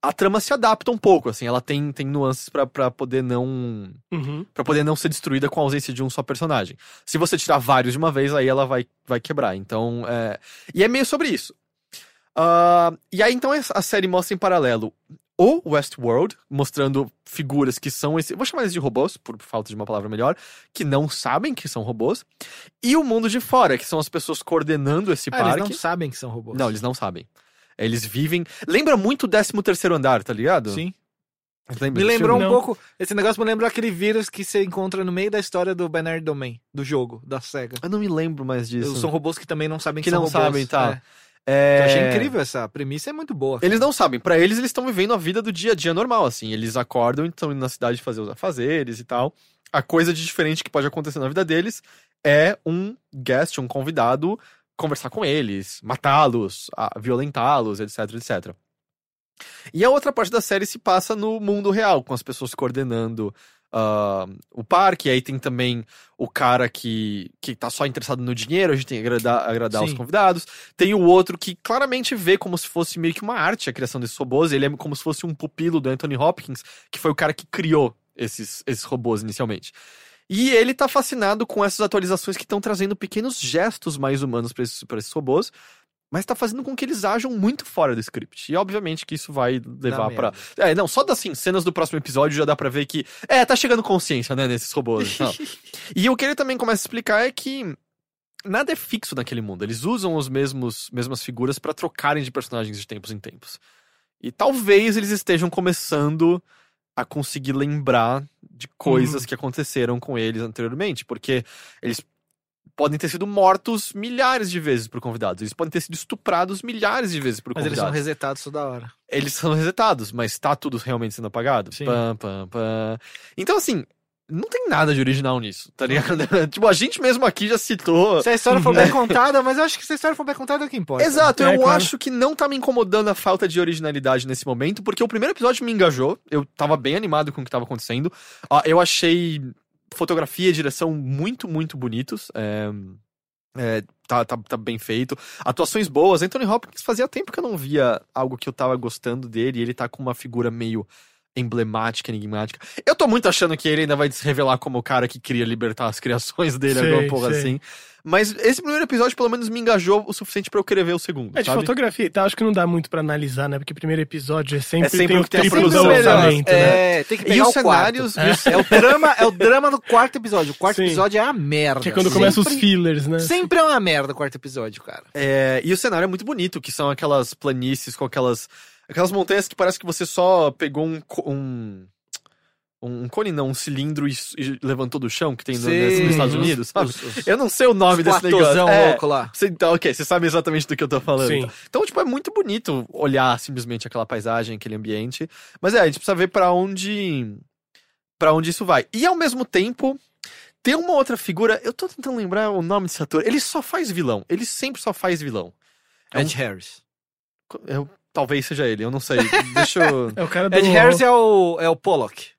a trama se adapta um pouco, assim, ela tem, tem nuances pra- pra poder não
Uhum.
Pra poder não ser destruída com a ausência de um só personagem. Se você tirar vários de uma vez, aí ela vai, vai quebrar. Então, é... E é meio sobre isso. Ah, e aí, então, essa- a série mostra em paralelo o Westworld, mostrando figuras que são esse... Vou chamar eles de robôs, por falta de uma palavra melhor, que não sabem que são robôs. E o mundo de fora, que são as pessoas coordenando esse
Ah,
parque.
eles não sabem que são robôs.
Não, eles não sabem. Eles vivem... Lembra muito o 13º andar, tá ligado?
Sim.
Lembra
Me
desse
lembrou
filme?
um
Não.
pouco. Esse negócio me lembrou aquele vírus que você encontra no meio da história do Banner Domain, do jogo, da SEGA.
filme? Eu não me lembro mais disso.
São robôs que também não sabem que,
Que
são
não
robôs.
sabem, tá.
É. um
É...
Eu achei incrível essa premissa, é muito boa.
Eles não sabem, Pra eles eles estão vivendo a vida do dia a dia normal, assim. Eles acordam, estão indo na cidade fazer os afazeres e tal. a coisa de diferente que pode acontecer na vida deles é um guest, um convidado, conversar com eles, matá-los, a- violentá-los, etc, etc. E a outra parte da série se passa no mundo real, com as pessoas coordenando ah, o parque. E aí tem também o cara que, que tá só interessado no dinheiro, a gente tem que agradar, agradar os
Sim.
convidados. Tem o outro que claramente vê como se fosse meio que uma arte a criação desses robôs. Ele é como se fosse um pupilo do Anthony Hopkins, que foi o cara que criou esses, esses robôs inicialmente. E ele tá fascinado com essas atualizações que estão trazendo pequenos gestos mais humanos para esses, pra esses robôs, mas tá fazendo com que eles ajam muito fora do script. E obviamente que isso vai levar pra. É, não, só das assim, cenas do próximo episódio já dá pra ver que. É, tá chegando consciência, né, nesses robôs. e tal. E o que ele também começa a explicar é que nada é fixo naquele mundo. Eles usam os mesmos mesmas figuras pra trocarem de personagens de tempos em tempos. E talvez eles estejam começando a conseguir lembrar de coisas
Uhum.
que aconteceram com eles anteriormente, porque eles podem ter sido mortos milhares de vezes por convidados, eles podem ter sido estuprados milhares de vezes por
Mas eles
convidados.
são resetados toda hora.
Eles são resetados, mas tá tudo realmente sendo apagado.
Sim.
Pam, pam, pam. Então, assim, não tem nada de original nisso, tá ligado? tipo, a gente mesmo aqui já citou.
Se a história for bem contada, mas eu acho que se a história for bem contada é o que importa.
Exato,
É,
eu
claro.
acho que não tá me incomodando a falta de originalidade nesse momento, porque o primeiro episódio me engajou, eu tava bem animado com o que tava acontecendo. Ah, eu achei fotografia e direção muito, muito bonitos. É, é, tá, tá, tá bem feito. Atuações boas. Anthony Hopkins fazia tempo que eu não via algo que eu tava gostando dele, e ele tá com uma figura meio emblemática, enigmática. Eu tô muito achando que ele ainda vai se revelar como o cara que queria libertar as criações dele,
Sei,
alguma porra
sei.
assim. Mas esse primeiro episódio, pelo menos, me engajou o suficiente pra eu querer ver o segundo.
É de
sabe?
fotografia e tal, acho que não dá muito pra analisar, né? Porque primeiro episódio é sempre,
É sempre
um
tem
o
o
que tem a
triplo do
produção,
orçamento, né?
É, tem que
E
pegar
os
o quarto.
cenários. e os-
É o drama, é o drama do quarto episódio. O quarto
Sim.
episódio é a merda.
Que é quando começam os fillers, né?
Sempre é uma merda o quarto episódio, cara.
é, e o cenário é muito bonito, que são aquelas planícies com aquelas. Aquelas montanhas que parece que você só pegou um. co- um... Um cone, não, um cilindro e, e levantou do chão que tem no-
Sim.
nos Estados Unidos,
É,
sabe? Eu não sei o nome desse negócio.
Platôzão
É,
louco lá.
Você, então, ok, você sabe exatamente do que eu tô falando.
Sim.
Então. Então, tipo, é muito bonito olhar simplesmente aquela paisagem, aquele ambiente. Mas é, a gente precisa ver pra onde. para onde isso vai. E ao mesmo tempo, tem uma outra figura. Eu tô tentando lembrar o nome desse ator. Ele só faz vilão. Ele sempre só faz vilão. É um-
Ed Harris.
Eu- talvez seja ele, eu não sei. Deixa eu.
É o cara do.
Ed Harris é o, é o Pollock.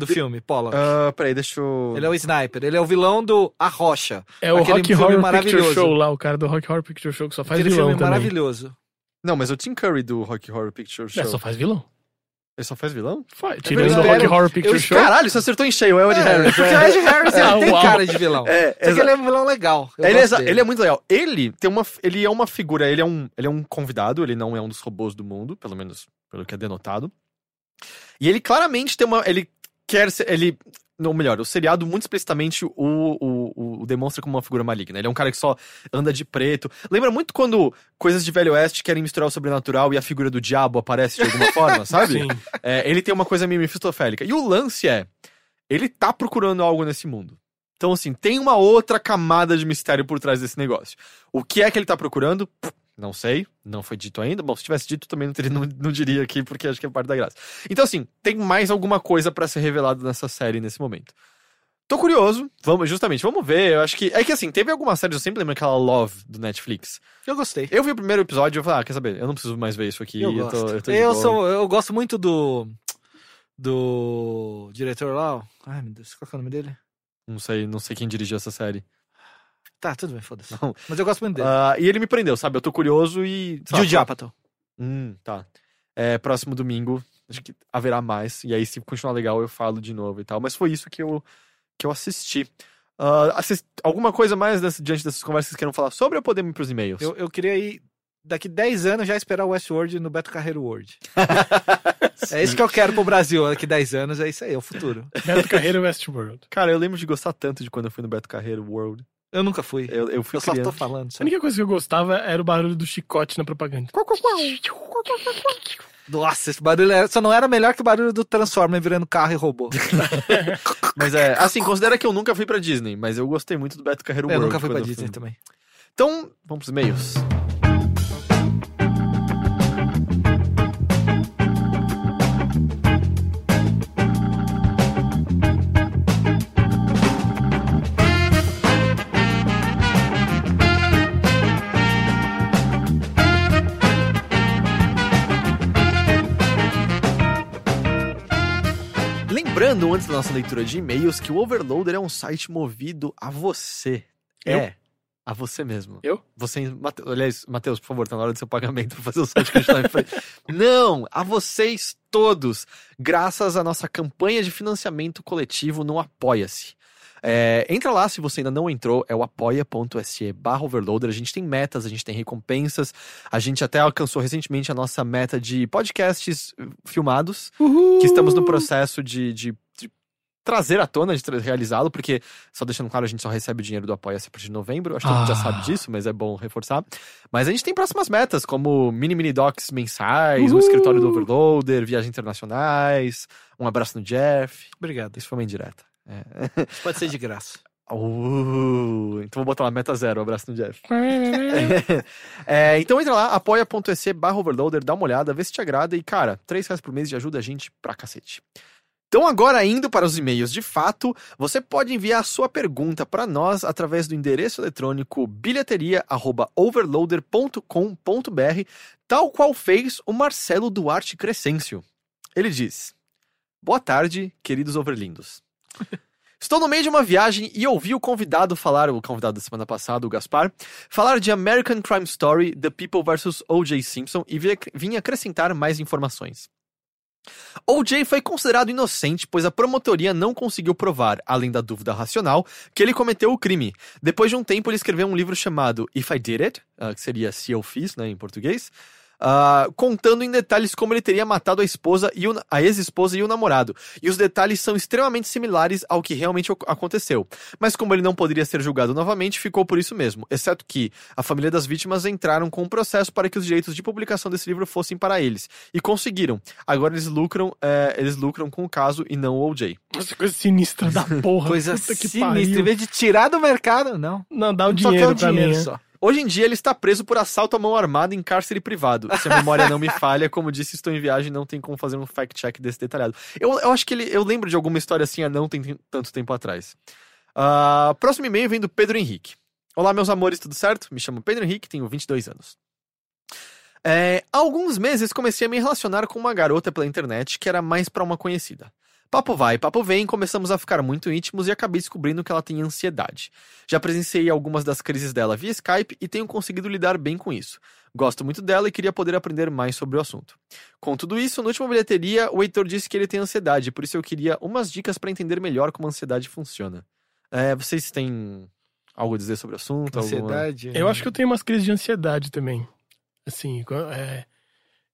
Do filme, Pollock.
Ah, peraí, deixa eu.
Ele é o sniper. Ele é o vilão do A Rocha.
É o
aquele
Rock
filme
Horror Picture
maravilhoso.
Show lá, o cara do Rock Horror Picture Show que só faz
Aquele
vilão
filme
também.
maravilhoso.
Não, mas é o Tim Curry do Rock Horror Picture Show.
É, só faz vilão.
Ele só faz vilão?
Faz.
É eu
Tirando o
espero-
Rock Horror Picture
Eu-
Show.
Caralho, você acertou em cheio, é o Ed Harris.
porque o Ed Harris ele
Ah,
tem
uau.
cara de vilão.
É,
Só que
exa-
ele é um vilão legal. Eu
Ele é,
gosto
exa-
dele.
ele é muito legal. Ele tem uma. f- Ele é uma figura, ele é um, ele é um convidado, ele não é um dos robôs do mundo, pelo menos pelo que é denotado. E ele claramente tem uma. Ele quer ser. Ele. Não, melhor, o seriado muito explicitamente o, o, o demonstra como uma figura maligna. Ele é um cara que só anda de preto. Lembra muito quando coisas de Velho Oeste querem misturar o sobrenatural e a figura do diabo aparece de alguma forma, sabe?
Sim.
É, ele tem uma coisa meio mefistofélica. E o lance é, ele tá procurando algo nesse mundo. Então, assim, tem uma outra camada de mistério por trás desse negócio. O que é que ele tá procurando? Pff, Não sei, não foi dito ainda. Bom, se tivesse dito, também não, teria, não, não diria aqui, porque acho que é parte da graça. Então, assim, tem mais alguma coisa pra ser revelada nessa série nesse momento. Tô curioso, vamos, justamente, vamos ver. Eu acho que. É que assim, teve algumas séries, eu sempre lembro aquela Love do Netflix.
Eu gostei.
Eu vi o primeiro episódio e eu falei, ah, quer saber? Eu não preciso mais ver isso aqui.
Eu,
tô-
gosto. Eu,
tô de boa.
sou, eu gosto muito do. Do diretor lá. ó. Ai, meu Deus, qual que é o nome dele?
Não sei, não sei quem dirigiu essa série.
Tá, tudo bem, foda-se.
Não.
Mas eu gosto muito dele.
Ah, e ele me prendeu, sabe? Eu tô curioso e. sei lá,
Jude Apatow.
Hum, tá. É, próximo domingo, acho que haverá mais. E aí, se continuar legal, eu falo de novo e tal. Mas foi isso que eu, que eu assisti. Ah, assis- Alguma coisa mais dessa- diante dessas conversas que vocês queiram falar sobre ou podemos ir pros e-mails?
Eu, eu queria ir. Daqui 10 anos já esperar o Westworld no Beto Carreiro World. é isso que eu quero pro Brasil. Daqui 10 anos é isso aí, é o futuro.
Beto Carreiro Westworld.
Cara, eu lembro de gostar tanto de quando eu fui no Beto Carreiro World.
Eu nunca fui. Eu,
Eu, eu fui
só tô
criança.
falando.
A
Só.
única coisa que eu gostava era o barulho do chicote na propaganda.
Nossa, esse barulho era- só não era melhor que o barulho do Transformer virando carro e robô.
Mas é, assim, considera que eu nunca fui pra Disney, mas eu gostei muito do Beto Carreiro
Eu
World.
nunca fui pra
quando
Disney também.
Então, vamos pros e-mails. Lembrando, antes da nossa leitura de e-mails, que o Overloader é um site movido a você.
Eu?
É. A você mesmo.
Eu?
Você, Mate- aliás, Matheus, por favor, tá na hora do seu pagamento pra fazer o site continuar tá em frente. Não! A vocês todos! Graças à nossa campanha de financiamento coletivo no Apoia-se. É, entra lá se você ainda não entrou, é o apoia.se barra overloader. A gente tem metas, a gente tem recompensas. A gente até alcançou recentemente a nossa meta de podcasts eh, filmados que estamos no processo de, de- de trazer à tona, de tra- realizá-lo, porque, só deixando claro, a gente só recebe o dinheiro do Apoia-se a partir de novembro. Acho que todo mundo já
Ah.
sabe disso, mas é bom reforçar. Mas a gente tem próximas metas, como mini mini docs mensais, o
Uhul.
escritório do Overloader, viagens internacionais, um abraço no Jeff.
Obrigado.
Isso foi uma indireta. É.
Isso pode ser de graça.
Uh, então vou botar lá, meta zero, abraço no Jeff. É, então entra lá, apoia.se barra overloader, dá uma olhada, vê se te agrada e, cara, 3 reais por mês já ajuda a gente pra cacete. Então agora indo para os e-mails de fato, você pode enviar a sua pergunta para nós através do endereço eletrônico bilheteria@overloader.com.br, tal qual fez o Marcelo Duarte Crescêncio. Ele diz: Boa tarde, queridos overlindos. Estou no meio de uma viagem e ouvi o convidado falar, o convidado da semana passada, o Gaspar, falar de American Crime Story, The People vs. O.J. Simpson e vi- vim acrescentar mais informações. O.J. foi considerado inocente, pois a promotoria não conseguiu provar, além da dúvida racional, que ele cometeu o crime. Depois de um tempo, ele escreveu um livro chamado If I Did It, ah, que seria Se Eu Fiz, né, em português, ah, contando em detalhes como ele teria matado a esposa e o na- a ex-esposa e o namorado. E os detalhes são extremamente similares ao que realmente oc- aconteceu mas como ele não poderia ser julgado novamente, ficou por isso mesmo, exceto que a família das vítimas entraram com um processo para que os direitos de publicação desse livro fossem para eles, e conseguiram. Agora eles lucram, é, eles lucram com o caso e não o OJ.
Nossa, coisa sinistra da porra.
Coisa
Puta que
sinistra. Em
pariu.
vez de tirar do mercado, não.
Não, dá o
Só
dinheiro
quer o
pra mim.
dinheiro
né?
só.
Hoje em dia ele está preso por assalto à mão armada em cárcere privado. Se a memória não me falha, como disse, estou em viagem, não tem como fazer um fact-check desse detalhado. Eu, eu acho que ele, eu lembro de alguma história assim há não tem tanto tempo atrás. Ah, próximo e-mail vem do Pedro Henrique. Olá, meus amores, tudo certo? Me chamo Pedro Henrique, tenho 22 anos. É, há alguns meses comecei a me relacionar com uma garota pela internet que era mais pra uma conhecida. Papo vai, papo vem, começamos a ficar muito íntimos e acabei descobrindo que ela tem ansiedade. Já presenciei algumas das crises dela via Skype e tenho conseguido lidar bem com isso. Gosto muito dela e queria poder aprender mais sobre o assunto. Com tudo isso, na última bilheteria, o Heitor disse que ele tem ansiedade, por isso eu queria umas dicas pra entender melhor como a ansiedade funciona. É, vocês têm algo a dizer sobre o assunto? Alguma-
Ansiedade.
Eu acho que eu tenho umas crises de ansiedade também. Assim, co- é,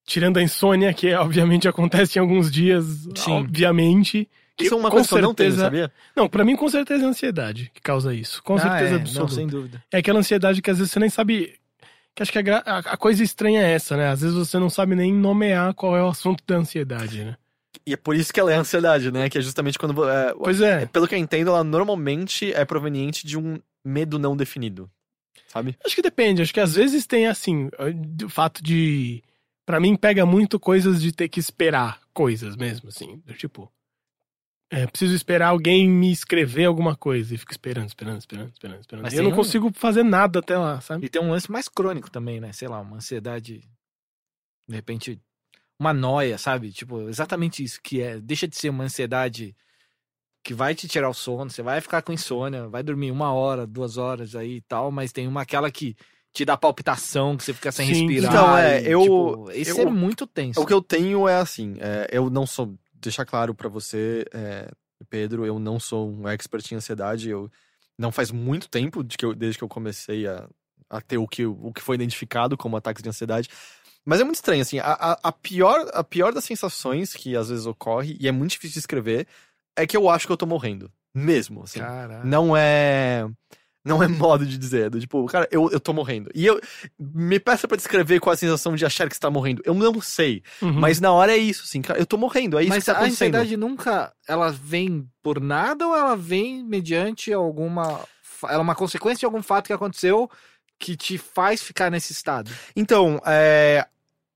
tirando a insônia, que é, obviamente acontece em alguns dias,
Sim.
obviamente. Que
Isso é uma
com
coisa que eu não tenho,
certeza-
sabia?
Não, pra mim com certeza é a ansiedade que causa isso. Com
Ah,
certeza
é, Não,
absoluta.
sem dúvida.
É aquela ansiedade que às vezes você nem sabe. Que acho que a, gra- a- a coisa estranha é essa, né? Às vezes você não sabe nem nomear qual é o assunto da ansiedade, né?
E é por isso que ela é ansiedade, né? Que é justamente quando. é,
Pois é.
pelo que eu entendo, ela normalmente é proveniente de um medo não definido. Sabe?
Acho que depende. Acho que às vezes tem assim, o fato de. Pra mim, pega muito coisas de ter que esperar coisas mesmo, assim. Do tipo. É, preciso esperar alguém me escrever alguma coisa e fico esperando, esperando, esperando, esperando, esperando.
Mas
e eu
tem
não
um-
consigo fazer nada até lá, sabe?
E tem um lance mais crônico também, né? Sei lá, uma ansiedade. De repente, uma noia, sabe? Tipo, exatamente isso que é. Deixa de ser uma ansiedade que vai te tirar o sono, você vai ficar com insônia, vai dormir uma hora, duas horas aí e tal, mas tem uma aquela que te dá palpitação, que você fica sem
Sim.
respirar.
Então, é,
e,
eu-
tipo, esse
eu-
é muito tenso.
O que eu tenho é assim: é, eu não sou. Deixar claro pra você, é, Pedro, eu não sou um expert em ansiedade. Eu não faz muito tempo de que eu- desde que eu comecei a, a ter o que, o que foi identificado como ataques de ansiedade. Mas é muito estranho, assim, a, a- a pior, a pior das sensações que às vezes ocorre, e é muito difícil de escrever, é que eu acho que eu tô morrendo. Mesmo, assim.
Caraca.
Não é. Não é modo de dizer. é do tipo, cara, eu, eu tô morrendo. E eu. Me peça pra descrever qual a sensação de achar que você tá morrendo. Eu não sei.
Uhum.
Mas na hora é isso, assim, cara, eu tô morrendo. É isso
Mas
que tá
a
acontecendo.
ansiedade nunca, ela vem por nada ou ela vem mediante alguma, fa- ela é uma consequência de algum fato que aconteceu que te faz ficar nesse estado?
Então, é,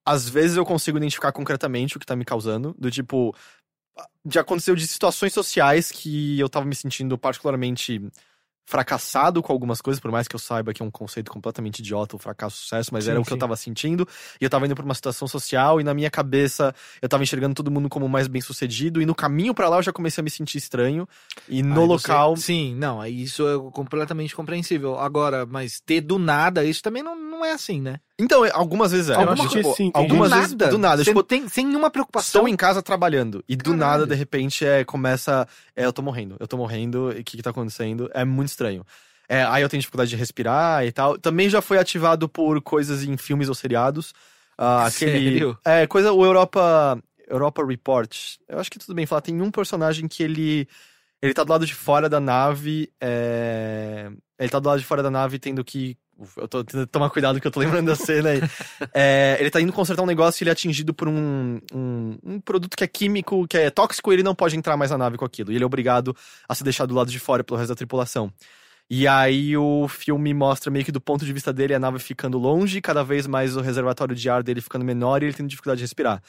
às vezes eu consigo identificar concretamente o que tá me causando, do tipo, já aconteceu de situações sociais que eu tava me sentindo particularmente fracassado com algumas coisas, por mais que eu saiba que é um conceito completamente idiota, o fracasso, o sucesso, mas
Sim,
era o que
sim.
eu tava sentindo. E eu tava indo pra uma situação social e na minha cabeça eu tava enxergando todo mundo como mais bem-sucedido e no caminho pra lá eu já comecei a me sentir estranho. E no
Aí você-
local
Sim, não, aí isso é completamente compreensível. Agora, mas ter do nada, isso também não, não é assim, né?
Então, é, algumas vezes é.
Eu
Alguma-
acho que
tipo,
sim, tem
algumas
do
vezes
nada.
do nada.
Sem,
Tipo,
tem, sem nenhuma preocupação.
estou em casa trabalhando e do
Caralho.
nada, de repente, é, começa. é, eu tô morrendo, eu tô morrendo, e o que, que tá acontecendo? É muito estranho. É, aí eu tenho dificuldade de respirar e tal. Também já foi ativado por coisas em filmes ou seriados. Ah, aquele.
Sério?
É, coisa. O Europa. Europa Report. Eu acho que tudo bem falar. Tem um personagem que ele. Ele tá do lado de fora da nave. é, Ele tá do lado de fora da nave tendo que. Uf, Eu tô tentando tomar cuidado que eu tô lembrando da cena aí. É, ele tá indo consertar um negócio e ele é atingido por um, um, um produto que é químico, que é tóxico, e ele não pode entrar mais na nave com aquilo. E ele é obrigado a se deixar do lado de fora pelo resto da tripulação. E aí o filme mostra meio que do ponto de vista dele a nave ficando longe, cada vez mais o reservatório de ar dele ficando menor e ele tendo dificuldade de respirar.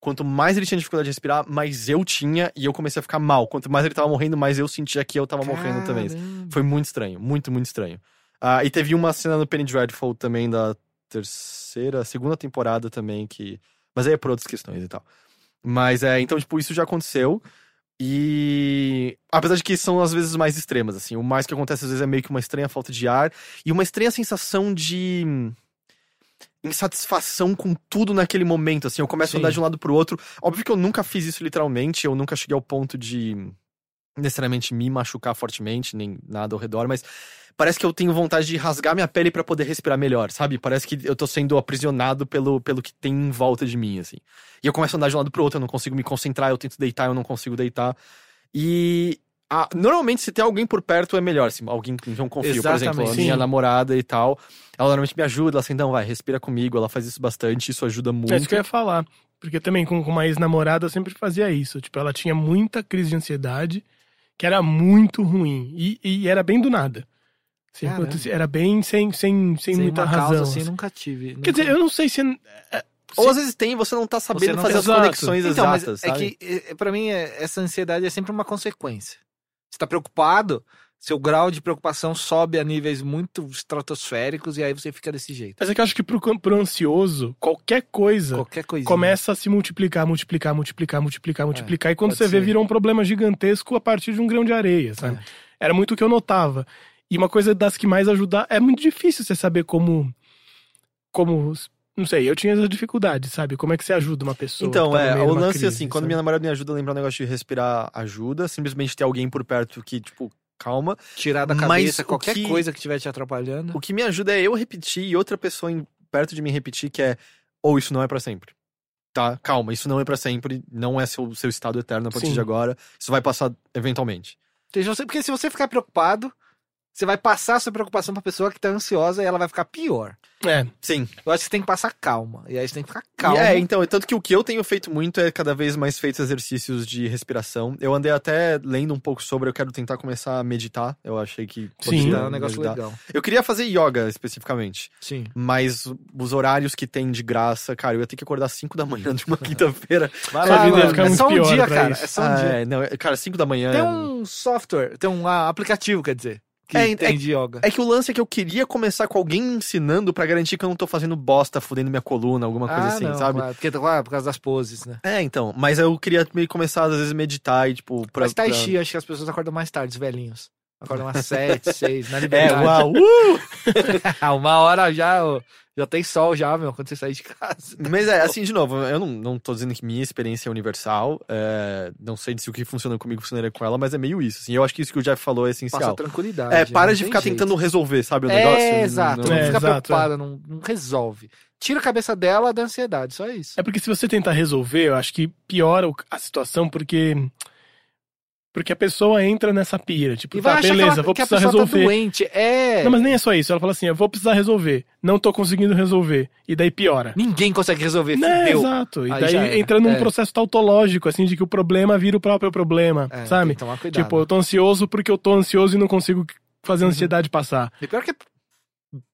Quanto mais ele tinha dificuldade de respirar, mais eu tinha e eu comecei a ficar mal. Quanto mais ele tava morrendo, mais eu sentia que eu tava morrendo também.
Caramba.
Foi muito estranho, muito, muito estranho. Ah, e teve uma cena no Penny Dreadful também da terceira, segunda temporada também que... Mas aí é por outras questões e tal. Mas é, então, tipo, isso já aconteceu. E... Apesar de que são às vezes mais extremas, assim. O mais que acontece às vezes é meio que uma estranha falta de ar. E uma estranha sensação de... hum, Insatisfação com tudo naquele momento, assim. Eu começo
Sim.
a andar de um lado pro outro. Óbvio que eu nunca fiz isso literalmente. Eu nunca cheguei ao ponto de... hum, Necessariamente me machucar fortemente, nem nada ao redor, mas parece que eu tenho vontade de rasgar minha pele pra poder respirar melhor, sabe? Parece que eu tô sendo aprisionado pelo, pelo que tem em volta de mim, assim. E eu começo a andar de um lado pro outro, eu não consigo me concentrar, eu tento deitar, eu não consigo deitar. E. ah, normalmente, se tem alguém por perto, é melhor. Assim, alguém que eu confio, por exemplo, a
Exatamente.
minha
Sim.
namorada e tal. Ela normalmente me ajuda, ela assim, não, vai, respira comigo. Ela faz isso bastante, isso ajuda muito.
É isso que eu ia falar. Porque também com, com uma ex-namorada eu sempre fazia isso. Tipo, ela tinha muita crise de ansiedade, que era muito ruim. E, e era bem do nada. Assim,
Caramba.
acontecia- era bem sem, sem, sem,
Sem
muita
uma
razão.
causa assim,
assim.
nunca tive. nunca-
Quer dizer, eu não sei se. é,
Ou às vezes tem e você não tá sabendo
não
fazer
tem-
as
Exato.
conexões
Então, mas
exatas,
é
sabe?
que é, é, pra mim é, essa ansiedade é sempre uma consequência. Você tá preocupado, seu grau de preocupação sobe a níveis muito estratosféricos e aí você fica desse jeito.
Mas é que eu acho que pro, cam- pro ansioso, qualquer coisa
é.
Qualquer coisinha.
começa a se multiplicar, multiplicar, multiplicar, multiplicar, multiplicar. E quando
É, pode
você vê,
ser.
virou um problema gigantesco a partir de um grão de areia, sabe?
É.
Era muito o que eu notava. E uma coisa das que mais ajudar é muito difícil você saber como. Como. Não sei, eu tinha essa dificuldade, sabe? Como é que você ajuda uma pessoa?
Então,
que tá no
é,
meio de
o
uma
lance,
crise,
assim, quando
sabe?
minha namorada me ajuda a lembrar um negócio de respirar, ajuda. Simplesmente ter alguém por perto que, tipo, calma.
Tirar da
Mas
cabeça
o
qualquer
que-
coisa que estiver te atrapalhando.
O que me ajuda é eu repetir e outra pessoa em- perto de mim repetir que é, ou isso não é pra sempre. Tá? Calma, isso não é pra sempre, não é seu, seu estado eterno a partir
Sim.
de agora. Isso vai passar eventualmente.
Tem gente- Porque se você ficar preocupado, você vai passar a sua preocupação pra pessoa que tá ansiosa e ela vai ficar pior.
É,
Sim.
Eu acho que você tem que passar calma. E aí você tem que ficar calmo.
E é, então, tanto que o que eu tenho feito muito é cada vez mais feito exercícios de respiração. Eu andei até lendo um pouco sobre, eu quero tentar começar a meditar. Eu achei que
Sim.
Isso
poderia
é um
me
negócio
ajudar.
legal.
Eu queria fazer yoga especificamente.
Sim.
Mas os horários que tem de graça, cara, eu ia ter que acordar 5 da manhã de uma quinta-feira. Vai
Sua
lá,
vida ia
mano.
ficar
é
muito
só um
pior
dia,
pra
cara.
isso.
É só um
Ah,
dia.
é, não, é, cara, 5 da manhã.
Tem
é
um software, tem um ah, aplicativo, quer dizer, que
É,
tem de yoga.
É que o lance é que eu queria começar com alguém me ensinando pra garantir que eu não tô fazendo bosta, fudendo minha coluna, alguma coisa assim,
Ah, não,
sabe?
claro, porque, claro, por causa das poses, né?
É, então. Mas eu queria meio que começar, às vezes, meditar e, tipo, pra.
Mas tá tai
pra-
chi, acho que as pessoas acordam mais tarde, os velhinhos. Acordam às sete, seis, na
É,
liberdade. Ah,
uau! uh!
Uma hora já, ó, já tem sol já, meu, quando você sair de casa.
Mas é, assim, de novo, eu não, não tô dizendo que minha experiência é universal. é, não sei se o que funciona comigo funcionaria com ela, mas é meio isso. Assim, eu acho que isso que o Jeff falou é essencial.
Passa tranquilidade. né?
É, para
não
de
tem
ficar
jeito.
tentando resolver, sabe, o negócio.
É, exato. Não,
Não-
É,
fica
exato,
preocupada, não, não resolve. Tira a cabeça dela da ansiedade, só isso.
É porque se você tentar resolver, eu acho que piora o- a situação, porque. Porque a pessoa entra nessa pira, tipo,
e vai
tá,
achar
beleza,
que, ela,
vou
que a
precisar
pessoa tá
resolver.
doente. É.
não, mas nem é só isso. Ela fala assim: eu vou precisar resolver. Não tô conseguindo resolver. E daí piora.
Ninguém consegue resolver,
Não,
fudeu.
Né, exato. E
Aí
daí
já era.
entra num
É.
processo tautológico, assim, de que o problema vira o próprio problema,
É,
sabe?
tem que tomar cuidado. Uhum.
Tipo, eu tô ansioso porque eu tô ansioso e não consigo fazer a ansiedade passar.
E pior que é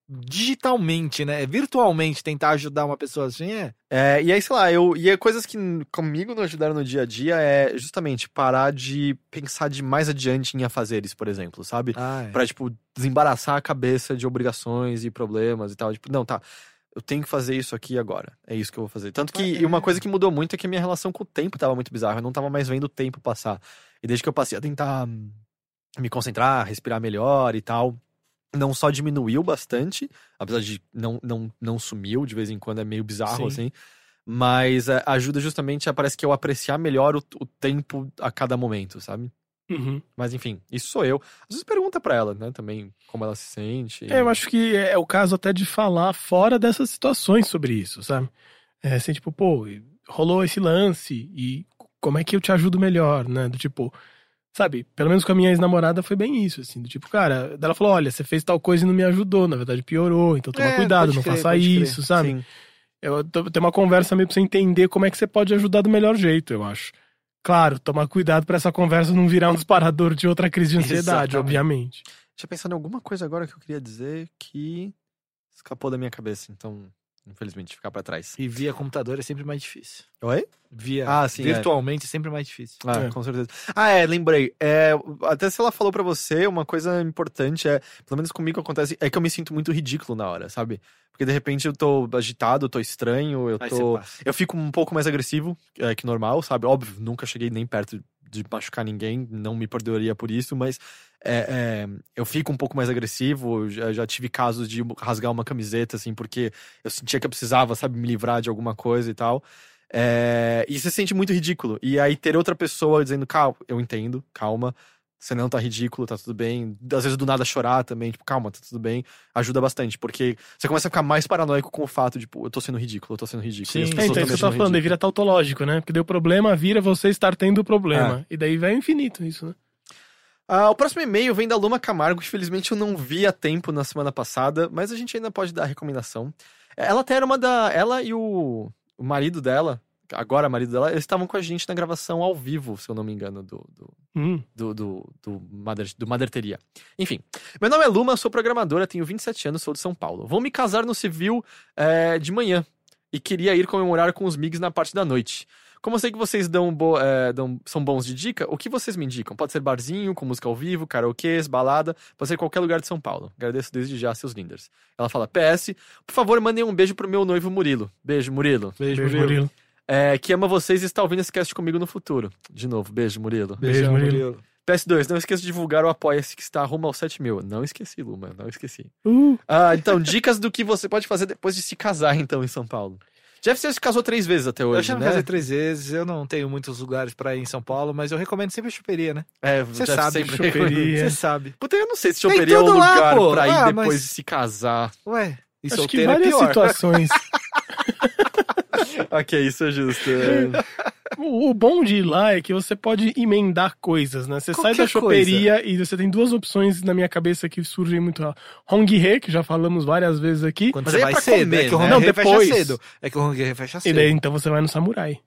digitalmente, né? Virtualmente tentar ajudar uma pessoa assim é.
É, e aí, sei lá, eu. E é coisas que n- comigo não ajudaram no dia a dia é justamente parar de pensar de mais adiante em afazeres, por exemplo, sabe?
Ah, é.
Pra, tipo, desembaraçar a cabeça de obrigações e problemas e tal. Tipo, não, tá. Eu tenho que fazer isso aqui agora. É isso que eu vou fazer. Tanto que e uma coisa que mudou muito é que a minha relação com o tempo tava muito bizarra. Eu não tava mais vendo o tempo passar. E desde que eu passei a tentar hum, me concentrar, respirar melhor e tal, não só diminuiu bastante, apesar de não, não, não sumiu, de vez em quando é meio bizarro
Sim.
assim. Mas é, ajuda justamente a parece que eu apreciar melhor o- o tempo a cada momento, sabe?
Uhum.
Mas enfim, isso sou eu. Às vezes pergunta pra ela, né, também, como ela se sente.
É, eu acho que é o caso até de falar fora dessas situações sobre isso, sabe? É, assim, tipo, pô, rolou esse lance e como é que eu te ajudo melhor, né? Do tipo, sabe? Pelo menos com a minha ex-namorada foi bem isso, assim. Do tipo, cara, ela falou, olha, você fez tal coisa e não me ajudou, na verdade piorou, então toma
É,
cuidado,
pode
não
crer,
faça
pode crer.
isso, sabe?
Sim.
Eu tô- tem uma conversa meio pra você entender como é que você pode ajudar do melhor jeito, eu acho. Claro, tomar cuidado pra essa conversa não virar um disparador de outra crise de ansiedade,
Exatamente.
obviamente.
Tinha pensado em alguma coisa agora que eu queria dizer que escapou da minha cabeça, então, infelizmente, ficar pra trás.
E via computador é sempre mais difícil.
Oi?
Via
Ah, sim, é.
virtualmente é sempre mais difícil.
Ah,
É.
com certeza. Ah, é, lembrei. É, até se ela falou pra você, uma coisa importante é, pelo menos comigo acontece, é que eu me sinto muito ridículo na hora, sabe? Porque de repente eu tô agitado, eu tô estranho, eu
Aí
tô.
você passa.
Eu fico um pouco mais agressivo é, que normal, sabe? Óbvio, nunca cheguei nem perto de machucar ninguém, não me perdoaria por isso, mas é, é, eu fico um pouco mais agressivo. eu Já, já tive casos de rasgar uma camiseta, assim, porque eu sentia que eu precisava, sabe, me livrar de alguma coisa e tal. É, e você se sente muito ridículo. E aí ter outra pessoa dizendo, calma, eu entendo, calma. Você não tá ridículo, tá tudo bem. Às vezes do nada chorar também, tipo, calma, tá tudo bem. Ajuda bastante, porque você começa a ficar mais paranoico com o fato de, pô, eu tô sendo ridículo, eu tô sendo ridículo.
Sim.
e as
É,
pessoas tão
então, isso que eu
me achando
tava
ridículo.
falando, daí vira tautológico, né? Porque deu problema, vira você estar tendo problema.
Ah.
E daí vai ao infinito isso, né?
Ah, o próximo e-mail vem da Luma Camargo. Infelizmente eu não vi a tempo na semana passada, mas a gente ainda pode dar a recomendação. É, Ela até era uma da. Ela e o, o marido dela, agora marido dela, eles estavam com a gente na gravação ao vivo, se eu não me engano, do, do,
Hum,
do, do, do, Mother, do Mother Teria. Enfim, meu nome é Luma, sou programadora, tenho 27 anos, sou de São Paulo. Vou me casar no civil eh, de manhã e queria ir comemorar com os migs na parte da noite. Como eu sei que vocês dão, bo- eh, dão- são bons de dica, o que vocês me indicam? Pode ser barzinho, com música ao vivo, karaokês, balada, pode ser qualquer lugar de São Paulo. Agradeço desde já, seus linders. Ela fala, PS, por favor, mandem um beijo pro meu noivo Murilo. Beijo, Murilo.
Beijo,
beijo,
Murilo.
Murilo.
Eh, que ama vocês e está ouvindo esse cast comigo no futuro. De novo, beijo, Murilo.
Beijo, Murilo.
PS2, não esqueça de divulgar o Apoia-se que está rumo aos 7 mil. Não esqueci, Luma, não esqueci.
Uh,
Ah, então, dicas do que você pode fazer depois de se casar, então, em São Paulo. Jeff Bezos se casou três vezes até
Eu
hoje,
já me
né?
casei três vezes, eu não tenho muitos lugares pra ir em São Paulo, mas eu recomendo sempre a chuperia, né?
É,
Você
Jeff
sabe,
sempre...
choperia.
Você sabe.
Puta, eu não sei se
Tem
choperia é um
tudo lá,
lugar
pô.
pra ir
Ah,
depois
mas-
de se casar.
Ué, e
acho que
solteiro é
várias
pior.
situações.
ok, isso é justo. é.
o, o bom de ir lá é que você pode emendar coisas, né? Você sai
Qualquer
da
é coisa.
choperia e você tem duas opções na minha cabeça que surgem muito. rápido. Hong He, que já falamos várias vezes aqui.
Quando
Mas
você
aí é
vai
pra
cedo,
comer,
é que o
né?
Hongrie
Não, depois.
fecha cedo. É que o Hongrie fecha
E
cedo.
daí então você vai no samurai.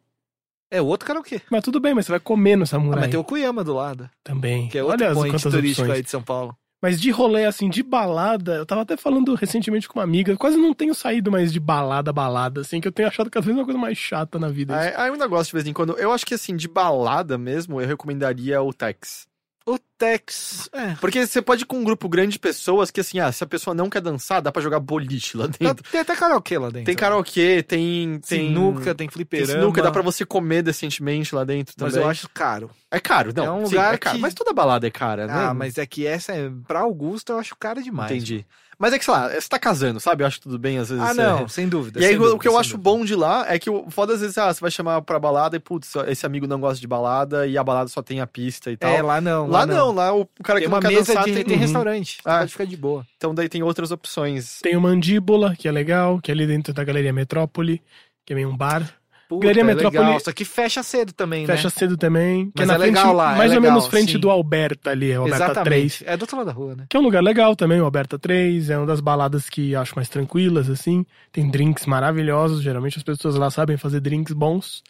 É o outro karaokê.
Mas tudo bem, mas você vai comer no
Ah,
samurai
mas tem o Cuyama do lado,
também.
que é outro
Olha as
point
quantas
turístico
opções.
aí de São Paulo.
Mas de rolê, assim, de balada, eu tava até falando recentemente com uma amiga, quase não tenho saído mais de balada, balada, assim, que eu tenho achado cada vez uma coisa mais chata na
é?
vida.
Ah, eu ainda gosto de vez em quando. Eu acho que, assim, de balada mesmo, eu recomendaria o Tex.
O Tex. É.
Porque você pode ir com um grupo grande de pessoas que, assim, ah, se a pessoa não quer dançar, dá pra jogar boliche lá
Tá-
dentro.
Tem até karaokê lá dentro.
Tem karaokê, tem... tem...
sinuca, tem
Tem
fliperama.
sinuca, dá pra você comer decentemente lá dentro
Mas
também.
eu acho caro.
É caro, não.
É um
sim,
lugar
é caro,
que-
Mas toda balada é cara, né?
Ah, mas é que essa é. Pra Augusto eu acho caro demais.
Entendi. Mas é que, sei lá, você tá casando, sabe? Eu acho tudo bem, às vezes.
Ah,
você-
não, sem dúvida.
é. E aí,
sem dúvida,
o que eu
sem
acho
dúvida.
bom de lá é que o foda às vezes, ah, você vai chamar pra balada e, putz, esse amigo não gosta de balada e a balada só tem a pista e tal.
É, lá não.
lá, não, lá o cara
Tem
que não
uma
quer
mesa
dançar
de,
tem...
tem
Uhum.
restaurante.
Ah.
Pode ficar de boa.
Então daí tem outras opções.
Tem o Mandíbula, que é legal, que é ali dentro da Galeria Metrópole, que é meio um bar. Galeria
é
Metrópole-
legal, Só que fecha cedo também,
Fecha
né?
cedo também. Que
Mas
na
é legal
frente,
lá, é
Mais ou
legal,
menos frente
sim.
do Alberta ali, é o Alberta 3.
Exatamente. É do outro lado da rua, né?
Que é um lugar legal também, o Alberta 3. É uma das baladas que acho mais tranquilas, assim. Tem drinks maravilhosos. Geralmente as pessoas lá sabem fazer drinks bons.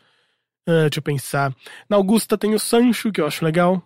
Ah, deixa eu pensar. Na Augusta tem o Sancho, que eu acho legal.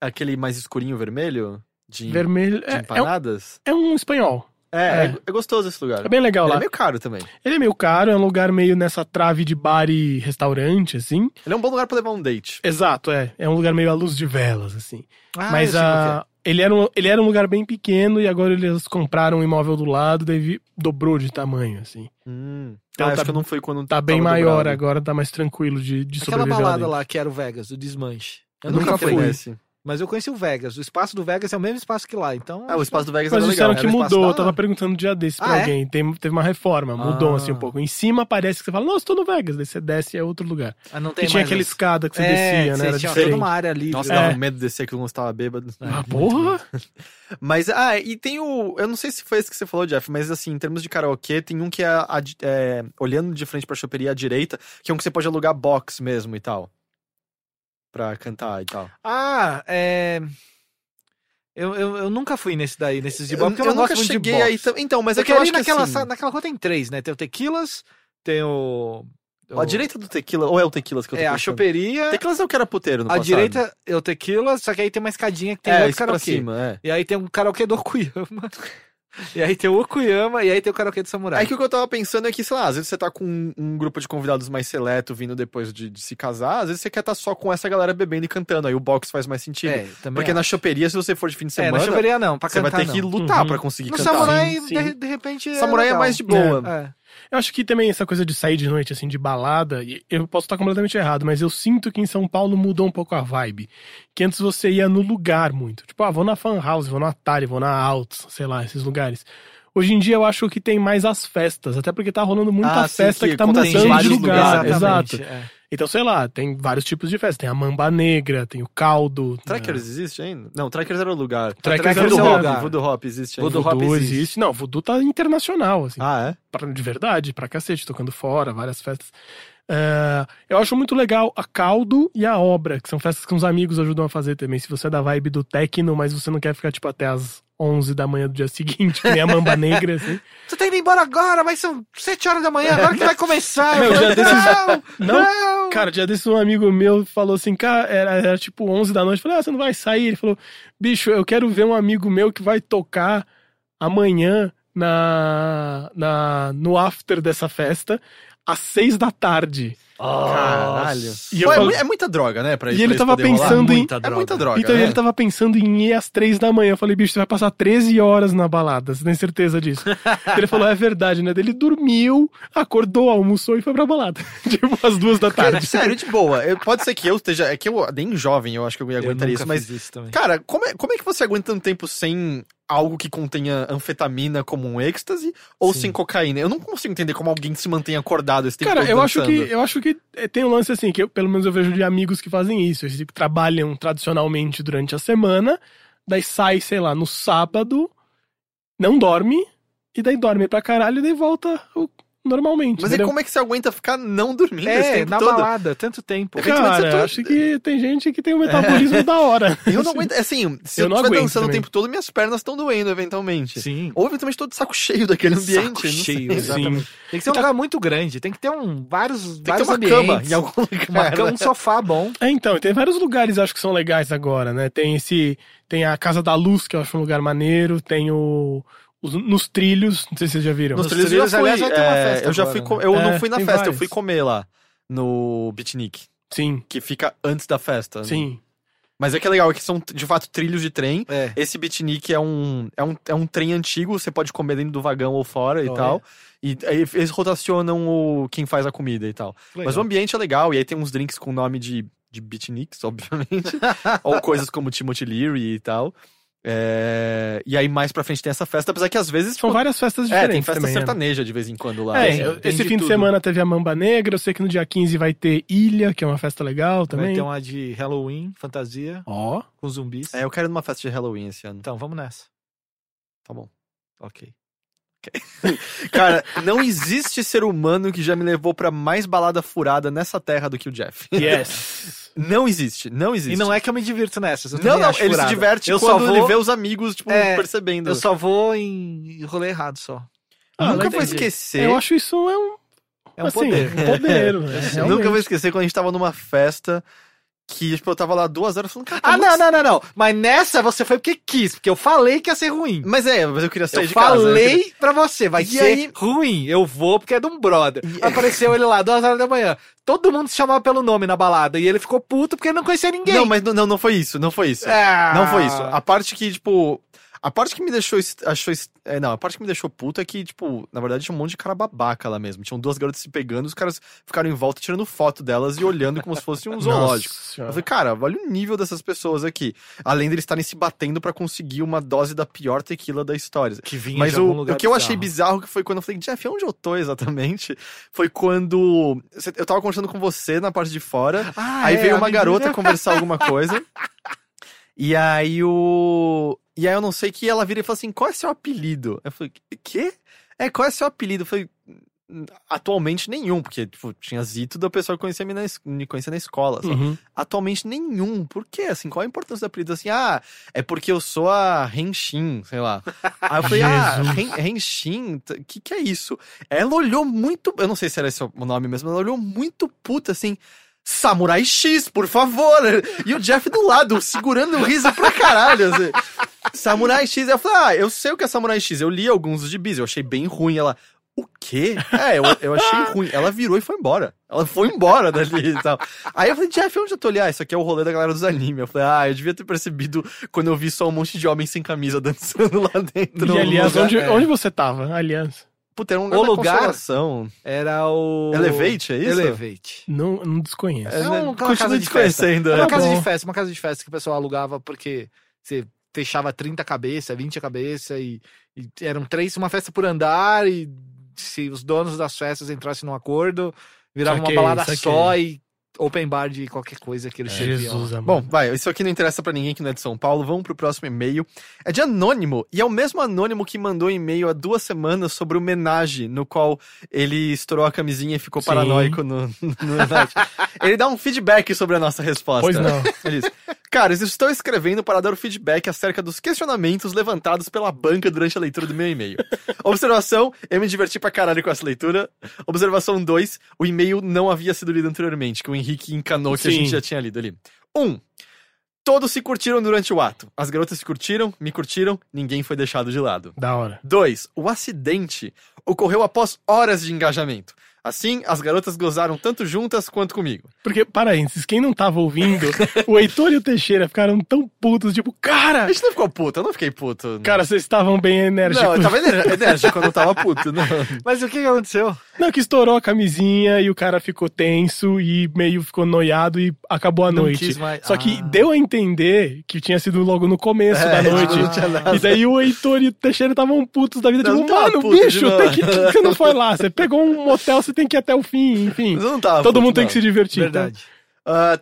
Aquele mais escurinho vermelho de,
Vermelho.
de
É, é um-
empanadas.
é um espanhol.
É,
É.
é, é gostoso esse lugar.
É bem legal
Ele
lá.
é meio caro também.
Ele é meio caro, é um lugar meio nessa trave de bar e restaurante, assim.
Ele é um bom lugar pra levar um date.
Exato, é. É um lugar meio à luz de velas, assim.
Ah,
Mas
eu sei qual que é.
a, ele, era um, ele era um lugar bem pequeno e agora eles compraram um imóvel do lado, daí vi- dobrou de tamanho, assim.
Hum.
Então
Ah,
tá-
acho que não foi quando
Tá
tava
bem maior
dobrado.
agora, tá mais tranquilo de, de
Aquela
sobreviver.
balada
dentro.
lá que era o Vegas, o desmanche. Eu
Eu é nunca
nunca
fui
fui,
nesse.
mas eu conheci o Vegas. O espaço do Vegas é o mesmo espaço que lá, então...
Ah, o espaço do Vegas
Mas
era
disseram
legal. né? é
que
era um espaço
mudou,
da
eu tava
hora.
perguntando um dia desse pra
Ah, é?
alguém. Tem, teve uma reforma, mudou
Ah.
assim um pouco. Em cima parece que você fala, nossa, tô no Vegas. Daí você desce e é outro lugar.
Ah, não
e
tem
tinha
mais
aquela
isso.
escada que você
É,
descia, né?
você
Era
tinha
diferente.
toda uma área livre.
Nossa,
lá.
dava
É.
medo de descer que eu não estava bêbado.
Ah, porra!
Mas, ah, e tem o. Eu não sei se foi esse que você falou, Jeff, mas assim, em termos de karaokê, tem um que é, a di- é, olhando de frente pra choperia à direita, que é um que você pode alugar box mesmo e tal. Pra cantar e tal.
Ah, é... Eu, eu, eu nunca fui nesse daí, nesses de boxe, porque eu, não
nunca
gosto muito de
cheguei
boxe.
aí. tam- Então, mas
Porque
é que eu
ali
acho que
naquela,
assim,
sa- naquela rua tem três, né? Tem o Tequilas, tem o... o-
A direita do Tequila, ou é o Tequilas que eu tô
É, a
pensando?
choperia.
Tequilas é o que era puteiro no
A
passado.
direita é o Tequilas, só que aí tem uma escadinha que tem
é,
outro
isso pra
karaokê.
cima, é.
E aí tem um karaokê do Okuyama. e aí tem o Okuyama, e aí tem o karaokê do Samurai.
É que o que eu tava pensando é que, sei lá, às vezes você tá com um, um grupo de convidados mais seleto vindo depois de, de se casar, às vezes você quer estar tá só com essa galera bebendo e cantando, aí o box faz mais sentido.
É, também
Porque na
acho.
choperia, se você for de fim de
É,
semana,
na choveria não, pra
você vai
cantar
ter
não.
que lutar
Uhum.
pra conseguir
No
cantar.
Samurai,
Sim,
de-
sim.
De, repente...
Samurai é
legal.
mais de boa.
É.
Eu acho que também essa coisa de sair de noite, assim, de balada, e eu posso estar completamente errado, mas eu sinto que em São Paulo mudou um pouco a vibe. Que antes você ia no lugar muito. Tipo, ah, vou na Fan House, vou na Atari, vou na Altos, sei lá, esses lugares. Hoje em dia eu acho que tem mais as festas, até porque tá rolando muita
Ah, sim,
festa
que
que tá
acontece em
mudando de
vários
lugar.
lugares,
Exato.
exatamente, é.
Então, sei lá, tem vários tipos de festa. Tem a Mamba Negra, tem o Caldo. né?
Trackers existe ainda? Não, Trackers era o lugar.
É. Trackers
era
Voodoo
o
Hop,
lugar.
Voodoo Hop existe ainda.
Voodoo
Voodoo,
Hop
existe.
existe.
Não, Voodoo tá internacional, assim.
Ah, é?
pra- de verdade, pra cacete, tocando fora, várias festas. É, eu acho muito legal a Caldo e a Obra, que são festas que uns amigos ajudam a fazer também. Se você é da vibe do techno, mas você não quer ficar, tipo, até as 11 da manhã do dia seguinte, que nem a Mamba Negra, assim.
Você tá indo embora agora, mas são sete horas da manhã, agora que vai começar.
Meu,
Eu
já
falei,
desses-
não,
Não,
não.
cara, dia desse um amigo meu falou assim, cara, era, era tipo 11 da noite, eu falei, ah, você não vai sair? Ele falou, bicho, eu quero ver um amigo meu que vai tocar amanhã na, na no after dessa festa, às 6 da tarde.
Caralho.
E eu
Pô, é
falo-
mu- é muita droga, né? Pra,
E
pra
ele
isso
tava
poder rolar.
pensando em-
Muita droga. É muita droga.
Então
né?
ele tava pensando em ir às três da manhã. Eu falei, bicho, você vai passar 13 horas na balada, você tem certeza disso? ele falou, é verdade, né? Daí Ele dormiu, acordou, almoçou e foi pra balada. tipo, às duas da
Cara,
tarde.
sério, de boa. Eu- pode ser que eu esteja. É que eu, nem jovem, eu acho que eu ia
Eu
aguentar isso,
nunca
mas.
fiz isso também.
Cara, como é, como é que você aguenta tanto tempo sem algo que contenha anfetamina como um êxtase ou
Sim.
sem cocaína? Eu não consigo entender como alguém se mantém acordado esse tempo
Cara,
todo
eu acho, que,
dançando.
eu acho que eh, tem um lance assim, que eu, pelo menos eu vejo de amigos que fazem isso. Eles tipo, trabalham tradicionalmente durante a semana, daí sai, sei lá, no sábado, não dorme, e daí dorme pra caralho e daí volta o- normalmente.
Mas e
entendeu?
como é que você aguenta ficar não dormindo esse
É,
tempo
na
todo?
balada, tanto tempo.
Porque também você
Cara,
tá-
acho que tem gente que tem um metabolismo da hora.
Eu não aguento. Assim, se
Eu
eu,
não
estiver
aguento
dançando
também.
o tempo todo, minhas pernas estão doendo, eventualmente.
Sim.
Ou eventualmente tô de saco cheio daquele ambiente.
Saco
não sei.
cheio,
Sim.
Tem que ser um
Então-
lugar muito grande. Tem que ter um, vários,
Tem que
vários
ter uma cama
ambientes.
em algum
uma
lugar.
cama,
né?
um sofá bom.
É, então, tem vários lugares acho que são legais agora, né? Tem esse. Tem a Casa da Luz, que eu acho um lugar maneiro, tem o. os- nos trilhos, não sei se vocês já viram.
Nos
Nos
trilhos eu
trilhos,
já
aliás,
fui.
vai ter uma
é,
festa
eu já
agora,
fui.
né?
co- Eu não
É,
fui na
tem
festa, eu
vários.
fui comer lá. No Beatnik,
Sim,
que fica antes da festa.
sim.
Mas é que é legal, é que são de fato trilhos de trem.
É.
Esse beatnik é um, é um, é um trem antigo, você pode comer dentro do vagão ou fora e
Olha.
tal. E aí eles rotacionam o, quem faz a comida e tal. Mas o ambiente é legal, e aí tem uns drinks com nome de, de beatniks, obviamente. ou coisas como Timothy Leary e tal. É, E aí mais pra frente tem essa festa, apesar que às vezes.
São
tipo,
várias festas
é,
diferentes.
tem festa
também, né?
sertaneja de vez em quando lá.
É,
assim.
eu-
tem
esse
de
fim de
tudo.
semana teve a Mamba Negra, eu sei que no dia 15 vai ter Ilha, que é uma festa legal
Vai
também.
ter um uma de Halloween, fantasia,
Ó,
com zumbis.
É, eu quero ir numa festa de Halloween esse ano.
Então, vamos nessa.
Tá bom.
Ok.
Cara, não existe ser humano que já me levou pra mais balada furada nessa terra do que o Jeff.
yes.
Não existe, não existe.
E não é que eu me divirto nessas. eu
não,
também
não,
acho
ele
furada.
se diverte
eu só
quando
vou,
ele vê os amigos, tipo,
É,
percebendo.
Eu só vou em rolê errado só.
Ah,
Nunca
não
vou
entendi.
esquecer.
Eu acho isso é um,
É um
assim,
poder. É.
um poder. né?
Nunca
Realmente.
vou esquecer quando a gente tava numa festa que, tipo, eu tava lá duas horas falando, cara, tá
Ah,
muito
não, não, não, não. Mas nessa você foi porque quis, porque eu falei que ia ser ruim.
Mas é, mas eu queria sair
Eu
de casa. né? Eu
falei
queria-
pra você, vai
E
ser
aí-
ruim. Eu vou porque é de um brother.
E-
Apareceu ele lá, duas horas da manhã. Todo mundo se chamava pelo nome na balada. E ele ficou puto porque ele não conhecia ninguém.
Não, mas não- não, não foi isso, não foi isso.
Ah.
Não foi isso. A parte que, tipo. A parte que me deixou. est- Achou, est- é, não, a parte que me deixou puto é que, tipo, na verdade tinha um monte de cara babaca lá mesmo. Tinham duas garotas se pegando, os caras ficaram em volta tirando foto delas e olhando como se fosse um zoológico. Eu falei, cara, olha o nível dessas pessoas aqui. Além deles estarem se batendo pra conseguir uma dose da pior tequila da história.
Que vinha
Mas
de algum
o,
lugar
o que eu
bizarro.
achei bizarro que foi quando eu falei, Jeff, onde eu tô exatamente? Foi quando. cê- Eu tava conversando com você na parte de fora.
Ah,
aí
é,
veio
a
uma
menina-
garota conversar alguma coisa. E aí o. E aí eu não sei que ela vira e fala assim: qual é seu apelido? Eu falei, quê? É, qual é seu apelido? Eu falei. "Hum, Atualmente nenhum, porque tipo, tinha Zito da pessoa que conhecia me, na, es- me conhecia na escola. sabe?
Uhum.
Atualmente nenhum. Por quê? Assim, qual a importância do apelido? Assim, ah, é porque eu sou a Renshin, sei lá. Aí eu falei, ah, Ren- Renshin, o que que é isso? Ela olhou muito, eu não sei se era esse o nome mesmo, ela olhou muito puta, assim, Samurai X, por favor! E o Jeff do lado, segurando o riso pra caralho, assim. Samurai X, eu falei, ah, eu sei o que é Samurai X, eu li alguns gibis, eu achei bem ruim, ela... O quê? É, eu, eu achei ruim. Ela virou e foi embora. Ela foi embora dali e tal. Aí eu falei, Jeff, onde eu tô ali? Ah, isso aqui é o rolê da galera dos animes. Eu falei, ah, eu devia ter percebido quando eu vi só um monte de homem sem camisa dançando lá dentro.
E aliás,
lugar-
onde,
é.
onde você tava? Aliás,
Puta, era um
O
lugar, da
lugar-
consolação.
Era o.
Elevate, é isso?
Elevate.
não, não desconheço.
É,
né,
uma casa
Continua
de festa.
desconhecendo.
Era uma
né?
casa
bom.
de festa, uma casa de festa que o pessoal alugava porque você fechava 30 cabeça, 20 cabeça e, e eram três, uma festa por andar e se os donos das festas entrassem num acordo, virava
Saquei,
uma balada
saquei. É
só e open bar de qualquer coisa
É.
que eles serviam.
Jesus, amado.
Bom, vai, isso aqui não interessa pra ninguém que não é de São Paulo. Vamos pro próximo e-mail. É de anônimo, e é o mesmo anônimo que mandou e-mail há duas semanas sobre o homenagem, no qual ele estourou a camisinha e ficou
Sim.
paranoico no, no Menage. Ele dá um feedback sobre a nossa resposta.
Pois não.
Ele diz, Caras, estou escrevendo para dar o feedback acerca dos questionamentos levantados pela banca durante a leitura do meu e-mail. Observação, eu me diverti pra caralho com essa leitura. Observação 2, o e-mail não havia sido lido anteriormente, que o Henrique encanou que a
Sim.
gente já tinha lido ali. 1. Um, todos se curtiram durante o ato. As garotas se curtiram, me curtiram, ninguém foi deixado de lado.
Da hora.
2. O acidente ocorreu após horas de engajamento. Assim, as garotas gozaram tanto juntas quanto comigo.
Porque, parênteses, quem não tava ouvindo, o Heitor e o Teixeira ficaram tão putos, tipo, cara,
A gente não ficou puto, eu não fiquei puto.
cara, vocês estavam bem enérgicos.
não, eu tava ener- enérgico quando eu tava puto. Não.
Mas o que que aconteceu?
Não, que estourou a camisinha e o cara ficou tenso e meio ficou noiado e acabou a
Não
noite.
quis mais-
Só que
Ah.
deu a entender que tinha sido logo no começo da É noite.
É, não tinha nada.
E daí o Heitor e o Teixeira estavam putos da vida,
Não,
tipo,
não tava
mano,
puto de
bicho,
nada."
tem que, que você não foi lá, você pegou um motel, você tem que ir até o fim, enfim.
Mas eu não tava
Todo
puto,
mundo tem
não.
que se divertir. então.
Verdade.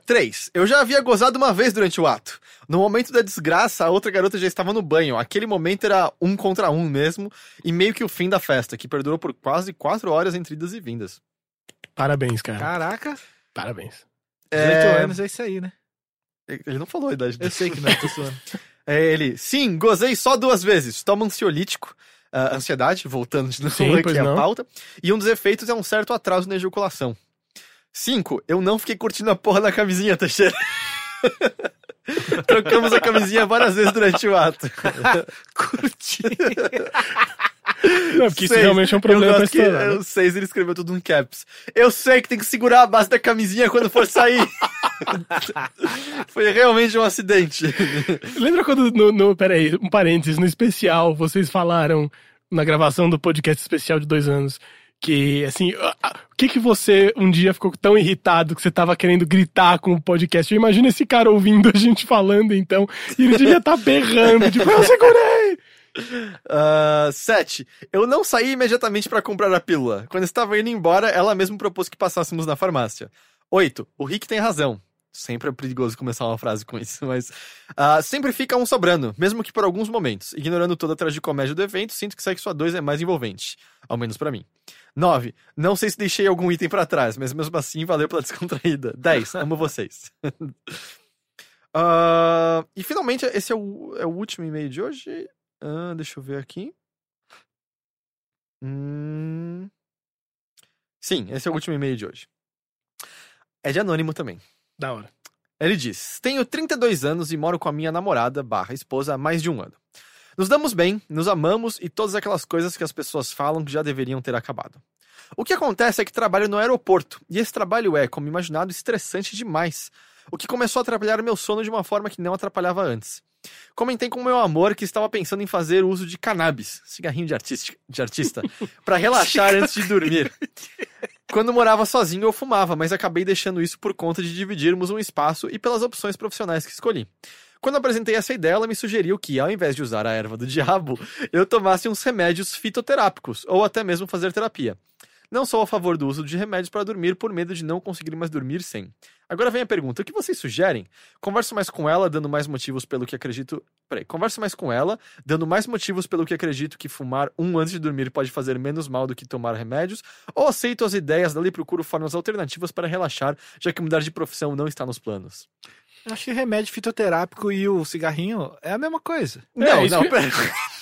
3. Eu já havia gozado uma vez durante o ato. No momento da desgraça, a outra garota já estava no banho. Aquele momento era um contra um mesmo, e meio que o fim da festa, que perdurou por quase 4 horas entre idas e vindas.
Parabéns, cara.
Caraca, 18
Parabéns.
É,
anos é isso aí, né?
Ele não falou a
É
idade
Eu
dele.
sei que não, tô zoando.
É ele. Sim, gozei só duas vezes. Toma ansiolítico. ah, ansiedade, voltando de novo
Sim,
aqui
pois
a
não.
pauta. E um dos efeitos é um certo atraso na ejaculação. Cinco, eu não fiquei curtindo a porra da camisinha, Teixeira. Trocamos a camisinha várias vezes durante o ato.
Curti.
Não, porque isso
Seis,
realmente é um problema
eu
pra
gosto que,
estourar. né?
eu, Seis, ele escreveu tudo em caps. Eu sei que tem que segurar a base da camisinha quando for sair. Foi realmente um acidente.
Lembra quando, no, no, peraí, um parênteses, no especial, vocês falaram na gravação do podcast especial de dois anos que, assim, ah, ah, o que que você um dia ficou tão irritado que você tava querendo gritar com o podcast? Eu imagino esse cara ouvindo a gente falando, então, e ele devia estar berrando, tipo, eu segurei!
7. Ah, Eu não saí imediatamente pra comprar a pílula. Quando estava indo embora, ela mesma propôs que passássemos na farmácia. 8. O Rick tem razão. Sempre é perigoso começar uma frase com isso, mas. ah, sempre fica um sobrando, mesmo que por alguns momentos. Ignorando toda a tragicomédia do evento, sinto que sexo a dois é mais envolvente. Ao menos pra mim. 9. Não sei se deixei algum item pra trás, mas mesmo assim valeu pela descontraída. 10. Amo vocês. Ah, e finalmente, esse é o, é o último e-mail de hoje. Ah, deixa eu ver aqui. Hum... Sim, esse é o último e-mail de hoje. É de anônimo também.
Da hora.
Ele diz: Tenho 32 anos e moro com a minha namorada barra esposa há mais de um ano. Nos damos bem, nos amamos e todas aquelas coisas que as pessoas falam que já deveriam ter acabado. O que acontece é que trabalho no aeroporto, e esse trabalho é, como imaginado, estressante demais, o que começou a atrapalhar meu sono de uma forma que não atrapalhava antes. Comentei com meu amor que estava pensando em fazer uso de cannabis, cigarrinho de, artista, de artista, para relaxar antes de dormir. Quando morava sozinho, eu fumava, mas acabei deixando isso por conta de dividirmos um espaço e pelas opções profissionais que escolhi. Quando apresentei essa ideia, ela me sugeriu que, ao invés de usar a erva do diabo, eu tomasse uns remédios fitoterápicos, ou até mesmo fazer terapia. Não sou a favor do uso de remédios para dormir por medo de não conseguir mais dormir sem. Agora vem a pergunta: o que vocês sugerem? Converso mais com ela, dando mais motivos pelo que acredito. Peraí, converso mais com ela, dando mais motivos pelo que acredito que fumar um antes de dormir pode fazer menos mal do que tomar remédios, ou aceito as ideias dela e procuro formas alternativas para relaxar, já que mudar de profissão não está nos planos.
Eu Acho que remédio fitoterápico e o cigarrinho é a mesma coisa.
não,
isso
não,
que-
pera.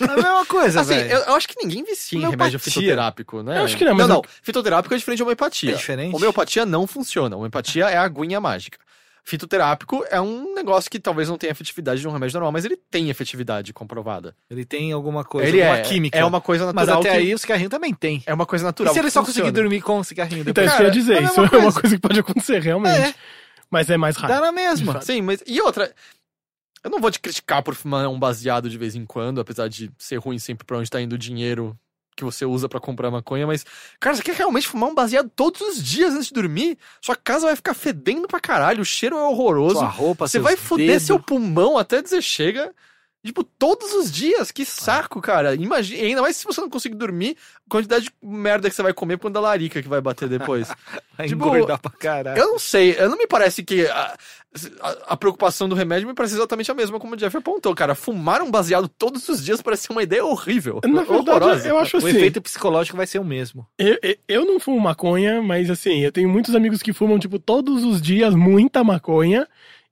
É a mesma coisa,
Assim,
velho.
eu, eu acho que ninguém vicia em remédio
Homeopatia.
fitoterápico, né?
Eu acho que não, mas
Não,
eu-
Fitoterápico é diferente de homeopatia.
É diferente?
Homeopatia não funciona. Homeopatia é a aguinha mágica. Fitoterápico é um negócio que talvez não tenha efetividade de um remédio normal, mas ele tem efetividade comprovada.
Ele tem alguma coisa,
ele
alguma
é
química.
É uma coisa
Mas
natural.
até
que-
aí o cigarrinho também tem.
É uma coisa
E
natural.
se ele
que
só
funciona.
conseguir dormir com o cigarrinho
Então,
depois?
isso que eu ia dizer,
é a
isso
mesma
é uma
coisa.
coisa que pode acontecer realmente. Mas é mais
É,
raro.
dá na
de
mesma.
fato.
Ah, Sim, mas. E outra. Eu não vou te criticar por fumar um baseado de vez em quando, apesar de ser ruim sempre pra onde tá indo o dinheiro que você usa pra comprar maconha, mas. Cara, você quer realmente fumar um baseado todos os dias antes de dormir? Sua casa vai ficar fedendo pra caralho, o cheiro é horroroso.
Sua roupa,
você
seus
vai foder
dedos.
seu pulmão até dizer chega. Tipo, todos os dias,
Ah.
que saco, cara. Imagina, ainda mais se você não conseguir dormir, a quantidade de merda que você vai comer por conta da larica que vai bater depois.
Vai
tipo,
engordar pra caralho.
Eu não sei, eu não me parece que a, a, a preocupação do remédio me parece exatamente a mesma como o Jeff apontou, cara. Fumar um baseado todos os dias parece ser uma ideia horrível.
Na verdade,
horrorosa.
eu acho
O
assim.
efeito psicológico vai ser o mesmo.
Eu, eu- eu não fumo maconha, mas assim, eu tenho muitos amigos que fumam, tipo, todos os dias muita maconha.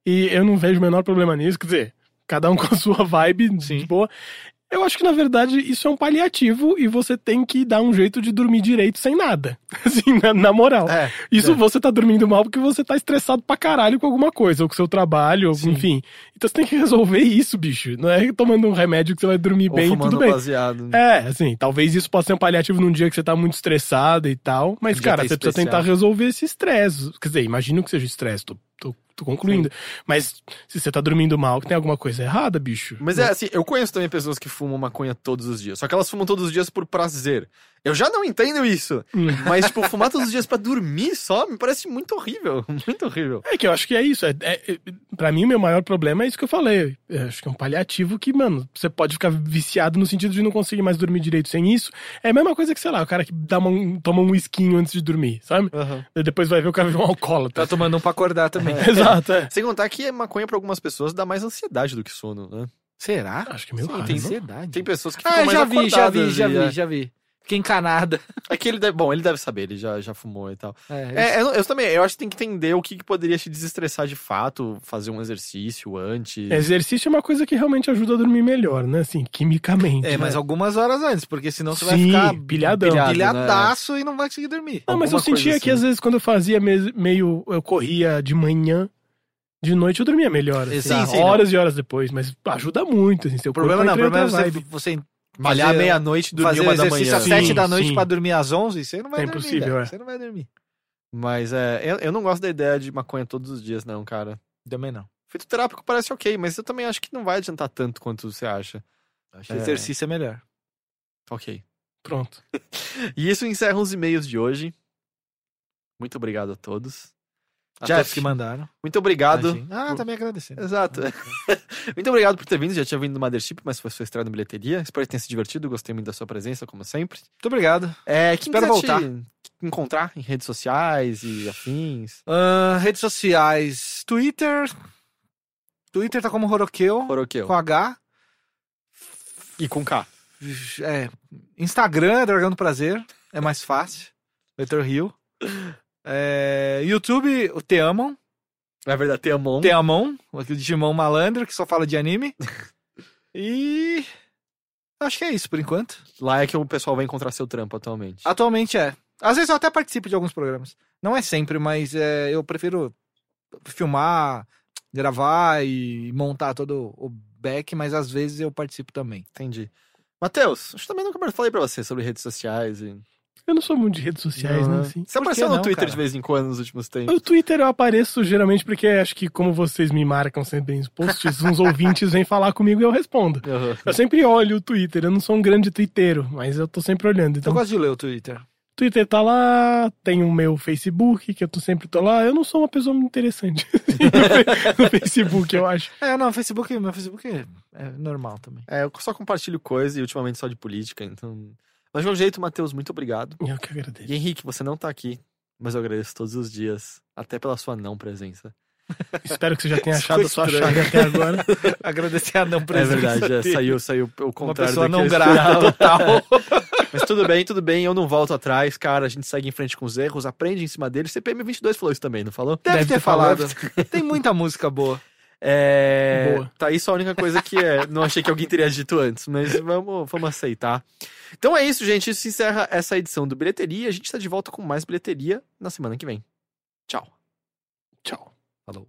E eu não vejo o menor problema nisso. Quer dizer, cada um com a sua vibe, de boa. Eu acho que, na verdade, isso é um paliativo e você tem que dar um jeito de dormir direito sem nada. Assim, na, na moral.
É,
Isso
é.
você tá dormindo mal porque você tá estressado pra caralho com alguma coisa, ou com seu trabalho, ou com- enfim. Então você tem que resolver isso, bicho. Não é tomando um remédio que você vai dormir
Ou
bem e
fumando
tudo bem.
um baseado.
É, assim, talvez isso possa ser um paliativo num dia que você tá muito estressado e tal, mas,
Um dia
cara,
tá
você precisa
especial.
tentar resolver esse estresse. Quer dizer, imagino que seja estresse, tô, tô, tô concluindo. Mas se você tá dormindo mal, que tem alguma coisa errada, bicho.
Mas é assim, eu conheço também pessoas que fumam maconha todos os dias. Só que elas fumam todos os dias por prazer. Eu já não entendo isso.
Hum.
Mas, tipo, fumar todos os dias pra dormir só me parece muito horrível. Muito horrível.
É que eu acho que é isso. É, é, é- pra mim, o meu maior problema é isso que eu falei. Eu acho que é um paliativo que, mano, você pode ficar viciado no sentido de não conseguir mais dormir direito sem isso. É a mesma coisa que, sei lá, o cara que dá uma- um- toma um esquinho antes de dormir, sabe? E depois vai ver o cara virar um
Tá
alcoólatra.
tomando um pra acordar também.
Exato, é.
Sem contar que maconha pra algumas pessoas dá mais ansiedade do que sono, né?
Será?
Acho que é meio raro,
tem
não?
ansiedade.
Tem pessoas que ficam
Ah,
mais
já vi, já vi,
acordadas
já
e,
vi,
é.
já vi. Fiquei encanada.
É que ele deve, bom, ele deve saber, ele já, já fumou e tal.
É,
É, eu, não- eu também, eu acho que tem que entender o que, que poderia te desestressar de fato, fazer um exercício antes.
Exercício é uma coisa que realmente ajuda a dormir melhor, né? Assim, quimicamente.
é,
né?
mas algumas horas antes, porque senão você vai
Sim,
ficar
pilhadão.
pilhadaço e não vai conseguir dormir.
Não, mas eu
alguma coisa
sentia que
assim.
às vezes quando eu fazia mes- meio. Eu corria de manhã, de noite eu dormia melhor. assim,
Exato. Sim, sim,
horas e horas depois, mas ajuda muito. Assim, seu
O problema
corpo
não, o
entra em
problema
outra
é você,
vibe.
você
Malhar
fazer-
meia-noite e dormir
fazer o
uma da
exercício
manhã.
às sete
Sim,
da noite
sim.
pra dormir às onze, você não vai
É
dormir,
impossível,
velho.
é.
Você não vai dormir.
Mas é, eu, eu não gosto da ideia de maconha todos os dias, não, cara.
Também não.
Fitoterápico parece ok, mas eu também acho que não vai adiantar tanto quanto você acha.
Acho que
É.
exercício é melhor.
Ok.
Pronto.
E isso encerra os e-mails de hoje. Muito obrigado a todos.
A
Jeff,
todos que mandaram.
Muito obrigado.
Imagina. Ah, tá me agradecendo.
Exato. muito obrigado por ter vindo. Já tinha vindo no Mothership, mas foi sua estreia na bilheteria. Espero que tenha se divertido. Gostei muito da sua presença, como sempre.
Muito obrigado.
É, quem
Espero
quiser te
voltar.
encontrar em redes sociais e afins.
Ahn, Ah, redes sociais, Twitter. Twitter tá como Horoqueu,
Horoqueu.
com H.
E com K.
É, Instagram é Dragão do Prazer, é mais fácil. Leitor Hill. É, YouTube, o Te Amam.
Na É verdade, tem a mão.
Te Amam, o Digimon malandro que só fala de anime. E. Acho que é isso por enquanto.
Lá é que o pessoal vai encontrar seu trampo atualmente.
Atualmente é. Às vezes eu até participo de alguns programas. Não é sempre, mas é, eu prefiro filmar, gravar e montar todo o back, mas às vezes eu participo também.
Entendi. Matheus, acho que também nunca falei pra você sobre redes sociais. E...
Eu não sou muito de redes sociais,
Não,
né?
né?
Assim.
Você apareceu no
não,
Twitter
cara?
de vez em quando nos últimos tempos.
No Twitter eu apareço geralmente porque acho que como vocês me marcam sempre em posts, uns ouvintes vêm falar comigo e eu respondo.
Aham.
Eu sempre olho o Twitter, eu não sou um grande twitteiro, mas eu tô sempre olhando.
Eu
Então,
gosto de ler o Twitter.
Twitter tá lá, tem o meu Facebook, que eu tô sempre tô lá. Eu não sou uma pessoa muito interessante no Facebook, eu acho.
É, não, Facebook, meu Facebook é- é normal também.
É, eu só compartilho coisa e ultimamente só de política, então. Mas de um jeito, Matheus, muito obrigado.
Eu que agradeço.
E Henrique, você não tá aqui, mas eu agradeço todos os dias, até pela sua não presença. É
Espero que você já tenha
Isso
achado a
foi
sua
estranho.
chave até agora.
Agradecer a não
É
presença.
verdade, é,
dele.
saiu, saiu o
Uma
contrário
pessoa
do
não
que eu
grata
esperava.
total.
Mas tudo bem, tudo bem, eu não volto atrás, cara. A gente segue em frente com os erros, aprende em cima deles. CPM22 falou isso também, não falou?
Deve,
Deve
ter
ter
falado. Tem muita música boa.
É.
Boa.
Tá isso a única coisa que é. Não achei que alguém teria dito antes, mas vamos, vamos aceitar. Então é isso, gente. Isso encerra essa edição do Bilheteria. A gente tá de volta com mais bilheteria na semana que vem. Tchau.
Tchau.
Falou.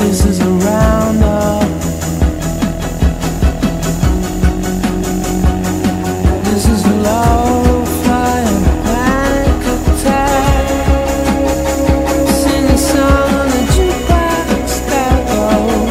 This is a roundup. This is a low flying panic attack. Sing a song that jukebox that goes.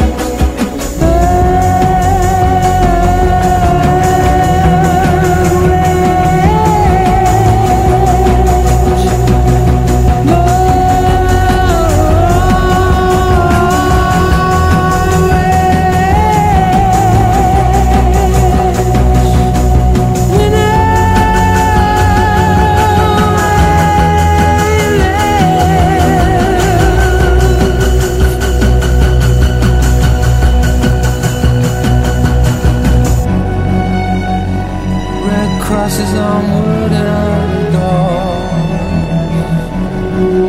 Red crosses on wooden doors.